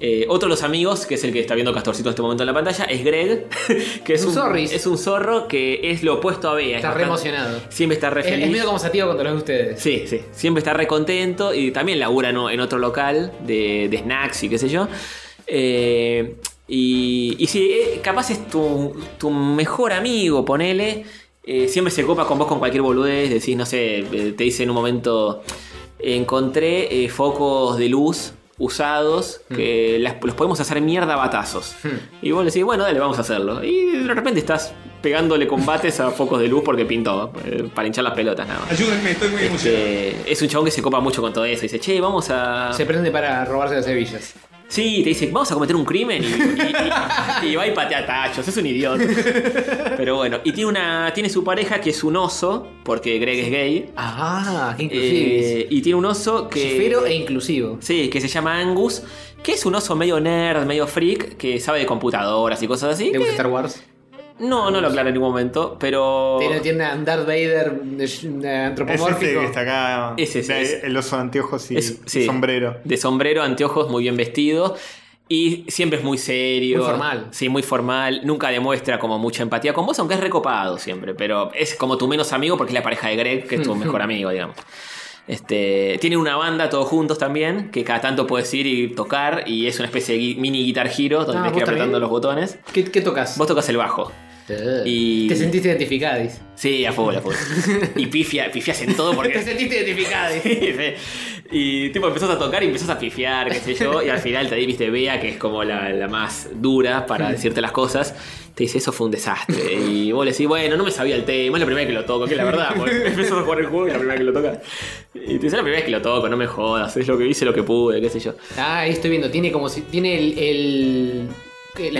Eh, otro de los amigos, que es el que está viendo Castorcito en este momento en la pantalla, es Greg, que es Un un, zorris. es un zorro que es lo opuesto a Bea. es Está re bastante- emocionado. Siempre está re Es, feliz. es medio como Sativa cuando los de ustedes. Sí, sí. Siempre está re contento y también labura en, o- en otro local de, de snacks y qué sé yo. Eh, y, y sí, eh, capaz es tu, tu mejor amigo, ponele. eh, siempre se copa con vos con cualquier boludez. Decís, no sé, eh, te dice en un momento: Encontré eh, focos de luz usados que las- los podemos hacer mierda a batazos. Y vos le decís, bueno, dale, vamos a hacerlo. Y de repente estás pegándole combates a focos de luz porque pintó, eh, para hinchar las pelotas nada más. Ayúdenme, estoy muy Eh, es un chabón que se copa mucho con todo eso. Dice, che, vamos a. Este, Se prende para robarse las hebillas. Sí, te dice, vamos a cometer un crimen. Y, y- y- y va y patea tachos. Es un idiota. Pero bueno, y tiene, una, tiene su pareja que es un oso, porque Greg es gay. Ah, qué Eh, y tiene un oso que. Chifero e inclusivo. Sí, que se llama Angus, que es un oso medio nerd, medio freak, que sabe de computadoras y cosas así. ¿Le gusta que- Star Wars? No, no lo aclara en ningún momento, pero. Tiene, tiene un Darth Vader de- de- Es este antropomórfico. que está acá. Ese, ese, de- ese. El oso de anteojos y Es- sí. sombrero. De sombrero, anteojos, muy bien vestido. Y siempre es muy serio. Muy formal. Sí, muy formal. Nunca demuestra como mucha empatía con vos, aunque es recopado siempre. Pero es como tu menos amigo porque es la pareja de Greg, que es tu mejor amigo, digamos. Este, tienen una banda todos juntos también, que cada tanto puedes ir y tocar. Y es una especie de gui- mini guitar giro donde Ah, tenés que ¿vos ir apretando también? los botones. ¿Qué, qué tocas? Vos tocas el bajo. Eh. y- Te sentiste identificada, dice. Sí, a full, a full. y pifia, pifias en todo porque. Te sentiste identificada, dice. Sí, sí. Y tipo empezás a tocar y empezás a pifiar, qué sé yo, y al final te di, viste, Bea, que es como la, la más dura para decirte las cosas, te dice, eso fue un desastre. Y vos le decís, bueno, no me sabía el tema, es la primera vez que lo toco, que es la verdad, porque empezás a jugar el juego y es la primera vez que lo tocas. Y te dice, la primera vez que lo toco, no me jodas, es lo que hice, lo que pude, qué sé yo. Ah, ahí estoy viendo. Tiene como si. Tiene el. el la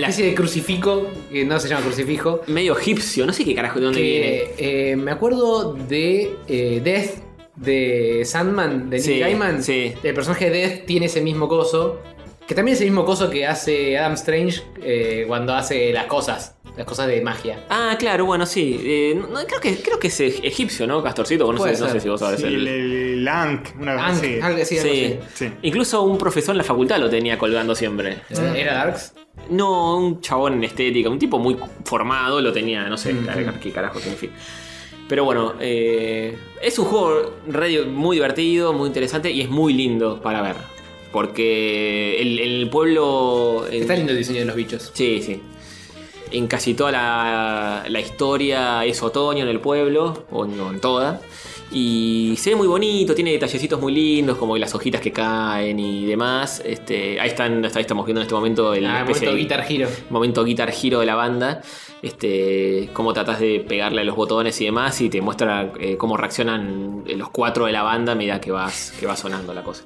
La- especie de crucifijo, que no se llama crucifijo. Medio egipcio, no sé qué carajo de dónde viene. Que eh, me acuerdo de eh, Death, de Sandman, de Neil Sí, Gaiman. sí. El personaje de Death tiene ese mismo coso. Que también es el mismo coso que hace Adam Strange eh, cuando hace las cosas. Las cosas de magia. Ah, claro, bueno, sí. Eh, no, no, creo, que, creo que es e- egipcio, ¿no? Castorcito, no Puede sé, no ser. sé si vos sabes. Sí, el- el, el Ankh, una cosa Ankh, así. algo así, algo Ah, Sí. así. Sí. Incluso un profesor en la facultad lo tenía colgando siempre. Eh, ¿Era Darks? No, un chabón en estética, un tipo muy formado lo tenía, no sé car- qué carajo significa. Pero bueno, eh, es un juego re- muy divertido, muy interesante y es muy lindo para ver. Porque el, el pueblo. en- Está lindo el diseño de los bichos. Sí, sí. En casi toda la, la historia es otoño en el pueblo, o no en toda. Y se ve muy bonito, tiene detallecitos muy lindos, como las hojitas que caen y demás. Este, ahí, están, ahí estamos viendo en este momento el Ah, especie momento de- Guitar Hero. momento guitar giro de la banda, este, cómo tratas de pegarle a los botones y demás, y te muestra eh, cómo reaccionan eh, los cuatro de la banda a medida que vas, que va sonando la cosa.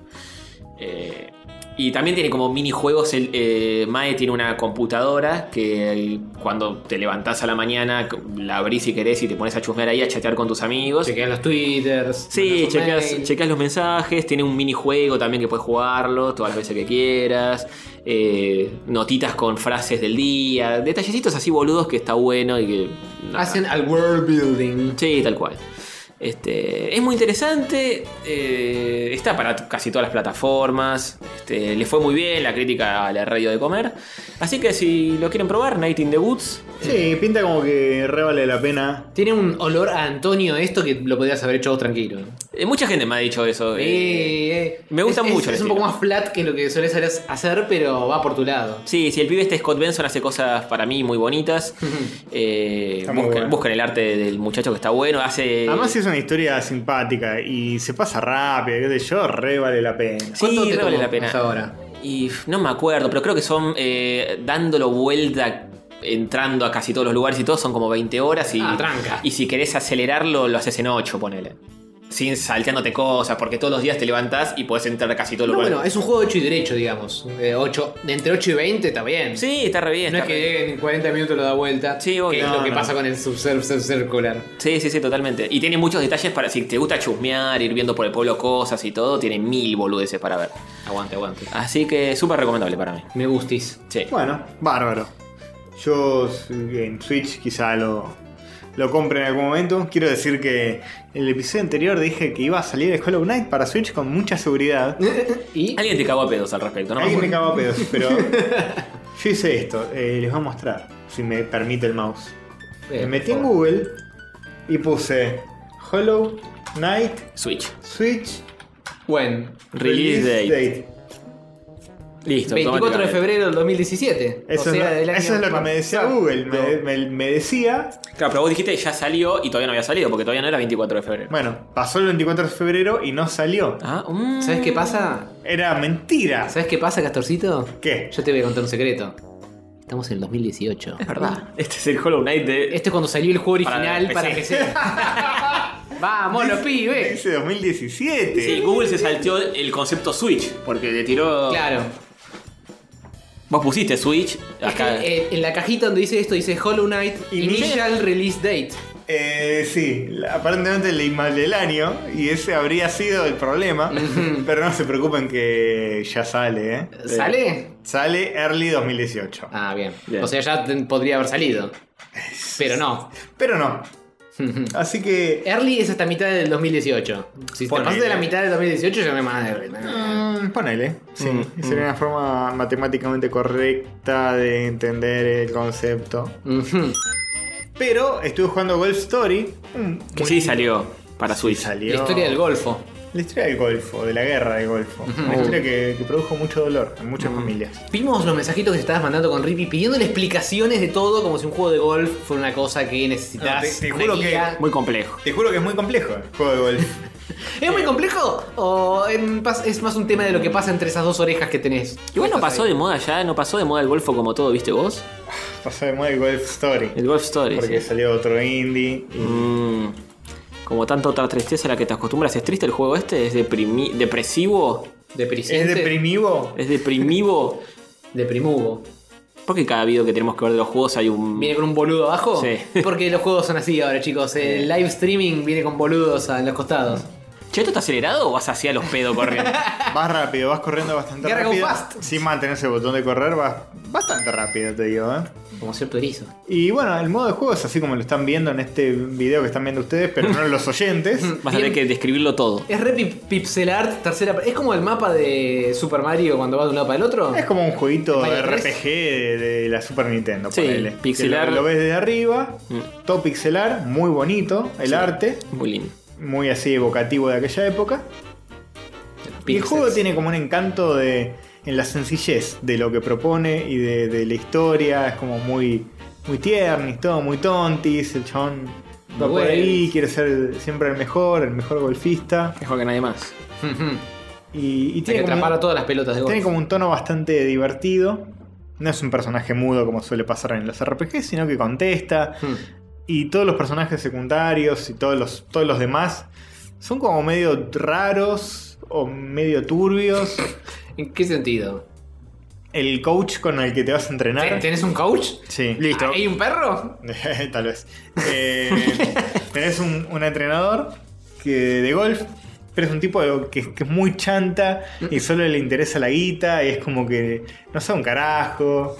Eh, y también tiene como minijuegos, el, eh, Mae tiene una computadora que el- cuando te levantás a la mañana la abrís si querés y te pones a chusmear ahí, a chatear con tus amigos. Chequean los twitters. mandan Sí, los checas, mails. checas los mensajes, tiene un minijuego también que puedes jugarlo todas las veces que quieras, eh, notitas con frases del día, detallecitos así boludos que está bueno y que... nada. Hacen al world building. Sí, tal cual. Este, es muy interesante, eh, está para t- casi todas las plataformas, este, le fue muy bien la crítica a la radio de comer, así que si lo quieren probar, Night in the Woods, Sí, pinta como que re vale la pena. Tiene un olor a Antonio esto que lo podrías haber hecho vos tranquilo. eh, mucha gente me ha dicho eso. eh, Eh, eh. me gusta Es- es- mucho el Es, un estilo. poco más flat que lo que sueles hacer, pero va por tu lado. Sí, sí, el pibe este Scott Benson hace cosas para mí muy bonitas. Eh, Está muy busquen, bueno. busquen el arte del muchacho que está bueno. Hace. Además es una historia simpática y se pasa rápido, qué sé yo, re vale la pena. Sí, ¿Cuánto te re vale tomó la pena. hasta ahora? Y f- no me acuerdo, pero creo que son eh, dándolo vuelta, entrando a casi todos los lugares y todo, son como 20 horas. Y, Ah, tranca. y si querés acelerarlo, lo haces en 8, ponele. Sin salteándote cosas, porque todos los días te levantás y podés entrar a casi todos No, los bueno, lugares. es un juego hecho y derecho, digamos. De, ocho- de entre 8 y 20 está bien. Sí, está re bien. No es está re que bien. lleguen en 40 minutos lo da vuelta. Sí, obvio. que es No, lo que no. pasa con el subcir- subcircular. Sí, sí, sí, totalmente. Y tiene muchos detalles para si te gusta chusmear, ir viendo por el pueblo cosas y todo, tiene mil boludeces para ver. Aguante, aguante. Así que súper recomendable para mí. Me gustis. Sí. Bueno, bárbaro. Yo en Switch quizá lo, lo compre en algún momento. Quiero decir que en el episodio anterior dije que iba a salir el Hollow Knight para Switch con mucha seguridad. Eh, Y Alguien te cagó a pedos al respecto, ¿no? ah, Alguien me cagó a pedos, pero yo hice esto. eh, les voy a mostrar, si me permite el mouse. Eh, me metí por en favor. Google y puse Hollow Knight Switch. Switch bueno, Release, date. Date. Listo. 24 de automáticamente. febrero del 2017. eh. Eso, o sea, es, lo, del año eso es lo que me decía pasado. Google. Me, me- me decía, Claro, pero vos dijiste que ya salió y todavía no había salido, porque todavía no era 24 de febrero. bueno, pasó el 24 de febrero y no salió. Ah, mm. ¿Sabes qué pasa? Era mentira. ¿Sabes qué pasa, Castorcito? ¿Qué? Yo te voy a contar un secreto. Estamos en el 2018. Es verdad. Este es el Hollow Knight de. Este es cuando salió el juego Para original PC. para que sea. Vamos, los pibes. Dice 2017. Sí, Google se salteó el concepto Switch, porque le tiró. Claro. Vos pusiste Switch. Es que, Acá. eh, en la cajita donde dice esto dice Hollow Knight Initial- Initial Release Date. Eh, sí, la- aparentemente leí mal del año y ese habría sido el problema. pero no se preocupen que ya sale, ¿eh? ¿Sale? Sale early 2018. Ah, bien. Bien. O sea, ya te- podría haber salido. Pero no. Pero no. Así que. Early es hasta mitad del 2018. Si te Ponele. pasas de la mitad del 2018, ya no es más early. mm, ponele. Sí, sería mm. una forma matemáticamente correcta de entender el concepto. Ujú. Pero estuve jugando Golf Story. mm, que muy- sí salió para Switch. salió. La historia del Golfo. La historia del Golfo, de la guerra del Golfo. Una Uh. historia que, que produjo mucho dolor en Mm. muchas familias. Vimos los mensajitos que te estabas mandando con Rippy pidiéndole explicaciones de todo, como si un juego de golf fuera una cosa que necesitas. No, te- te una juro guía. Muy complejo. Te juro que es muy complejo eh. el juego de golf. ¿Es muy complejo? ¿O en pas- es más un tema de lo que pasa entre esas dos orejas que tenés? Igual no Estás pasó ahí. de moda ya, no pasó de moda el golfo como todo, ¿viste vos? Pasó de moda el Golf Story. El Golf Story. Porque sí. salió otro indie. y- Mm. Como tanta otra tristeza a la que te acostumbras. ¿Es triste el juego este? ¿Es deprimi- depresivo? Deprisivo. ¿Es deprimivo? ¿Es deprimivo? Deprimugo. Porque cada video que tenemos que ver de los juegos hay un. ¿Viene con un boludo abajo? Sí. Eh. Porque los juegos son así ahora, chicos. El live streaming viene con boludos a- en los costados. Che, ¿esto está acelerado o vas hacia los pedos corriendo? Vas rápido, vas corriendo bastante Gotta go rápido. fast. Sin mantener ese botón de correr, vas bastante rápido, te digo, ¿eh? Como cierto erizo. Y bueno, el modo de juego es así como lo están viendo en este video que están viendo ustedes, pero no los oyentes. Vas a tener que describirlo todo. Es re pi- pixel art, tercera. Es como el mapa de Super Mario cuando va de un lado para el otro. Es como un jueguito ¿Mario tres? RPG de, de la Super Nintendo, Sí, ponele. pixelar. Que Lo, lo ves desde arriba, Mm. todo pixelar, muy bonito, el arte, Muy lindo. muy así evocativo de aquella época. Y el juego tiene como un encanto de en la sencillez de lo que propone y de, de la historia. Es como muy, muy tiernis, todo muy tontis. El chabón va por Bueno. ahí, quiere ser el- siempre el mejor, el mejor golfista. Mejor que nadie más. Ujú. Y, y Hay que tiene, como atrapar a un, todas las pelotas de golf. tiene como un tono bastante divertido. No es un personaje mudo como suele pasar en los RPG, sino que contesta. Hmm. Y todos los personajes secundarios y todos los, todos los demás son como medio raros o medio turbios. ¿En qué sentido? el coach con el que te vas a entrenar. ¿Tenés un coach? Ah, Sí. ¿Hay un perro? Tal vez. Eh, tenés un, un entrenador que, de golf, pero es un tipo de- que, que es muy chanta y solo le interesa la guita y es como que no sé un carajo.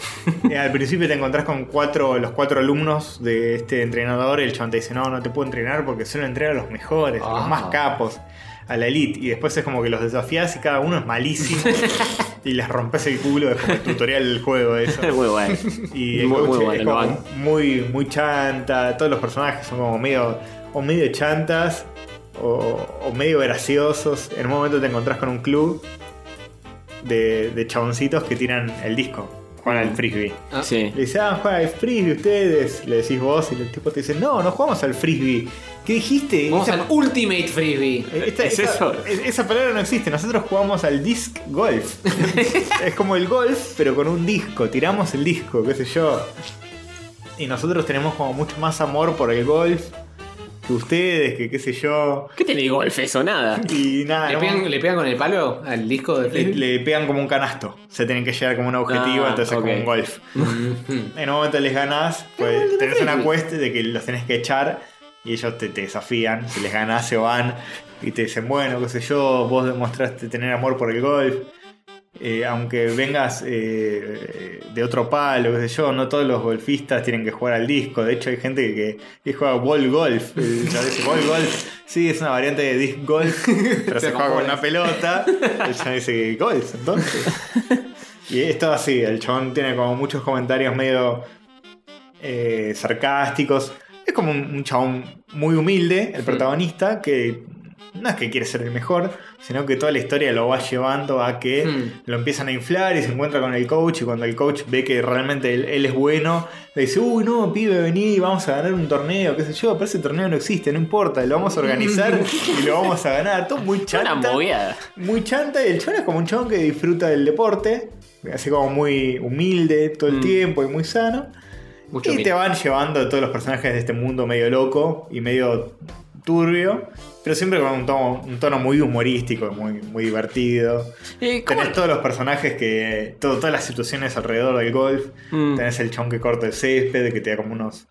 Eh, al principio te encontrás con cuatro, los cuatro alumnos de este entrenador y el chabón te dice, no, no te puedo entrenar porque solo entreno a los mejores, a los Ah. más capos. A la elite, y después es como que los desafías y cada uno es malísimo y les rompes el culo. Es como el tutorial del juego, eso. Muy bueno. Y el Muy, coach muy bueno, es lo como banco. muy, muy chanta. Todos los personajes son como medio, o medio chantas o, o medio graciosos. En un momento te encontrás con un club de, de chaboncitos que tiran el disco. Juegan al frisbee. Ah. Sí. Le dice, ah, juegan al frisbee ustedes. Le decís vos y el tipo te dice, no, no jugamos al frisbee. ¿Qué dijiste? Vamos Esa- al Ultimate Frisbee. esta- Eh, ¿Es esa- eso? es- Esa palabra no existe. Nosotros jugamos al disc golf. es como el golf, pero con un disco. Tiramos el disco, qué sé yo. Y nosotros tenemos como mucho más amor por el golf que ustedes, que qué sé yo. ¿Qué tiene de golf eso? Nada. Y nada, ¿Le no- pegan, ¿Le pegan con el palo al disco de le, Frisbee? le pegan como un canasto. Se tienen que llegar como un objetivo, Ah, entonces es ok. como un golf. en un momento les ganas, pues tenés una quest de que los tenés que echar y ellos te, te desafían. Si les ganás, se van y te dicen, bueno, qué sé yo, vos demostraste tener amor por el golf. Eh, aunque vengas eh, de otro palo, qué sé yo, no todos los golfistas tienen que jugar al disco. De hecho, hay gente que, que juega ball golf. Eh, ya dice, ball golf, sí, es una variante de disc golf, pero se juega con una pelota. El chabón dice golf, entonces. Y es todo así, el chabón tiene como muchos comentarios medio eh, sarcásticos. Es como un, un chabón muy humilde, el protagonista, que no es que quiere ser el mejor, sino que toda la historia lo va llevando a que Mm. lo empiezan a inflar y se encuentra con el coach. Y cuando el coach ve que realmente él, él es bueno, le dice: Uy, no, pibe, vení, vamos a ganar un torneo, qué sé yo. Pero ese torneo no existe, no importa, lo vamos a organizar y lo vamos a ganar. Todo muy Una chanta moviada. muy chanta y el chabón es como un chabón que disfruta del deporte, así como muy humilde todo el tiempo y muy sano. Mucho y mil. te van llevando a todos los personajes de este mundo medio loco y medio turbio, pero siempre con un tono, un tono muy humorístico, muy, muy divertido. Eh, ¿cómo- Tenés todos los personajes que. todo- todas las situaciones alrededor del golf. Mm. Tenés el chon que corta el césped, que te da como unos.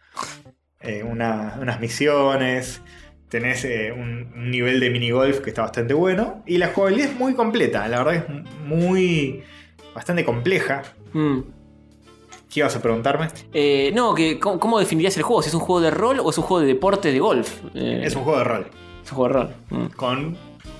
eh, una- unas misiones. Tenés eh, un, un nivel de minigolf que está bastante bueno. Y la jugabilidad es muy completa. La verdad es muy. bastante compleja. Mm. ¿Qué ibas a preguntarme? Eh, no, que, ¿cómo, cómo definirías el juego? ¿Si es un juego de rol o es un juego de deporte de golf? Eh, Es un juego de rol. es un juego de rol. Mm. Con,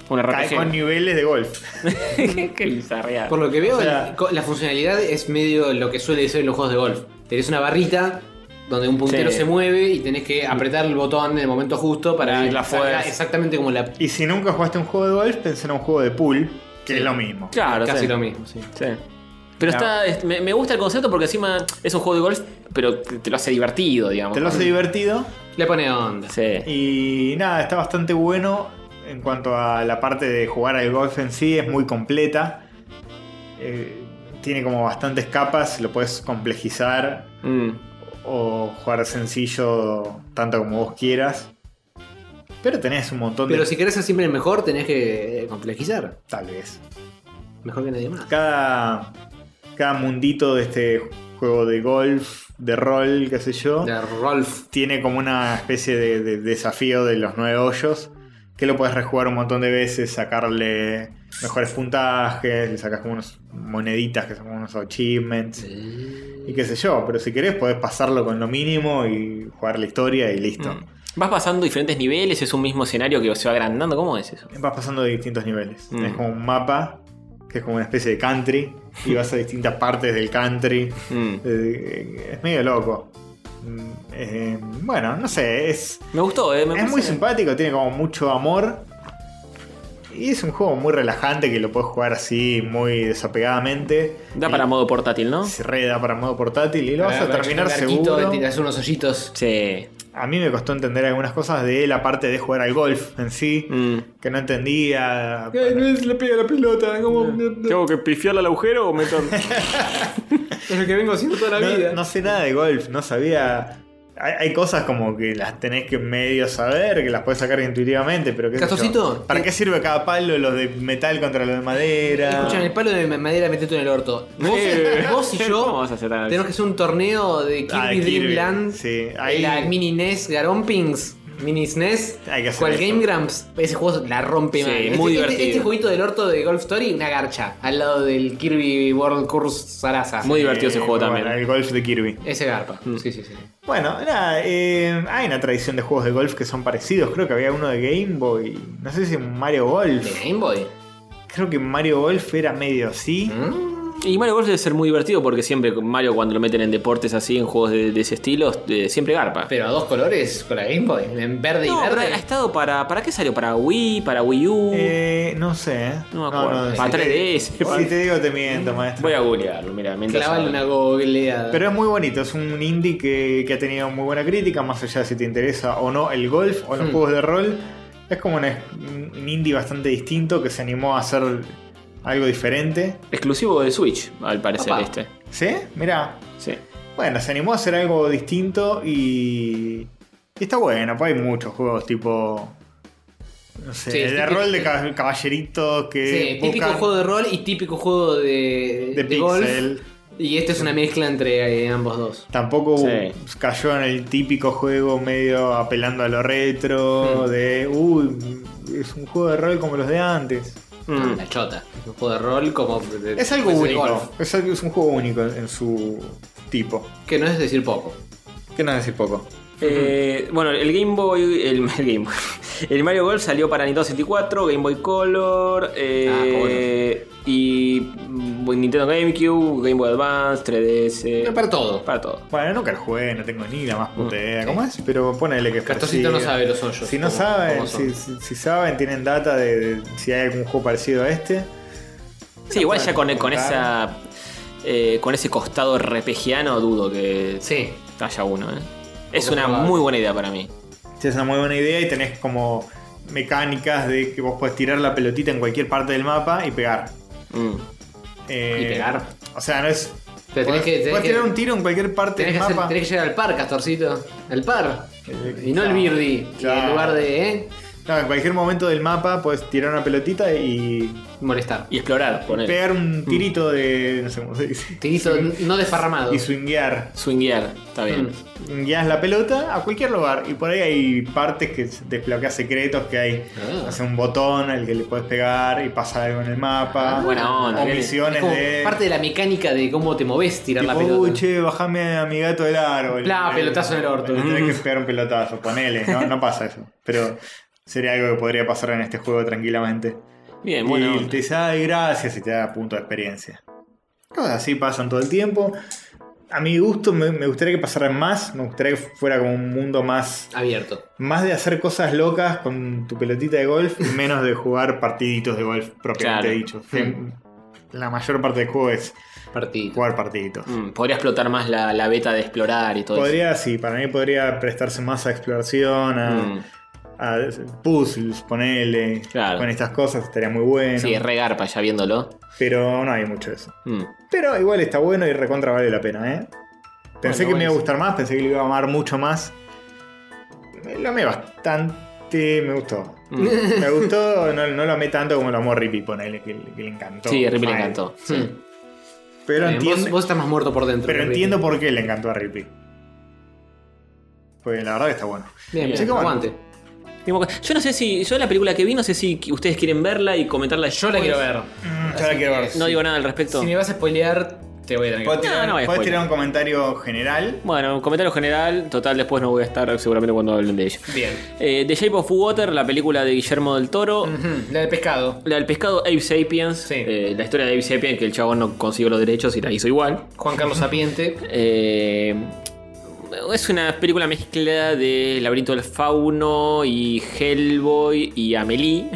Una con RPG. niveles de golf. Qué bizarreada. Por lo que veo, O sea- el- co- la funcionalidad es medio lo que suele ser en los juegos de golf. Tenés una barrita donde un puntero Sí. se mueve y tenés que apretar el botón en el momento justo para Medir la que salga fuerza. Exactamente como la. Y si nunca jugaste un juego de golf, pensé en un juego de pool, que Sí. es lo mismo. Claro, casi sí. lo mismo, sí. Sí. Pero No. está, es- me, me gusta el concepto porque encima es un juego de golf, pero que te lo hace divertido, digamos. Te lo hace divertido. Le pone onda. Sí. Y nada, está bastante bueno en cuanto a la parte de jugar al golf en sí, es muy completa. Eh, tiene como bastantes capas, lo puedes complejizar Mm. o jugar sencillo tanto como vos quieras. Pero tenés un montón Pero de... si querés ser siempre el mejor, tenés que eh, complejizar. Tal vez. Mejor que nadie más. Cada, cada mundito de este juego de golf, de rol, qué sé yo. De Rolf. tiene como una especie de, de desafío de los nueve hoyos. que lo puedes rejugar un montón de veces, sacarle mejores puntajes, le sacas como unas moneditas que son como unos achievements. Y qué sé yo, pero si querés podés pasarlo con lo mínimo y jugar la historia y listo. Vas pasando diferentes niveles, es un mismo escenario que se va agrandando. ¿Cómo es eso? Vas pasando de distintos niveles. Es como un mapa, que es como una especie de country, y vas a distintas partes del country. Mm. Eh, Es medio loco. Mm, eh, bueno, no sé, es... Me gustó, ¿eh? Me es parece- muy simpático, tiene como mucho amor. Y es un juego muy relajante que lo puedes jugar así, muy desapegadamente. Da para modo portátil, ¿no? Se reda para modo portátil y lo vas a terminar seguro. Tiras unos hoyitos. Sí. A mí me costó entender algunas cosas de la parte de jugar al golf en sí, Mm. que no entendía. no es, le pega la pelota. Como, ¿Tengo que pifiar al agujero o meter? Es lo que vengo haciendo toda la vida. No, no sé nada de golf, no sabía. Hay, hay cosas como que las tenés que medio saber, que las puedes sacar intuitivamente, pero qué sé yo. Castorcito, eh, ¿Para te- qué sirve cada palo, los de metal contra los de madera? Escúchame, el palo de madera metete en el orto. Vos, Eh. vos y ¿Cómo yo vas a hacer tal? tenemos que hacer un torneo de Kirby, Ah, de Kirby, Dream Land. sí, de ahí- La mini E NES Garompings. Mini SNES. Hay que hacer Cual eso. Game Grumps. Ese juego la rompe Sí, mal. Este- muy este, divertido. Este jueguito del orto de Golf Story, una garcha. Al lado del Kirby World Course Sarasa. Muy divertido ese Eh, juego bueno, también. El golf de Kirby. Ese garpa. Sí, sí, sí. Bueno, nada, eh, hay una tradición de juegos de golf que son parecidos. Creo que había uno de Game Boy. No sé si Mario ¿De Golf. Game Boy? Creo que Mario Golf era medio así. Mm. Y Mario Golf debe ser muy divertido porque siempre Mario cuando lo meten en deportes así, en juegos de, de ese estilo, eh, siempre garpa. Pero a dos colores con la Game Boy. En verde No, y pero este- verde. ha estado para. ¿Para qué salió? ¿Para Wii? ¿Para Wii U? Eh, no sé. No me acuerdo. Para si te- 3DS, Si te digo, te miento, maestro. Voy a googlearlo, mira, mientras. Clavale hablo. una googleada. Pero es muy bonito, es un indie que, que ha tenido muy buena crítica, más allá de si te interesa o no el golf o Hmm. los juegos de rol. Es como un, un indie bastante distinto que se animó a hacer algo diferente. Exclusivo de Switch, al parecer, Papá. este. ¿Sí? Mirá, Sí. Bueno, se animó a hacer algo distinto y. y está bueno, pues hay muchos juegos tipo. No sé, Sí, de típico- rol de ca- caballeritos que. Sí, típico buscan juego de rol y típico juego de, de, de pixel. golf. Y esto es una mezcla entre eh, ambos dos. Tampoco Sí. cayó en el típico juego medio apelando a lo Hmm. retro, de. Uy, es un juego de rol como los de antes. Mm. Ah, La chota. Es un juego de rol como. de- pues, Es algo de golf, único, es, algo- es un juego único en, en su tipo. que no es decir poco. ¿Qué nos decir poco? Eh, bueno, el Game Boy. El, el Game Boy. El Mario Golf salió para Nintendo 64, Game Boy Color. eh, y. mm, Nintendo GameCube, Game Boy Advance, 3DS. No, Eh, para todo. Para todo. Bueno, nunca lo jugué, no tengo ni la más puta idea cómo es, pero ponele que es Castorcito Hmm. no parecido. sabe los hoyos. Si no cómo- saben, cómo son. si, si- si saben, tienen data de, de si hay algún juego parecido a este. Sí, igual ya con, con Claro. esa. eh, con ese costado repegiano dudo que Sí. haya uno, ¿eh? Es Poco una probable. muy buena idea para mí. Si es una muy buena idea y tenés como mecánicas de que vos podés tirar la pelotita en cualquier parte del mapa y pegar. Mm. Eh, Y pegar. O sea, no es. Pero tenés podés- que- tenés podés que- tirar un tiro en cualquier parte Tenés del que, hacer- mapa. tenés que llegar al par, Castorcito. Al par. Eh, Y no el claro, Birdi. Y claro. En lugar de ¿eh? No, en cualquier momento del mapa podés tirar una pelotita y molestar. Y explorar, poner. pegar Mm. un tirito de. No sé cómo se dice. Tirito no desparramado. Mm. Y swinguear. Swinguear, está bien. Mm. guías la pelota a cualquier lugar y por ahí hay partes que desbloqueas secretos que hay Ah. hace un botón al que le puedes pegar y pasa algo en el mapa Ah, buena onda, o bien. misiones Es como de parte de la mecánica de cómo te moves tirar la tipo, pelota. "Uy, che bajame a mi gato del árbol Pla, Le- pelotazo en el orto. le tenés que pegar un pelotazo ponele no, no pasa eso pero sería algo que podría pasar en este juego tranquilamente Bien, y bueno. te dice, ay, gracias, y te da punto de experiencia. Cosas así pasan todo el tiempo. A mi gusto, me, me gustaría que pasaran más. Me gustaría que fuera como un mundo más. Abierto. Más de hacer cosas locas con tu pelotita de golf, y menos de jugar partiditos de golf propiamente Claro. dicho. Fem- La mayor parte del juego es Partido. jugar partiditos. Mm, podría explotar más la, la beta de explorar y todo Podría, sí, para mí podría prestarse más a exploración, a, eso. Mm, a puzzles, ponele. Claro. Con estas cosas estaría muy bueno. Sí, regarpa ya viéndolo. pero no hay mucho de eso. Mm. Pero igual está bueno y recontra vale la pena, ¿eh? Pensé que me iba Bueno, a buenísimo. gustar más, pensé que le iba a amar mucho más. Me- Lo amé bastante, me gustó. Mm. me gustó, no, no lo amé tanto como lo amó Rippy, ponele, que, que le encantó. Sí, Ripley le Mal. encantó. Mm. Sí. Pero, Eh, entiendo, vos, vos estás más muerto por dentro. pero Ricky. entiendo por qué le encantó a Rippy. Pues la verdad que está bueno. Bien, Así que bueno. aguante. Tengo- Yo no sé si. Yo la película que vi, no sé si qui- ustedes quieren verla y comentarla. Yo la quiero ver. Yo Mm, la quiero ver. No digo nada al respecto. Si me vas a spoilear, te voy a tener que ¿Puedo tirar, no voy a puedo spoiler. tirar un comentario general? Bueno, un comentario general. Total, después no voy a estar seguramente cuando hablen de ella. Bien. Eh, The Shape of Water, la película de Guillermo del Toro. Mm. Ujú, La del pescado. La del pescado Ape Sapiens. Sí. eh, la historia de Ape Sapiens, que el chabón no consiguió los derechos y la hizo igual. Juan Carlos Sapiente. Eh, es una película mezcla de Laberinto del Fauno y Hellboy y Amelie.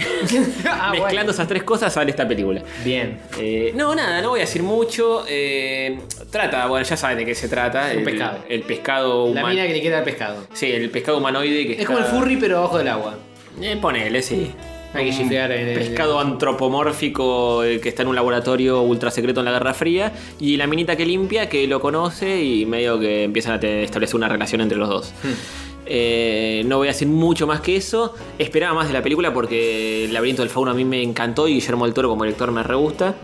Ah, Mezclando bueno. esas tres cosas sale esta película. Bien. Eh, no, nada, no voy a decir mucho. Eh, trata, bueno, ya saben de qué se trata. Un el pescado. El pescado La mina humano. que le queda al pescado. Sí, el pescado humanoide que Es como el está- furry, pero abajo del agua. Eh, ponele, sí. Hay que chiflear en el. Mm, Pescado antropomórfico eh, que está en un laboratorio ultra secreto en la Guerra Fría. Y la minita que limpia, que lo conoce y medio que empiezan a te- establecer una relación entre los dos. Hmm. Eh, no voy a decir mucho más que eso. Esperaba más de la película porque El laberinto del fauno a mí me encantó y Guillermo del Toro como director me re gusta.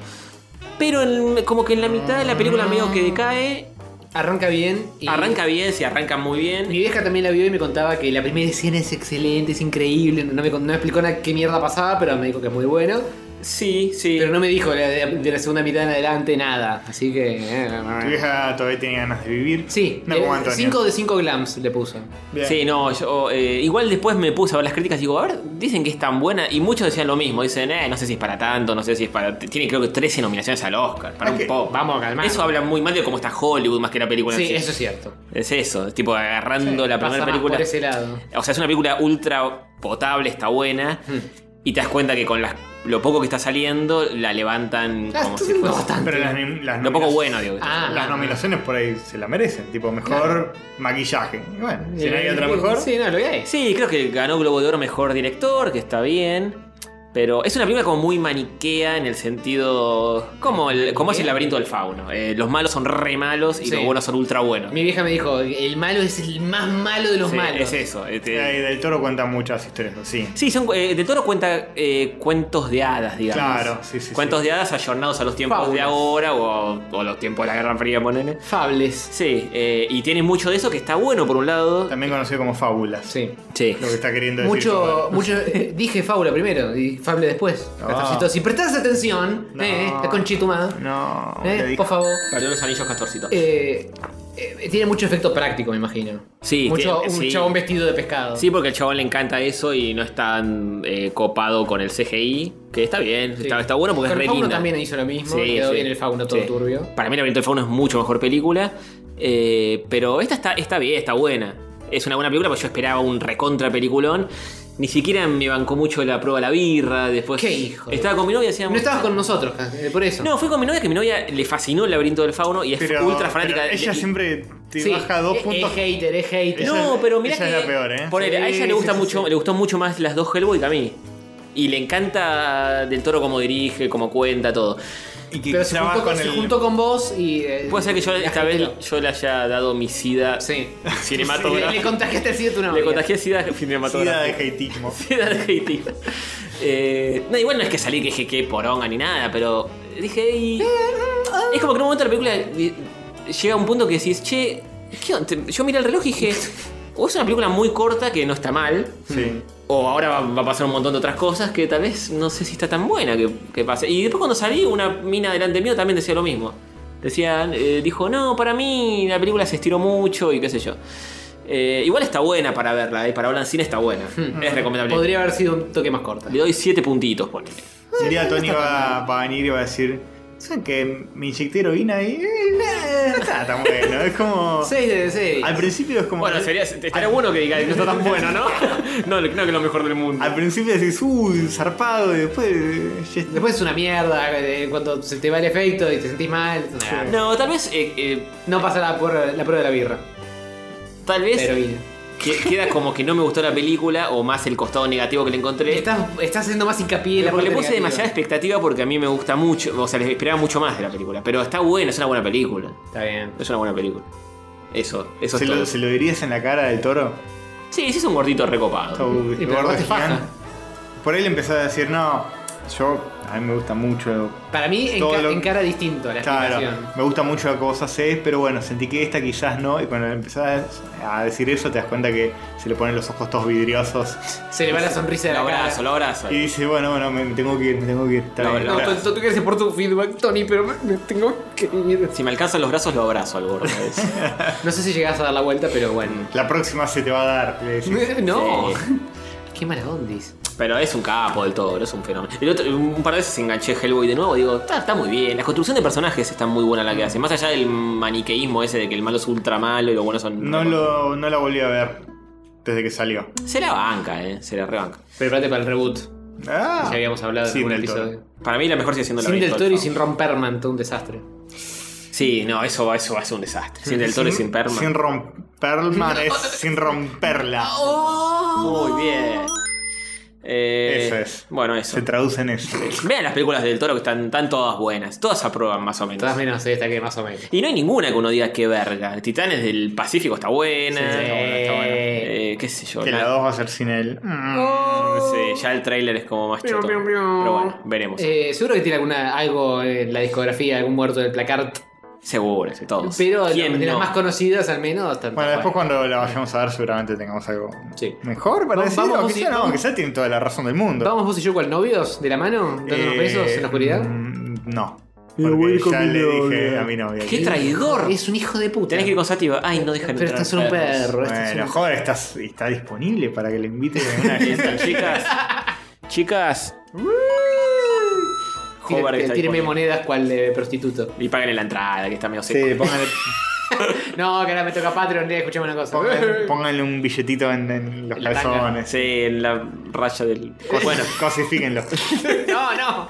Pero en- como que en la mitad de la película medio que decae. Arranca bien. y- Arranca bien, sí, arranca muy bien. Mi vieja también la vio y me contaba que la primera escena es excelente, es increíble. No me, con- no me explicó nada qué mierda pasaba, pero me dijo que es muy bueno. Sí, sí. Pero no me dijo la- de, de la segunda mitad en adelante nada. Así que. eh, Tu vieja todavía tiene ganas de vivir. Sí, No como eh, Antonio. cinco de 5 glams le puso. Bien. Sí, no, yo, eh, igual después me puse a ver las críticas y digo, a ver, dicen que es tan buena y muchos decían lo mismo, dicen, eh, no sé si es para tanto, no sé si es para... Tiene creo que 13 nominaciones al Oscar, para Es un que- poco. Vamos a calmar. Eso habla muy mal de cómo está Hollywood más que la película. en sí, eso es cierto. Es eso, es tipo agarrando la Pasa primera más película. Por ese lado. O sea, es una película ultra potable, está buena, Hmm. Hmm. y te das cuenta que con las- lo poco que está saliendo, la levantan como Ah, está si haciendo fuese... bastante. Pero las, nim- las Lo poco nominaciones- bueno, digo. Ah, Las nominaciones por ahí se la merecen. Tipo, mejor maquillaje. Y bueno, si no hay otra mejor. Eh, Sí, no, lo que hay. Sí, creo que ganó Globo de Oro mejor director, que está bien. Pero es una película como muy maniquea en el sentido. Como, el, como es el laberinto del fauno. Eh, los malos son re malos y Sí. los buenos son ultra buenos. Mi vieja me dijo, el malo es el más malo de los Sí, malos. Es eso. este- Eh, del toro cuenta muchas historias así. Sí, son, eh, de Toro cuenta eh, cuentos de hadas, digamos. Claro, sí, sí, Cuentos de hadas ayornados a los tiempos de Fábulas. ahora o, o los tiempos de la Guerra Fría, ponele. Fables. Sí, eh, y tiene mucho de eso que está bueno por un lado. También conocido como fábulas. Sí. Sí. Lo que está queriendo decir. Mucho, Fabel. mucho. eh, dije fábula primero y fable después. No. Castorcito, si prestás atención, No. eh, la conchitumada, No, le eh, dije- por favor. Perdió los anillos castorcitos. Eh, eh, tiene mucho efecto práctico, me imagino. Sí, Mucho, tiene- un sí. chabón vestido de pescado. Sí, porque al chabón le encanta eso y no es tan eh, copado con el CGI. Que está bien, Sí. está, está bueno porque Con es re el fauno linda. también hizo lo mismo, Sí, quedó sí. bien el fauno todo Sí. turbio. Para mí, Laberinto del Fauno es mucho mejor película. eh, pero esta está, está bien, está buena. Es una buena película, porque yo esperaba un recontra peliculón. Ni siquiera me bancó mucho la prueba de la birra. Después Qué hijo de- estaba con mi novia y decíamos. No estabas con nosotros, eh, por eso. No, fui con mi novia que mi novia le fascinó el laberinto del fauno y es Pero- ultra fanática. pero de- Ella y- siempre te Sí, eh, baja dos es- puntos. Es hater, es hater. Esa No, es- pero mira esa que es la peor, ¿eh? ponele, a Sí, ella le gusta sí, sí, mucho, sí. le gustó mucho más las dos Hellboy que a mí. Y le encanta del toro como dirige, como cuenta, todo. y que Pero se traba juntó, con con se el- juntó con vos y. eh, Puede ser que yo la esta gente vez no. yo le haya dado mi sida Sí. Le, le cinematográfica. contagiaste el sí de tu novia. le contagié sida sida de cinematográfica. hateismo. Sida de Haití. Eh, no, igual no es que salí que dije que poronga ni nada, pero dije. "Ey". Es como que en un momento la película eh, llega a un punto que decís, che, ¿qué onda? yo miré el reloj y dije, o es una película muy corta que no está mal, Sí. O ahora va, va a pasar un montón de otras cosas que tal vez no sé si está tan buena que, que pase. Y después cuando salí, una mina delante mío también decía lo mismo. Decía, eh, dijo, no, para mí la película se estiró mucho y qué sé yo. Eh, igual está buena para verla, eh, para hablar en cine está buena. Es recomendable. Mm. Podría haber sido un toque más corta. Le doy 7 puntitos, ponele. Un día Tony va, va a venir y va a decir: ¿Saben que me inyecté heroína y. eh, nah, no está tan bueno? Es como. 6 de 6. Al principio es como. Bueno, sería, estaría bueno que diga que no está tan bueno, ¿no? no, no creo que es lo mejor del mundo. Al principio decís, uy, zarpado, y después. eh, ya está. Después es una mierda. eh, En cuanto se te va el efecto y te sentís mal. es una- Sí. No, tal vez, eh, eh, No pasa la, prueba- la prueba de la birra. tal vez Pero bien. que- queda como que no me gustó la película o más el costado negativo que le encontré. Estás, estás haciendo más hincapié en la Pero porque le puse parte negativa. demasiada expectativa porque a mí me gusta mucho, o sea, les esperaba mucho más de la película. Pero está buena, es una buena película. Está bien. Es una buena película. Eso, eso ¿Se es lo, todo. ¿Se lo dirías en la cara del toro? Sí, sí es un gordito recopado. Gordo pero aparte gigante. Por ahí le empezó a decir, no, Yo, a mí me gusta mucho. Para mí Todo enca- lo- encara distinto la Claro, explicación. me gusta mucho la cosa 6, pero bueno, sentí que esta quizás no. Y cuando empezás a decir eso, te das cuenta que se le ponen los ojos todos vidriosos. Se le va la sonrisa de Lo la cara. abrazo, lo abrazo. Y dice, bueno, bueno, me, me tengo que ir, me tengo que ir. Está bien, no, gracias. No, tú quieres por tu feedback, Tony, pero me- me tengo que ir. Si me alcanzan los brazos, lo abrazo al gordo. ¿ves? No sé si llegás a dar la vuelta, pero bueno. La próxima se te va a dar. le decís. No. Sí. Qué mala ondis. Pero es un capo del todo, es un fenómeno. El otro- un par de veces enganché Hellboy de nuevo, digo, está, está muy bien. La construcción de personajes está muy buena Mm. la que hace. Más allá del maniqueísmo ese de que el malo es ultra malo y los buenos son. No, lo, no la volví a ver desde que salió. Se la banca, eh. Se la rebanca. Prepárate para el reboot. Ah, Ya habíamos hablado en Sin algún del Toro. episodio. Para mí la mejor sigue siendo la Sin de del Toro y sin Ron Perman, todo un desastre. Sí, no, eso, va- eso va a ser un desastre. Sin del Toro y sin Perma. Sin romperla, es sin romperla. Muy bien. Eh, Eso es. Bueno, eso. Se traduce en eso. Vean las películas del Toro que están, están todas buenas. Todas aprueban más o menos. Todas menos esta que más o menos. Y no hay ninguna que uno diga qué verga. Titanes del Pacífico está buena. Sí, está buena, está buena. Eh, qué sé yo. Que la- la 2 va a ser sin él. Mm. no sé, ya el tráiler es como más choto. Pero bueno, veremos. Eh, seguro que tiene alguna algo en la discografía, algún muerto del placard. Seguro, de todos. Pero de, ¿Quién de las no? más conocidas al menos. tanto Bueno, después fue. cuando la vayamos a ver seguramente tengamos algo Sí. mejor para Vamos- decir. vamos, o vos quizá y- no, vamos. quizá tienen toda la razón del mundo. ¿Vamos vos y yo cual novios de la mano? ¿Dándonos Eh, besos en la oscuridad? mm, No. Porque ya le dije a mi novia. ¡Qué traidor! Es un hijo de puta. Tenés que ir con Sativa. Ay, no dejan Pero entrar estás solo un perros. perro. estás Bueno, un- joder, estás, está disponible para que le invite a una Están, chicas. Chicas. Tire- Hobart está Tíreme disponible. monedas cual de prostituto. Y páganle la entrada, que está medio seco. Sí, pónganle, No, que ahora me toca Patreon, eh, escuchame una cosa. pónganle- pónganle un billetito en, en los La tanga. calzones. Sí, en la raya del. Cos- Bueno, cosifíquenlo. No, no.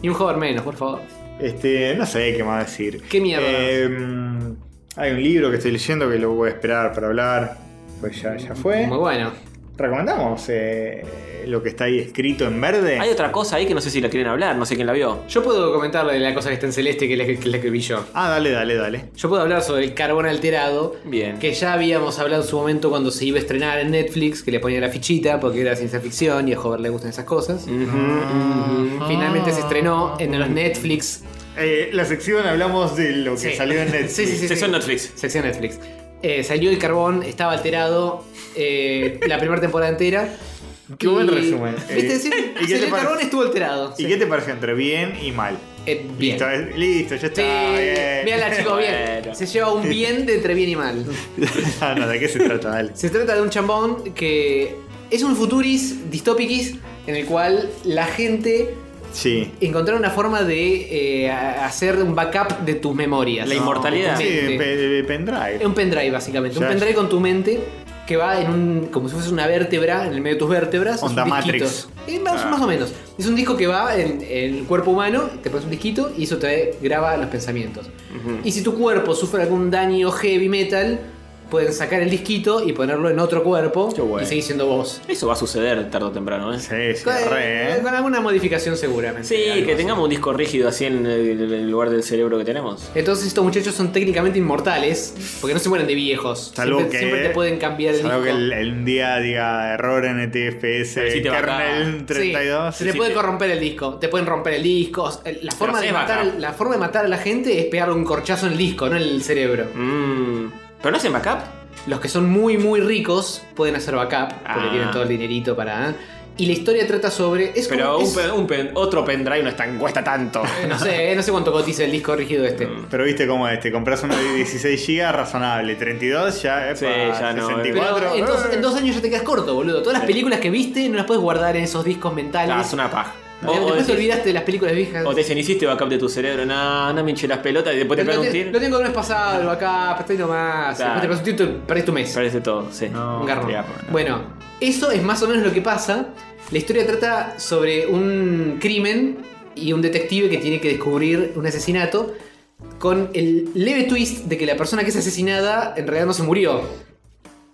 Y un joven menos, por favor. Este, no sé qué más decir. ¿Qué mierda? Eh, mm, hay un libro que estoy leyendo que lo voy a esperar para hablar. Pues ya, ya ¿Eh? fue. Muy bueno. Recomendamos eh, lo que está ahí escrito en verde. hay otra cosa ahí que no sé si la quieren hablar, no sé quién la vio. Yo puedo comentar de la cosa que está en celeste, que es la que, que es la que vi yo. Ah, dale, dale, dale. Yo puedo hablar sobre el carbón alterado. Bien. Que ya habíamos hablado en su momento cuando se iba a estrenar en Netflix, que le ponía la fichita porque era ciencia ficción y a Hover le gustan esas cosas. Mm. Ah. Finalmente se estrenó en los Netflix. Eh, la sección hablamos de lo que Sí. salió en Netflix. Sí, sí, sí. Sección Netflix. Sección Netflix. Eh, salió el carbón, estaba alterado eh, la primera temporada entera. Qué buen resumen. ¿Viste? Eh, Sí, ¿y qué salió te el parece? carbón estuvo alterado. ¿Y sí. qué te pareció entre bien y mal? Eh, bien. Listo, eh, listo, ya Sí, está. bien. véanla, chicos, bien. Bueno. Se lleva un bien de entre bien y mal. Ah, no, ¿de qué se trata? Dale. Se trata de un chambón que es un futuris distópiquis en el cual la gente Sí. encontrar una forma de eh, a- hacer un backup de tus memorias. La inmortalidad. Sí, Sí, sí. pe- pendrive. Es un pendrive, básicamente. Ya, Un ya. pendrive con tu mente que va en un. como si fuese una vértebra, en el medio de tus vértebras. Onda son Matrix. Ah. disquitos. Eh, más, más o menos. Es un disco que va en, en el cuerpo humano, te pones un disquito y eso te graba los pensamientos. Y si tu cuerpo sufre algún daño heavy metal, pueden sacar el disquito y ponerlo en otro cuerpo Qué bueno. y seguir siendo vos. Eso va a suceder tarde o temprano, ¿eh? Sí, Sí, sí, Con, re, ¿eh? con alguna modificación seguramente. algo que así. tengamos un disco rígido así en el, el lugar del cerebro que tenemos. Entonces estos muchachos son técnicamente inmortales, porque no se mueren de viejos. Salvo siempre, que- siempre te pueden cambiar el Salvo disco. que el, el- un día diga error en E Pero sí NTFS, te va acá. kernel Sí, 32. se le sí, puede sí. corromper el disco, te pueden romper el disco. o sea, La forma, haces de matar, backup. la forma de matar a la gente es pegarle un corchazo en el disco, no en el cerebro. Mm. ¿Pero no hacen backup? Los que son muy, muy ricos pueden hacer backup, porque Ah. tienen todo el dinerito para. ¿eh? Y la historia trata sobre. Es Pero como- un es- pen- un pen- otro pendrive no es tan, cuesta tanto. No sé, eh, no sé cuánto cotiza el disco rígido este. Mm. Pero viste cómo es, te compras uno de 16 GB razonable, 32 ya, epa, Sí, ya no, 64. Pero en dos, eh. en dos años ya te quedas corto, boludo. Todas las películas que viste no las puedes guardar en esos discos mentales. Ah, es una paja. O, Después o te decís- olvidaste de las películas viejas. o te dicen, hiciste backup de tu cerebro, no, no me hinché las pelotas y después te lo, pegan un te- tiro. lo tengo el mes pasado acá, estoy nomás. Claro. Después te pasó un tiro, te perdés tu mes. Parece todo, sí. un garrón. tierno, no. Bueno, eso es más o menos lo que pasa. La historia trata sobre un crimen y un detective que tiene que descubrir un asesinato con el leve twist de que la persona que es asesinada en realidad no se murió.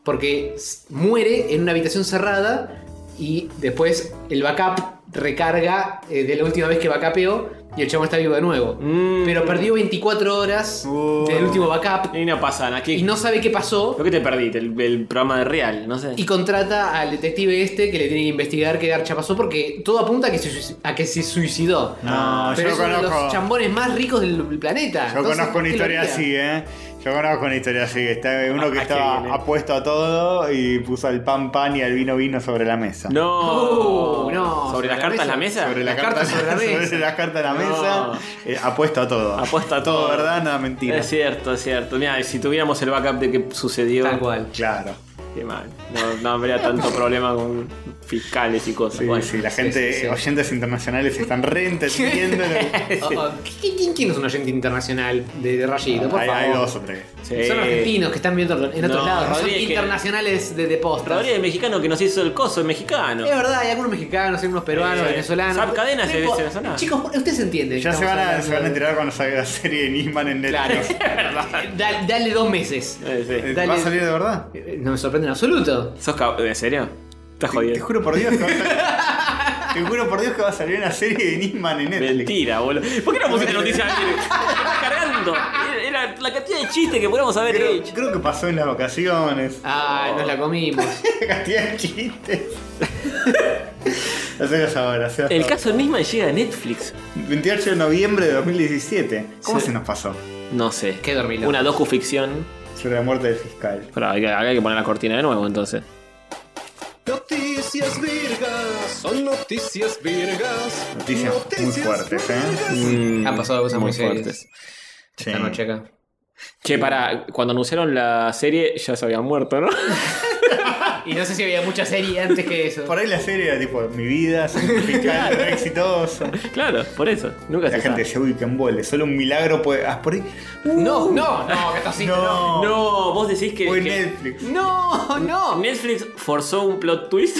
Porque s- muere en una habitación cerrada y después el backup recarga eh, de la última vez que backupeó y el chabón está vivo de nuevo. Mm. Pero perdió 24 horas Uh. del último backup Y no pasa nada. ¿qué- y no sabe qué pasó. Lo que te perdiste, el, el programa de Real, no sé. Y contrata al detective este que le tiene que investigar qué garcha pasó porque todo apunta a que se, suici- a que se suicidó. No, Pero yo es uno de conozco- los chambones más ricos del planeta. Yo Entonces, conozco una ¿qué historia lo haría? así, ¿eh? Yo conozco una historia así, que está uno que Ah, qué bien, estaba eh. apuesto a todo y puso el pan pan y el vino vino sobre la mesa. No. Uh, no, ¿Sobre, las cartas en la mesa? Sobre la Las carta, cartas sobre la mesa. sobre la carta de la No. mesa, eh, apuesto a todo. Apuesto a todo. ¿verdad? Nada mentira. Es cierto, es cierto. Mira, si tuviéramos el backup de que sucedió. Tal cual. Claro. Qué mal. No, no habría tanto problema con fiscales y cosas. Sí, Bueno. sí, la gente, sí, sí. oyentes internacionales están reentendiendo. Oh, oh, ¿qui- ¿Quién, quién es un oyente internacional de, de Rayito? Por hay, favor. hay dos o tres. Sí. Son argentinos que están viendo en otros No, lados. Son Rodríguez que- internacionales de, de postas. Rodríguez el mexicano que nos hizo el coso, el mexicano. Es verdad, hay algunos mexicanos, hay algunos peruanos, Sí. venezolanos. Zap Cadena se- Tipo, se venezolano. Chicos, ustedes entienden. Ya que se estamos van, a, hablando se van a de- enterar cuando salga la serie de Nisman en Netflix. Claro. dale, dale dos meses. Eh, sí. Eh, Dale. ¿Va a salir de verdad? Eh, No me sorprende en absoluto. ¿Sos cab- ¿En serio? Estás Te jodido. juro por Dios que va a salir. Te juro por Dios que va a salir una serie de Nisman en Netflix. Mentira, boludo. ¿Por qué no pusiste noticias al aire? Me estás cargando. Era la cantidad de chistes que podíamos haber Creo, hecho. creo que pasó en las vacaciones. Ah, nos la comimos. Cantidad de chistes. Hacelos ahora, hacelos El ahora. caso Nisman llega a Netflix. 28 de noviembre de 2017. ¿Cómo Sí. se nos pasó? No sé. Qué dormilón. Una docuficción. Sobre la muerte del fiscal. Pero hay que, hay que poner la cortina de nuevo entonces. Noticias virgas, son noticias virgas. Noticias muy fuertes, ¿eh? Han pasado cosas muy, serias Sí. esta noche acá. Che, para, cuando anunciaron la serie ya se habían muerto, ¿no? Y no sé si había mucha serie antes que eso. Por ahí la serie era tipo Mi vida, soy un fiscal re exitoso. claro, por eso. Nunca La se sabe. gente se uy, que embole. Solo un milagro puede. Ah, por ahí. No, no, no, que esto sí. No, No, vos decís que, Fue que Netflix. No, no. Netflix forzó un plot twist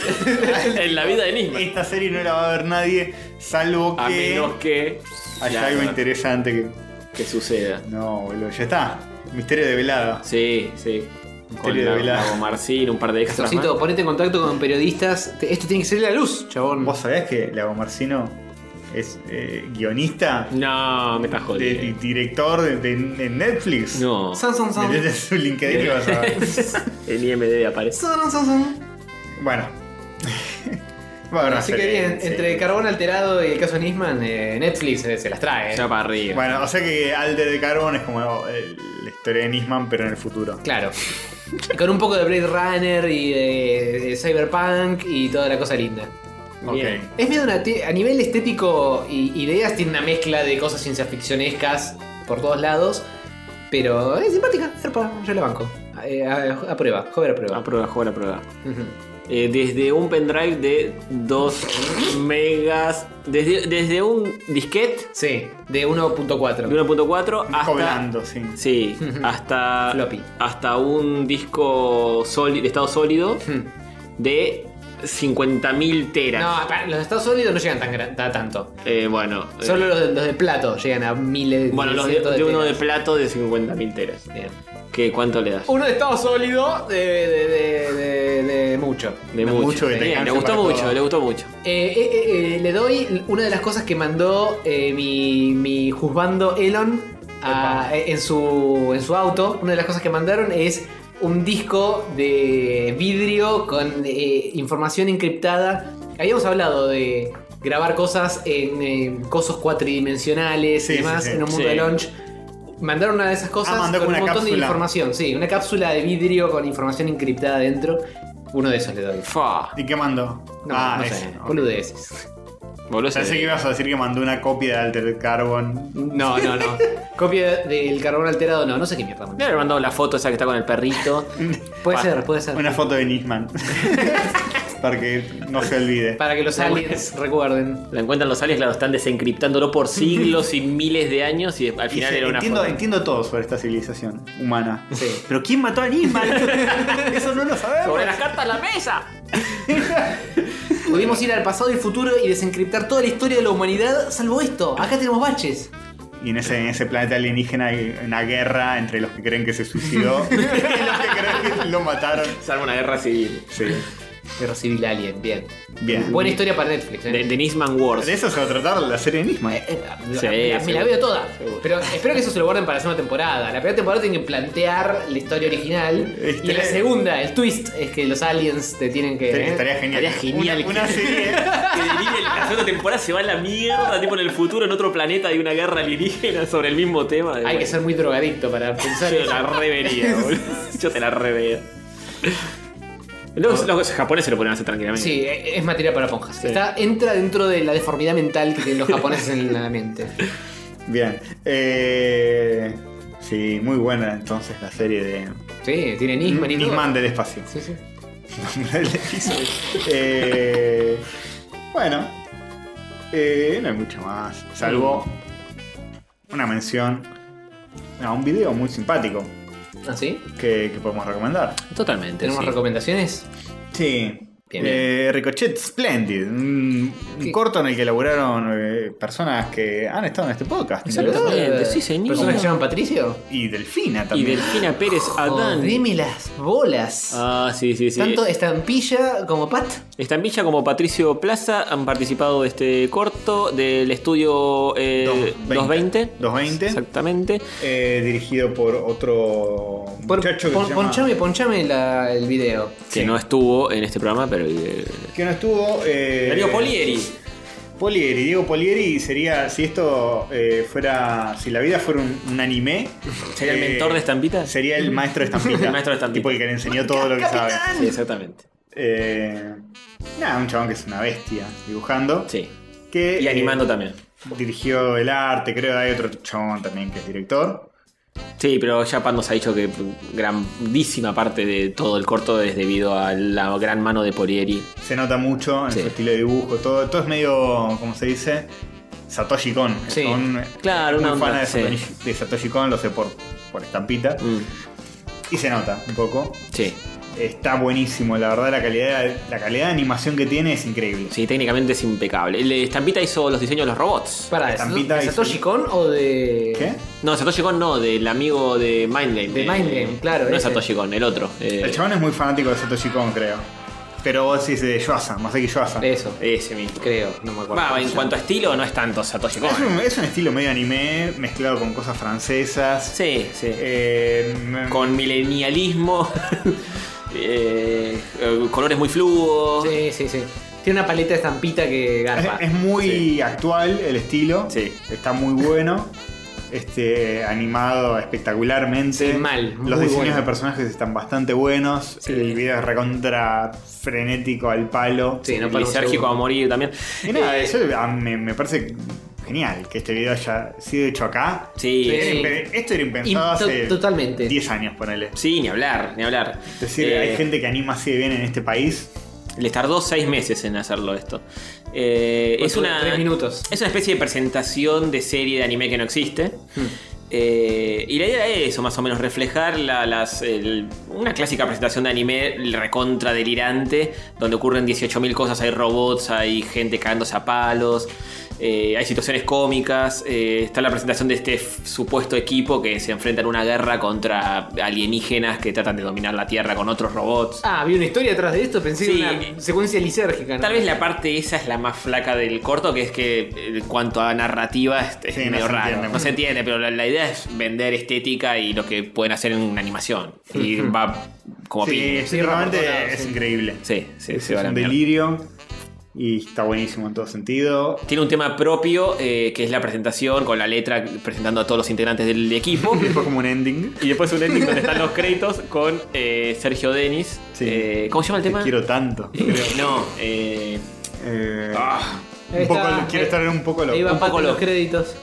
en la vida de Nisman. Esta serie no la va a ver nadie, salvo A que menos que haya claro, algo interesante que. que suceda. No, boludo, ya está. Misterio de velada. Sí, sí. Con de la, Velasco. Lago Marcín, un par de extras. más. Castorcito, ponete en contacto con periodistas. Te- Esto tiene que salir a la luz, chabón. ¿Vos sabés que Lago Marcino es eh, guionista? No, me estás de- di- jodiendo. director de, de- en Netflix. eh. No. San, san, san. Metete en su LinkedIn y vas a ver. En IMDB aparece. San, san, san. Bueno. bueno, Así serie, que bien, sí. entre carbón alterado y el caso Nisman, eh, Netflix eh, se las trae. eh. Ya para arriba. Bueno, o sea que Alde de Carbón es como eh, la historia de Nisman, pero en el futuro. Claro. Y con un poco de Blade Runner y de, de Cyberpunk y toda la cosa linda. Bien. Ok. Es medio una ti- a nivel estético y ideas tiene una mezcla de cosas ciencia ficcionescas por todos lados, pero es simpática, zarpa, yo la banco. Eh, a, a prueba, joven a prueba. Aprueba, joven, aprueba. Ujú. Eh, desde un pendrive de 2 megas. Desde, desde un disquete Sí, de de 1.4. 1.4 Un poco hasta. blando, sí. Sí, hasta. Floppy. Hasta un disco sólido, de estado sólido Ujú. de 50.000 teras. No, pa- los de Estados Unidos no llegan tan gran- ta- tanto. Eh, bueno. eh, Solo los de, los de plato llegan a miles bueno, los de, cientos de uno de telas. plato de 50.000 teras. Bien. ¿Qué, ¿Cuánto le das? Uno de estado sólido de, de, de, de- de mucho. De mucho que te Bien, le alcance gustó para mucho, todo. le gustó mucho. Eh, eh, eh, eh, le doy una de las cosas que mandó eh, mi, mi juzgando Elon a- eh, en, su, en su auto. Una de las cosas que mandaron es un disco de vidrio con eh, información encriptada. Habíamos hablado de grabar cosas en eh, cosos cuatridimensionales Sí, y sí, demás sí. en un mundo Sí. de launch. Mandaron una de esas cosas Ah, mandó con una un montón de cápsula. información. Sí, una cápsula de vidrio con información encriptada adentro. Uno de esos le doy. Fa. ¿Y qué mandó? No, no Ah, ese, sé, ok. boludeces. Boludo, Pensé se- que ibas a decir que mandó una copia de Altered Carbon. No, no, no. Copia del carbón alterado, no, no sé qué mierda. Me haber mandado la foto esa que está con el perrito. Puede Pa- ser, puede ser. Una foto de Nisman. Para que no se olvide. Para que los aliens recuerden. La encuentran los aliens, claro, están desencriptándolo por siglos y miles de años y al final Dice, era una entiendo, foto. entiendo todo sobre esta civilización humana. Sí. Pero ¿quién mató a Nisman? Eso no lo sabemos. ¡Sobre las cartas la mesa! Pudimos ir al pasado y el futuro y desencriptar toda la historia de la humanidad, salvo esto. Acá tenemos baches. Y en ese, en ese planeta alienígena hay una guerra entre los que creen que se suicidó y los que creen que lo mataron. Salvo una guerra civil. Sí. y recibí el alien. Bien. Bien. Buena historia para Netflix. ¿eh? De, de Nisman Wars. De eso se va a tratar la serie misma. Eh, La- Sí, la- me la seguro, veo toda. Pero espero que eso se lo guarden para la segunda temporada. La primera temporada tienen que plantear la historia original. Este- Y la segunda, el twist, es que los aliens te tienen que. ¿eh? Estaría genial. Estaría genial Una, una que- serie. Que derive la segunda temporada se va a la mierda, tipo en el futuro, en otro planeta hay una guerra alienígena sobre el mismo tema. Hay que ser muy drogadicto para pensar Yo en la revería, boludo. Yo te la revería. Los, los japoneses lo ponen a hacer tranquilamente. Sí, e- es material para ponjas. Está, entra dentro de la deformidad mental que tienen los japoneses en la mente. Bien. Eh, sí, muy buena entonces la serie de. Sí, tienen Isman y todo. Nisman del espacio. Sí, sí. Nombre del episodio. Eh, bueno. Eh, no hay mucho más. Salvo una mención a un video muy simpático ¿Ah, sí? que, que podemos recomendar. Totalmente. ¿Tenemos sí. recomendaciones? Sí. Bien, Eh, Ricochet Splendid, un, un Sí. corto en el que elaboraron eh, personas que han estado en este podcast. Exactamente, sí, señor. ¿Personas que se llaman Patricio? Y Delfina Y también. Delfina Pérez Adán. Jodeme las bolas. Ah, sí, sí, sí. Tanto estampilla como Pat. Estampilla como Patricio Plaza han participado de este corto del estudio eh, 220. 220. 220. Exactamente. Eh, dirigido por otro Por- muchacho que, pon- se llama- Ponchame, ponchame la- el video. Que no estuvo en este programa, pero. eh, que no estuvo. eh, Darío Polieri. Polieri, Diego Polieri sería, si esto eh, fuera, si la vida fuera un, un anime. ¿Sería el eh, mentor de Estampita? Sí, Sería el maestro de estampita. El maestro de estampita. Tipo el que le enseñó todo lo que sabe. exactamente. Eh, nada, un chabón que es una bestia dibujando. Sí. Que, Y animando eh, también. Dirigió el arte, creo. Hay otro chabón también que es director. Sí, pero ya Pan nos ha dicho que grandísima parte de todo el corto es debido a la gran mano de Polieri. Se nota mucho en Sí. su estilo de dibujo. Todo, todo es medio, ¿cómo se dice? Satoshi Kon. El Sí. chabón Claro, es una muy onda, fan de, sí. Satoshi, de Satoshi Kon, lo sé por, por estampita. Mm, Y se nota un poco. sí. Está buenísimo, la verdad la calidad, la calidad de animación que tiene es increíble. Sí, técnicamente es impecable. El Estampita hizo los diseños de los robots. Para, Estampita ¿de y- Satoshi Kon o de.? ¿Qué? No, Satoshi Kon no, del amigo de Mind Game. eh, De Mind Game, claro, No es ese. Satoshi Kon, el otro. eh, El chabón es muy fanático de Satoshi Kon, creo. Pero vos decís de Yuasa, Masaki Yuasa. Eh, Es Eso, ese mismo. creo, no me acuerdo. Va, en cuanto a estilo, no es tanto Satoshi Kon. un, es un estilo medio anime mezclado con cosas francesas. Sí, sí. Eh, m- Con milenialismo. eh, eh, colores muy fluo. Sí, sí, sí. Tiene una paleta de estampita que es, garpa. es muy Sí. actual el estilo. Sí. Está muy bueno. Este, animado espectacularmente. Sí, mal, muy Los diseños bueno. de personajes están bastante buenos. Sí. El video es recontra frenético al palo. Sí, no para un Lisérgico segundo. a morir también. Y nada, Eh, eso a- me, me parece genial que este video haya sido hecho acá. Sí, Era sí. impe- Esto era Y to- impensado hace totalmente. 10 años, ponele. Sí, ni hablar, ni hablar. Es decir, Eh, hay gente que anima así de bien en este país. Les tardó seis meses en hacerlo esto. Eh, Pues es una. tres minutos. Es una especie de presentación de serie de anime que no existe. Mm. Eh, y la idea es eso, más o menos, reflejar la- las, el- una clásica presentación de anime recontra delirante, donde ocurren 18.000 cosas, hay robots, hay gente cagándose a palos, eh, hay situaciones cómicas, eh, está la presentación de este f- supuesto equipo que se enfrenta en una guerra contra alienígenas que tratan de dominar la Tierra con otros robots. Ah, había una historia atrás de esto, pensé Sí. que era una secuencia lisérgica. ¿no? Tal vez la parte esa es la más flaca del corto, que es que en cuanto a narrativa es, es Sí, no medio se raro. entiende. No se entiende, pero la, la idea es vender estética y lo que pueden hacer en una animación. Y va como Sí, piña. sí, realmente por todos lados, es sí. increíble. Sí, sí, es se va a la un mierda. delirio y está buenísimo en todo sentido. Tiene un tema propio, eh, que es la presentación, con la letra presentando a todos los integrantes del equipo. Y después como un ending. y después un ending donde están los créditos con eh, Sergio Denis. Sí. Eh, ¿Cómo se llama el Te tema? quiero tanto. Eh, no, eh, Eh, Ah. Ahí un poco, está, quiero ahí- estar en un poco Ahí loco. va Un Pat poco en los loco. créditos.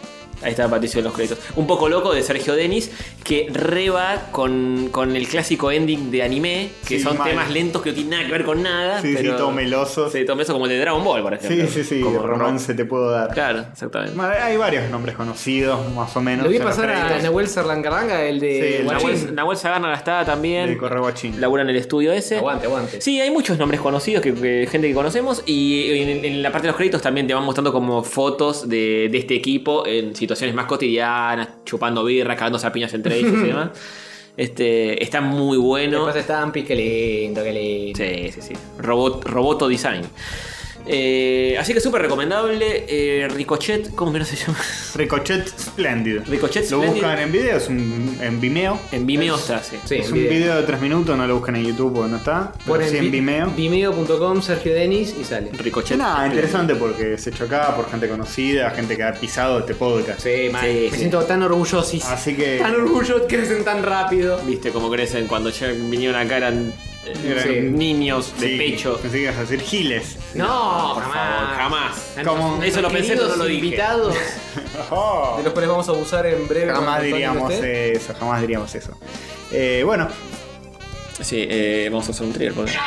Ahí está Patricio en los créditos. Un poco loco de Sergio Denis, que reba con, con el clásico ending de anime, que Sí, son mal. temas lentos que no tienen nada que ver con nada. Sí, sí, pero todo meloso. Sí, todo meloso como el de Dragon Ball, por Sí, ejemplo. sí, sí, Como romance te puedo dar. Claro, exactamente. Bueno, Hay varios nombres conocidos, más o menos. Lo vi en los pasar a créditos. Nahuel Serlangaranga, el Sí, de el Guachín. Nahuel, Nahuel Sagana está también. De Correo Guachín. Labura en el estudio ese. Aguante, aguante. Sí, hay muchos nombres conocidos, que, que- gente que conocemos, y en, en la parte de los créditos también te van mostrando como fotos de, de este equipo en situaciones más cotidianas, chupando birra, cagándose a piñas entre ellos y demás. Este, está muy bueno. Después está Ampi, qué lindo, qué lindo. Sí, sí, sí. Robot, roboto Design. Eh, así que súper recomendable. Eh, Ricochet, ¿cómo que no se llama? Ricochet Splendid. Ricochet Lo Splendid. buscan en video, es un, en Vimeo. En Vimeo está, sí. Sí, es en un video. video. de 3 minutos, no lo buscan en YouTube porque no está. Pero Ponen sí en vi- Vimeo. Vimeo.com, Sergio Denis y sale. Ricochet. Este, Nada, Splendid. Ah, interesante porque se hecho acá por gente conocida, gente que ha pisado este podcast. Sí, man, Sí, me sí. siento tan orgulloso. Así que Tan orgulloso que crecen tan rápido. Viste cómo crecen cuando ya vinieron acá eran, eh, Sí. niños de sí, pecho. Pensé que ibas a decir giles. No, Por jamás. favor, jamás. Como- Eso lo pensé, pero no lo dije. invitados, Oh. de los cuales vamos a abusar en breve. Jamás cuando Antonio diríamos esté. eso, jamás diríamos eso. Eh, bueno, Sí, eh, vamos a hacer un trigger. porque Ya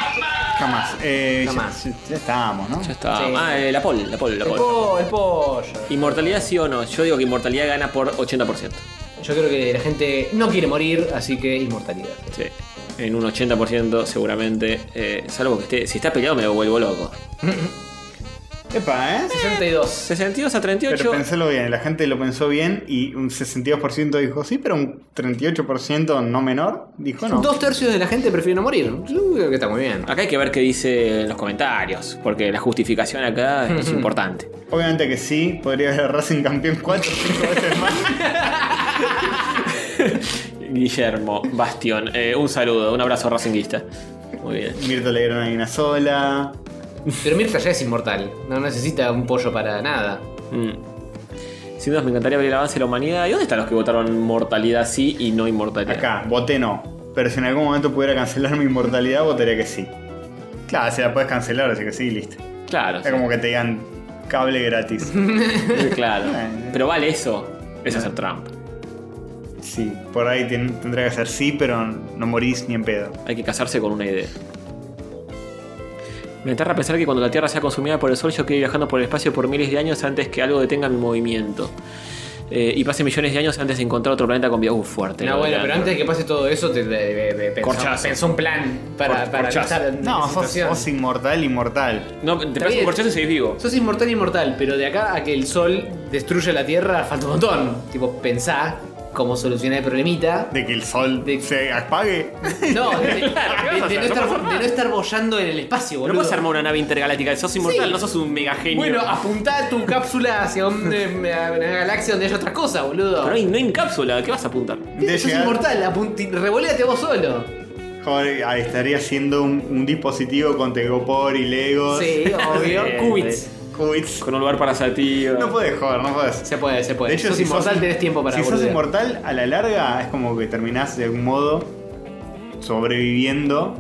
jamás. Eh, ya- Jamás. Ya, ya estábamos, ¿no? está. Sí. Ah, eh, la pol, la pol, la El pol. pollo, el pollo. Inmortalidad sí o no. Yo digo que inmortalidad gana por 80%. Yo creo que la gente no quiere morir, así que inmortalidad. Sí. En un 80% seguramente. eh, salvo que esté. Si está peleado me vuelvo loco. Epa, ¿eh? 62. 62 a 38. Pero pensalo bien, la gente lo pensó bien y un 62% dijo sí, pero un 38% no menor dijo no. Dos tercios de la gente prefiere no morir. Yo creo que está muy bien. Acá hay que ver qué dice en los comentarios. Porque la justificación acá es importante. Obviamente que sí, podría haber Racing campeón 4 o 5 veces más. Guillermo, Bastión. eh, un saludo, un abrazo racinguista. Muy bien. Mirta le dieron ahí una sola. Pero Mirta ya es inmortal. No necesita un pollo para nada. Mm. Sin dudas me encantaría ver el avance de la humanidad. ¿Y dónde están los que votaron mortalidad sí y no inmortalidad? Acá, voté no. Pero si en algún momento pudiera cancelar mi inmortalidad, votaría que sí. Claro, se la puedes cancelar, así que sí, listo. Claro. Es como que te digan cable gratis. sí, claro. Pero vale eso. Es hacer Trump. Sí, por ahí tien- tendría que ser sí, pero no morís ni en pedo. Hay que casarse con una idea. Me aterra pensar que cuando la Tierra sea consumida por el Sol, yo quiero ir viajando por el espacio por miles de años antes que algo detenga mi movimiento. Eh, y pase millones de años antes de encontrar otro planeta con vida. Uh, fuerte. No, lo de bueno, pero Andrew. antes de que pase todo eso, te, te- te- te- pensó- Corchazo. pensó un plan para, Cor- para corchazo. pensar en No, la sos, situación. sos inmortal, inmortal. No, te pegas un bien. corchazo y seguís vivo. Sos inmortal, inmortal, pero de acá a que el sol destruya la tierra falta un montón. Tipo, pensá cómo solucionar el problemita. De que el sol De- se apague. No, de, de- de- de vas a hacer? no, No estar, pasa nada. de no estar bollando en el espacio, No boludo. puedes armar una nave intergaláctica. Sos inmortal, no sos un mega genio. bueno, apuntá tu cápsula hacia un- eh, a una galaxia donde haya otra cosa, boludo. Pero no hay, no hay cápsula. ¿Qué vas a apuntar? De Sos inmortal, apunti- revoléate vos solo. Joder, ahí estaría siendo un, un dispositivo con tegopor y legos. Sí, obvio. Sí, Qubits. sí. Qubits. Eh, Con un lugar para sativa. No puedes, joder, no puedes. Se puede, se puede. De hecho, sos si inmortal, sos- tenés tiempo para Si sos boludear. inmortal, a la larga es como que terminás de algún modo sobreviviendo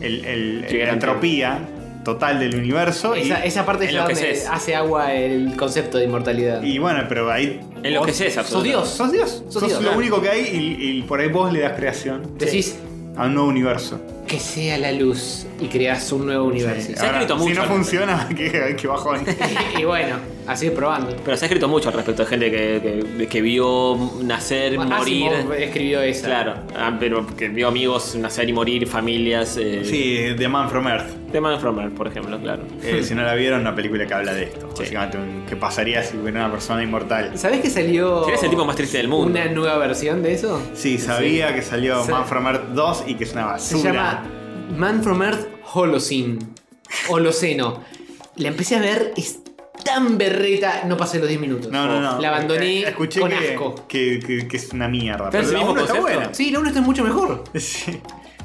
el, el- Qué la grande. entropía total del universo. y- Esa, esa parte es la donde enloqueces. hace agua el concepto de inmortalidad. Y bueno, pero ahí. En lo que es Sos Dios. Sos Dios. Sos Sos, Dios, lo claro. único que hay y, y por ahí vos le das creación Decís a un nuevo universo. que sea la luz y creas un nuevo universo. Sí, Se ha ahora, escrito si mucho no al funciona, que, que bajón. Y bueno, así probando. Pero se ha escrito mucho al respecto de gente que, que- que vio nacer, Ah, morir. Asimov escribió esa. Claro, ah, pero que vio amigos nacer y morir, familias. eh, sí, The Man from Earth. The Man from Earth, por ejemplo, claro. Eh, si no la vieron, una película que habla de esto. Básicamente, un- ¿qué pasaría si hubiera una persona inmortal? ¿Sabés que Oh, salió Serías el tipo más triste del mundo. una nueva versión de eso? Sí, sabía que salió Sí. Man from Earth 2 y que es una Se basura. llama Man from Earth Holocene. Holoceno. La empecé a ver, es tan berreta, no pasé los 10 minutos. No, no, no. La abandoné Eh, Escuché con que, asco. Que, que- que es una mierda. Pero Pero es el la mismo uno está concepto. buena. Sí, la 1 está mucho mejor. Sí.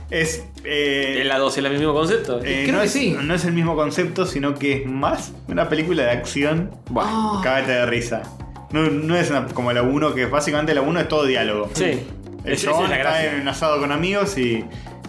Es. eh, ¿Es la 2 es el mismo concepto? eh, creo no que es, sí. No es el mismo concepto, sino que es más una película de acción. Buah. Ah. Cágate de risa. No, no es una- como la 1, que básicamente la 1 es todo diálogo. Sí. El Es- esa chabón es la está gracia. en un asado con amigos y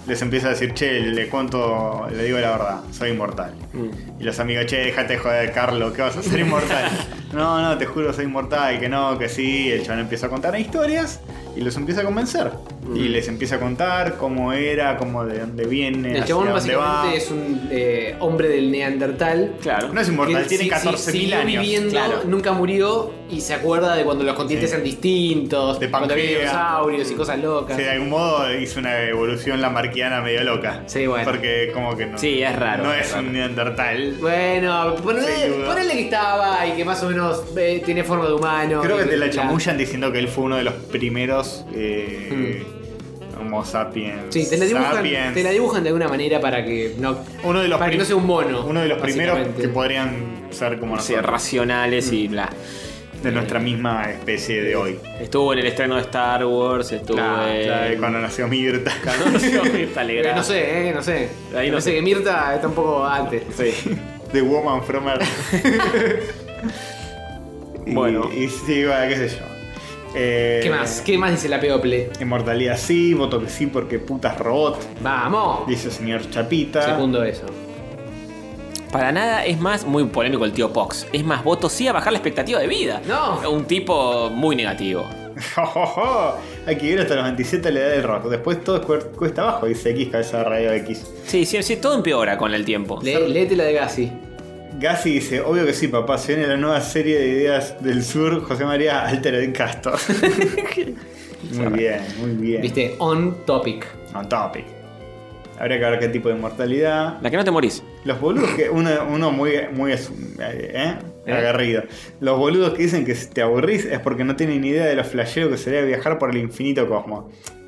les empieza a decir, che, le cuento, le digo la verdad, soy inmortal. Mm. Y los amigos, che, déjate de joder, Carlos, ¿qué vas a ser inmortal? no, no, te juro, soy inmortal, que no, que sí. El chabón empieza a contar historias y los empieza a convencer. Mm. Y les empieza a contar cómo era, cómo de dónde viene, El hacia chabón dónde va. básicamente es un eh, hombre del Neandertal. Claro. No es inmortal, Que tiene si- si- 14.000 siguió años. viviendo, Claro. nunca murió y se acuerda de cuando los continentes Sí. eran distintos, De cuando había Pangea. dinosaurios y cosas locas. Sí, de algún modo hizo una evolución lamarquiana medio loca. Sí, bueno. Porque como que no. Sí, es raro, No es es, un neandertal. Bueno, Sin ponele, duda. ponele que estaba y que más o menos eh, tiene forma de humano. Creo que y te la bla, bla. chamullan diciendo que él fue uno de los primeros eh, Homo sapiens. Hmm. Sí, te la, dibujan, sapiens. te la dibujan de alguna manera para que no, Uno de los para que prim- no sea un mono. Uno de los primeros básicamente. que podrían ser como Sí, nosotros, racionales Mm. y bla. de nuestra misma especie de hoy. Estuvo en el estreno de Star Wars, estuvo en. Claro, cuando nació Mirta. Está Eh, alegrado. no sé, eh, no sé. Ahí no no sé sé. que Mirta está un poco antes. Sí. The Woman from Earth. Y- Bueno. Y, sí, bueno, qué sé yo. Eh, ¿Qué más? ¿Qué más dice la People? Inmortalidad sí, voto que sí porque putas robot, ¡Vamos! dice el señor Chapita. Segundo eso. Para nada es más, muy polémico el tío Pox. Es más, voto sí a bajar la expectativa de vida. No. Un tipo muy negativo. Oh, Hay que ir hasta los 27 le da el rock. Después todo es cuer- cuesta abajo, dice X, cabeza de rayo X. Sí, sí, sí, todo empeora con el tiempo. Le- Léete la de Gassi. Gassi dice, obvio que sí, papá, se viene la nueva serie de ideas del sur, José María Altero de Castro. muy bien, muy bien. Viste, on topic. On topic. Habría que ver qué tipo de inmortalidad. La que no te morís. Los boludos que. Uno, uno muy. muy es- eh, ¿eh? Agarrido. Los boludos que dicen que si te aburrís es porque no tienen ni idea de los flasheos que sería viajar por el infinito cosmos.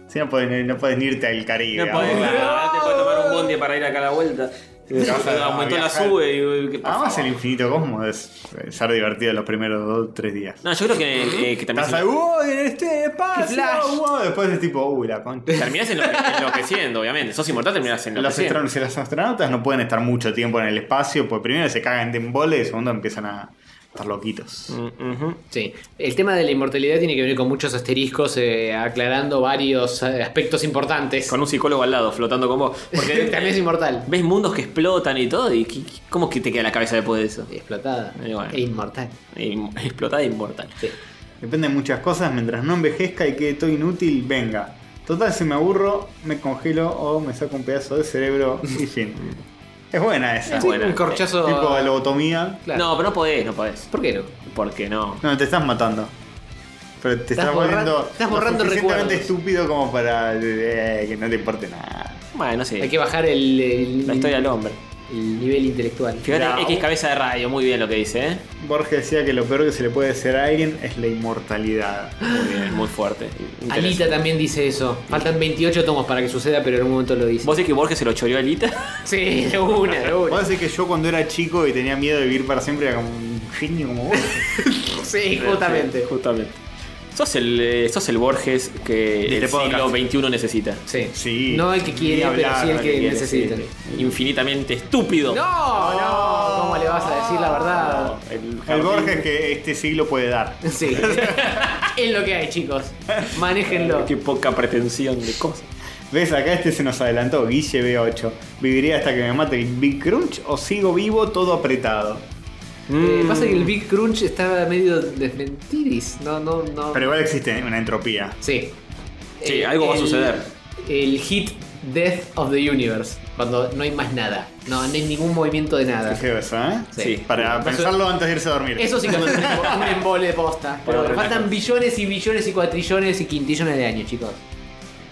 Si no pueden, no pueden irte al Caribe. No a podés, volar. te puedes tomar un bondi para ir acá a la vuelta. vas a- Aumentó a la viajar. sube y. que- por Además, favor. el infinito cosmos es eh, ser divertido los primeros dos tres días. No, yo creo que, eh, que también. Estás ahí, se- ¡Uy, en este espacio! flash! wow". Después es tipo, ¡uy, la concha! Terminás enloque- enloqueciendo, obviamente. Sos inmortal, terminás Los, enloqueciendo. astron- si los astronautas no pueden estar mucho tiempo en el espacio, pues primero se cagan de embole y segundo empiezan a estar loquitos. Mm, ujú. Sí. El tema de la inmortalidad tiene que venir con muchos asteriscos, eh, aclarando varios eh, aspectos importantes. Con un psicólogo al lado, flotando con vos. Porque También es inmortal. ves mundos que explotan y todo. ¿Y qué- qué- cómo que te queda la cabeza después de eso? Explotada. Y bueno. E inmortal. Im- Explotada e inmortal. Depende de muchas cosas, mientras no envejezca y quede todo inútil, venga. Total, si me aburro, me congelo o me saco un pedazo de cerebro y fin. Es buena esa. Es buena. Un corchazo. Tipo lobotomía. Claro. No, pero no podés, no podés. ¿Por qué no? Porque no. No, te estás matando. Pero te estás, Estás volviendo borra- estás lo borrando suficientemente recuerdos. estúpido como para eh, que no te importe nada. Bueno, no Hay sé. que bajar el, el- La historia del hombre. el nivel intelectual. Fíjate, Bravo. X cabeza de radio, muy bien lo que dice, ¿eh? Borges decía que lo peor que se le puede decir a alguien es la inmortalidad. Muy bien, muy fuerte. Alita también dice eso. Faltan 28 tomos para que suceda, pero en un momento lo dice. ¿Vos decís que Borges se lo choreó a Alita? Sí, de una, de Puedo una. decir que yo cuando era chico y tenía miedo de vivir para siempre era como un genio como vos. Sí, justamente. Justamente. Sos el, eh, sos el Borges que De este el siglo podcast. XXI necesita. Sí. Sí. No el que quiere, Ni pero hablar, sí el no que quiere, necesita. sí. Infinitamente estúpido. No, no. ¿Cómo le vas a decir la verdad? El, Borges que este siglo puede dar. Sí. es lo que hay, chicos. Manéjenlo. Qué poca pretensión de cosas. ¿Ves? Acá este se nos adelantó, Guille B8. ¿Viviría hasta que me mate el Big Crunch o sigo vivo todo apretado? Mm. Eh, pasa que el Big Crunch estaba medio desmentidis. No, no, no. Pero igual existe ¿eh? una entropía. sí. Sí, algo va a suceder. El hit Death of the Universe. Cuando no hay más nada. No, no hay ningún movimiento de Qué nada. feo eso, ¿eh? Sí. Para pensarlo antes de irse a dormir. Eso sí que es un embo- un embole de posta. Pero Por faltan otra billones y billones y cuatrillones y quintillones de años, chicos.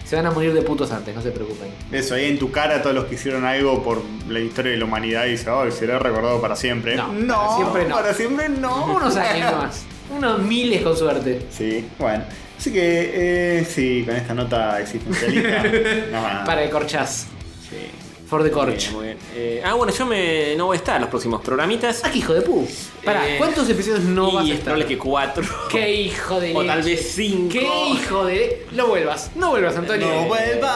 Se van a morir de putos antes, no se preocupen. Eso, ahí en tu cara todos los que hicieron algo por la historia de la humanidad dicen, oh, será recordado para siempre. No, para siempre no. Para siempre no. Unos años más. Unos miles con suerte. Sí, bueno. Así que, eh, sí, con esta nota existencialista. no, van a- Para el corchaz. Sí. For the Muy Ah. bien, corch. muy bien. Eh, ah, bueno, yo me, no voy a estar en los próximos programitas. Ah, qué hijo de pu. Pará, Eh, ¿cuántos episodios no y vas a es estar? probable que cuatro. Qué hijo de O tal leche. vez cinco. Qué hijo de. No vuelvas, no vuelvas, Antonio. No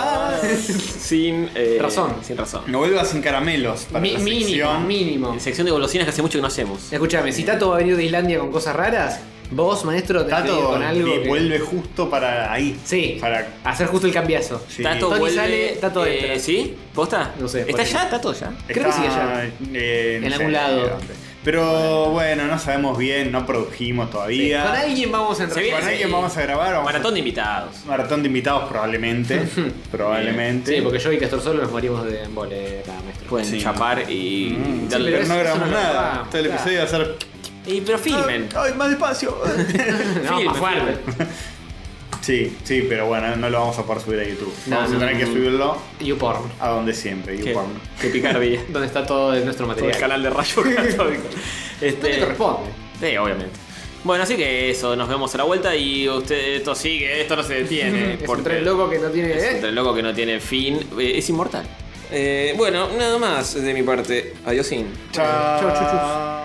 vuelvas. Sin eh, Razón. Sin razón. No vuelvas sin caramelos para Mi- la mínimo, sección. mínimo. En sección de golosinas que hace mucho que no hacemos. Escuchame, si Tato va a venir de Islandia con cosas raras, vos, maestro, te has venido Tato Este, con algo. que que- vuelve justo para ahí. Sí, Para. hacer justo el cambiazo. sí. Tato Tony vuelve. sale, Tato eh, entra. ¿Sí? ¿Posta? No sé, ¿Está ponele. ya? ¿Tato ya? creo que sigue allá. eh, no En sé algún lado. dónde. Pero bueno, no sabemos bien, no produjimos todavía. Con alguien vamos a Se entrar. viene- Con sí. alguien vamos a grabar. Vamos Maratón de a... invitados. Maratón de invitados, probablemente. probablemente. Sí, porque yo y Castor solo nos morimos de embole acá, maestro. Pueden Sí. chapar y Mm, darle- pero no eso grabamos no lo nada. grabamos, Todo el claro. episodio va a ser. "Ah, Y- pero filmen. ¡Ay, más despacio! No, Filmen, más fuerte. filmen. sí, sí, pero bueno, no lo vamos a poder subir a YouTube. No, vamos a no, tener que subirlo YouPorn, a donde siempre, Qué, YouPorn. qué picardía. donde está todo nuestro Todo el material. canal de Rayo Católico. No te Este, Eh, corresponde. sí, obviamente. Bueno, así que eso, nos vemos a la vuelta y usted, esto sigue, esto no se detiene. Es porque un tren loco que no tiene. ¿eh? es un tren loco que no tiene fin, eh, es inmortal. Eh, bueno, nada más de mi parte. Adiós, Chao.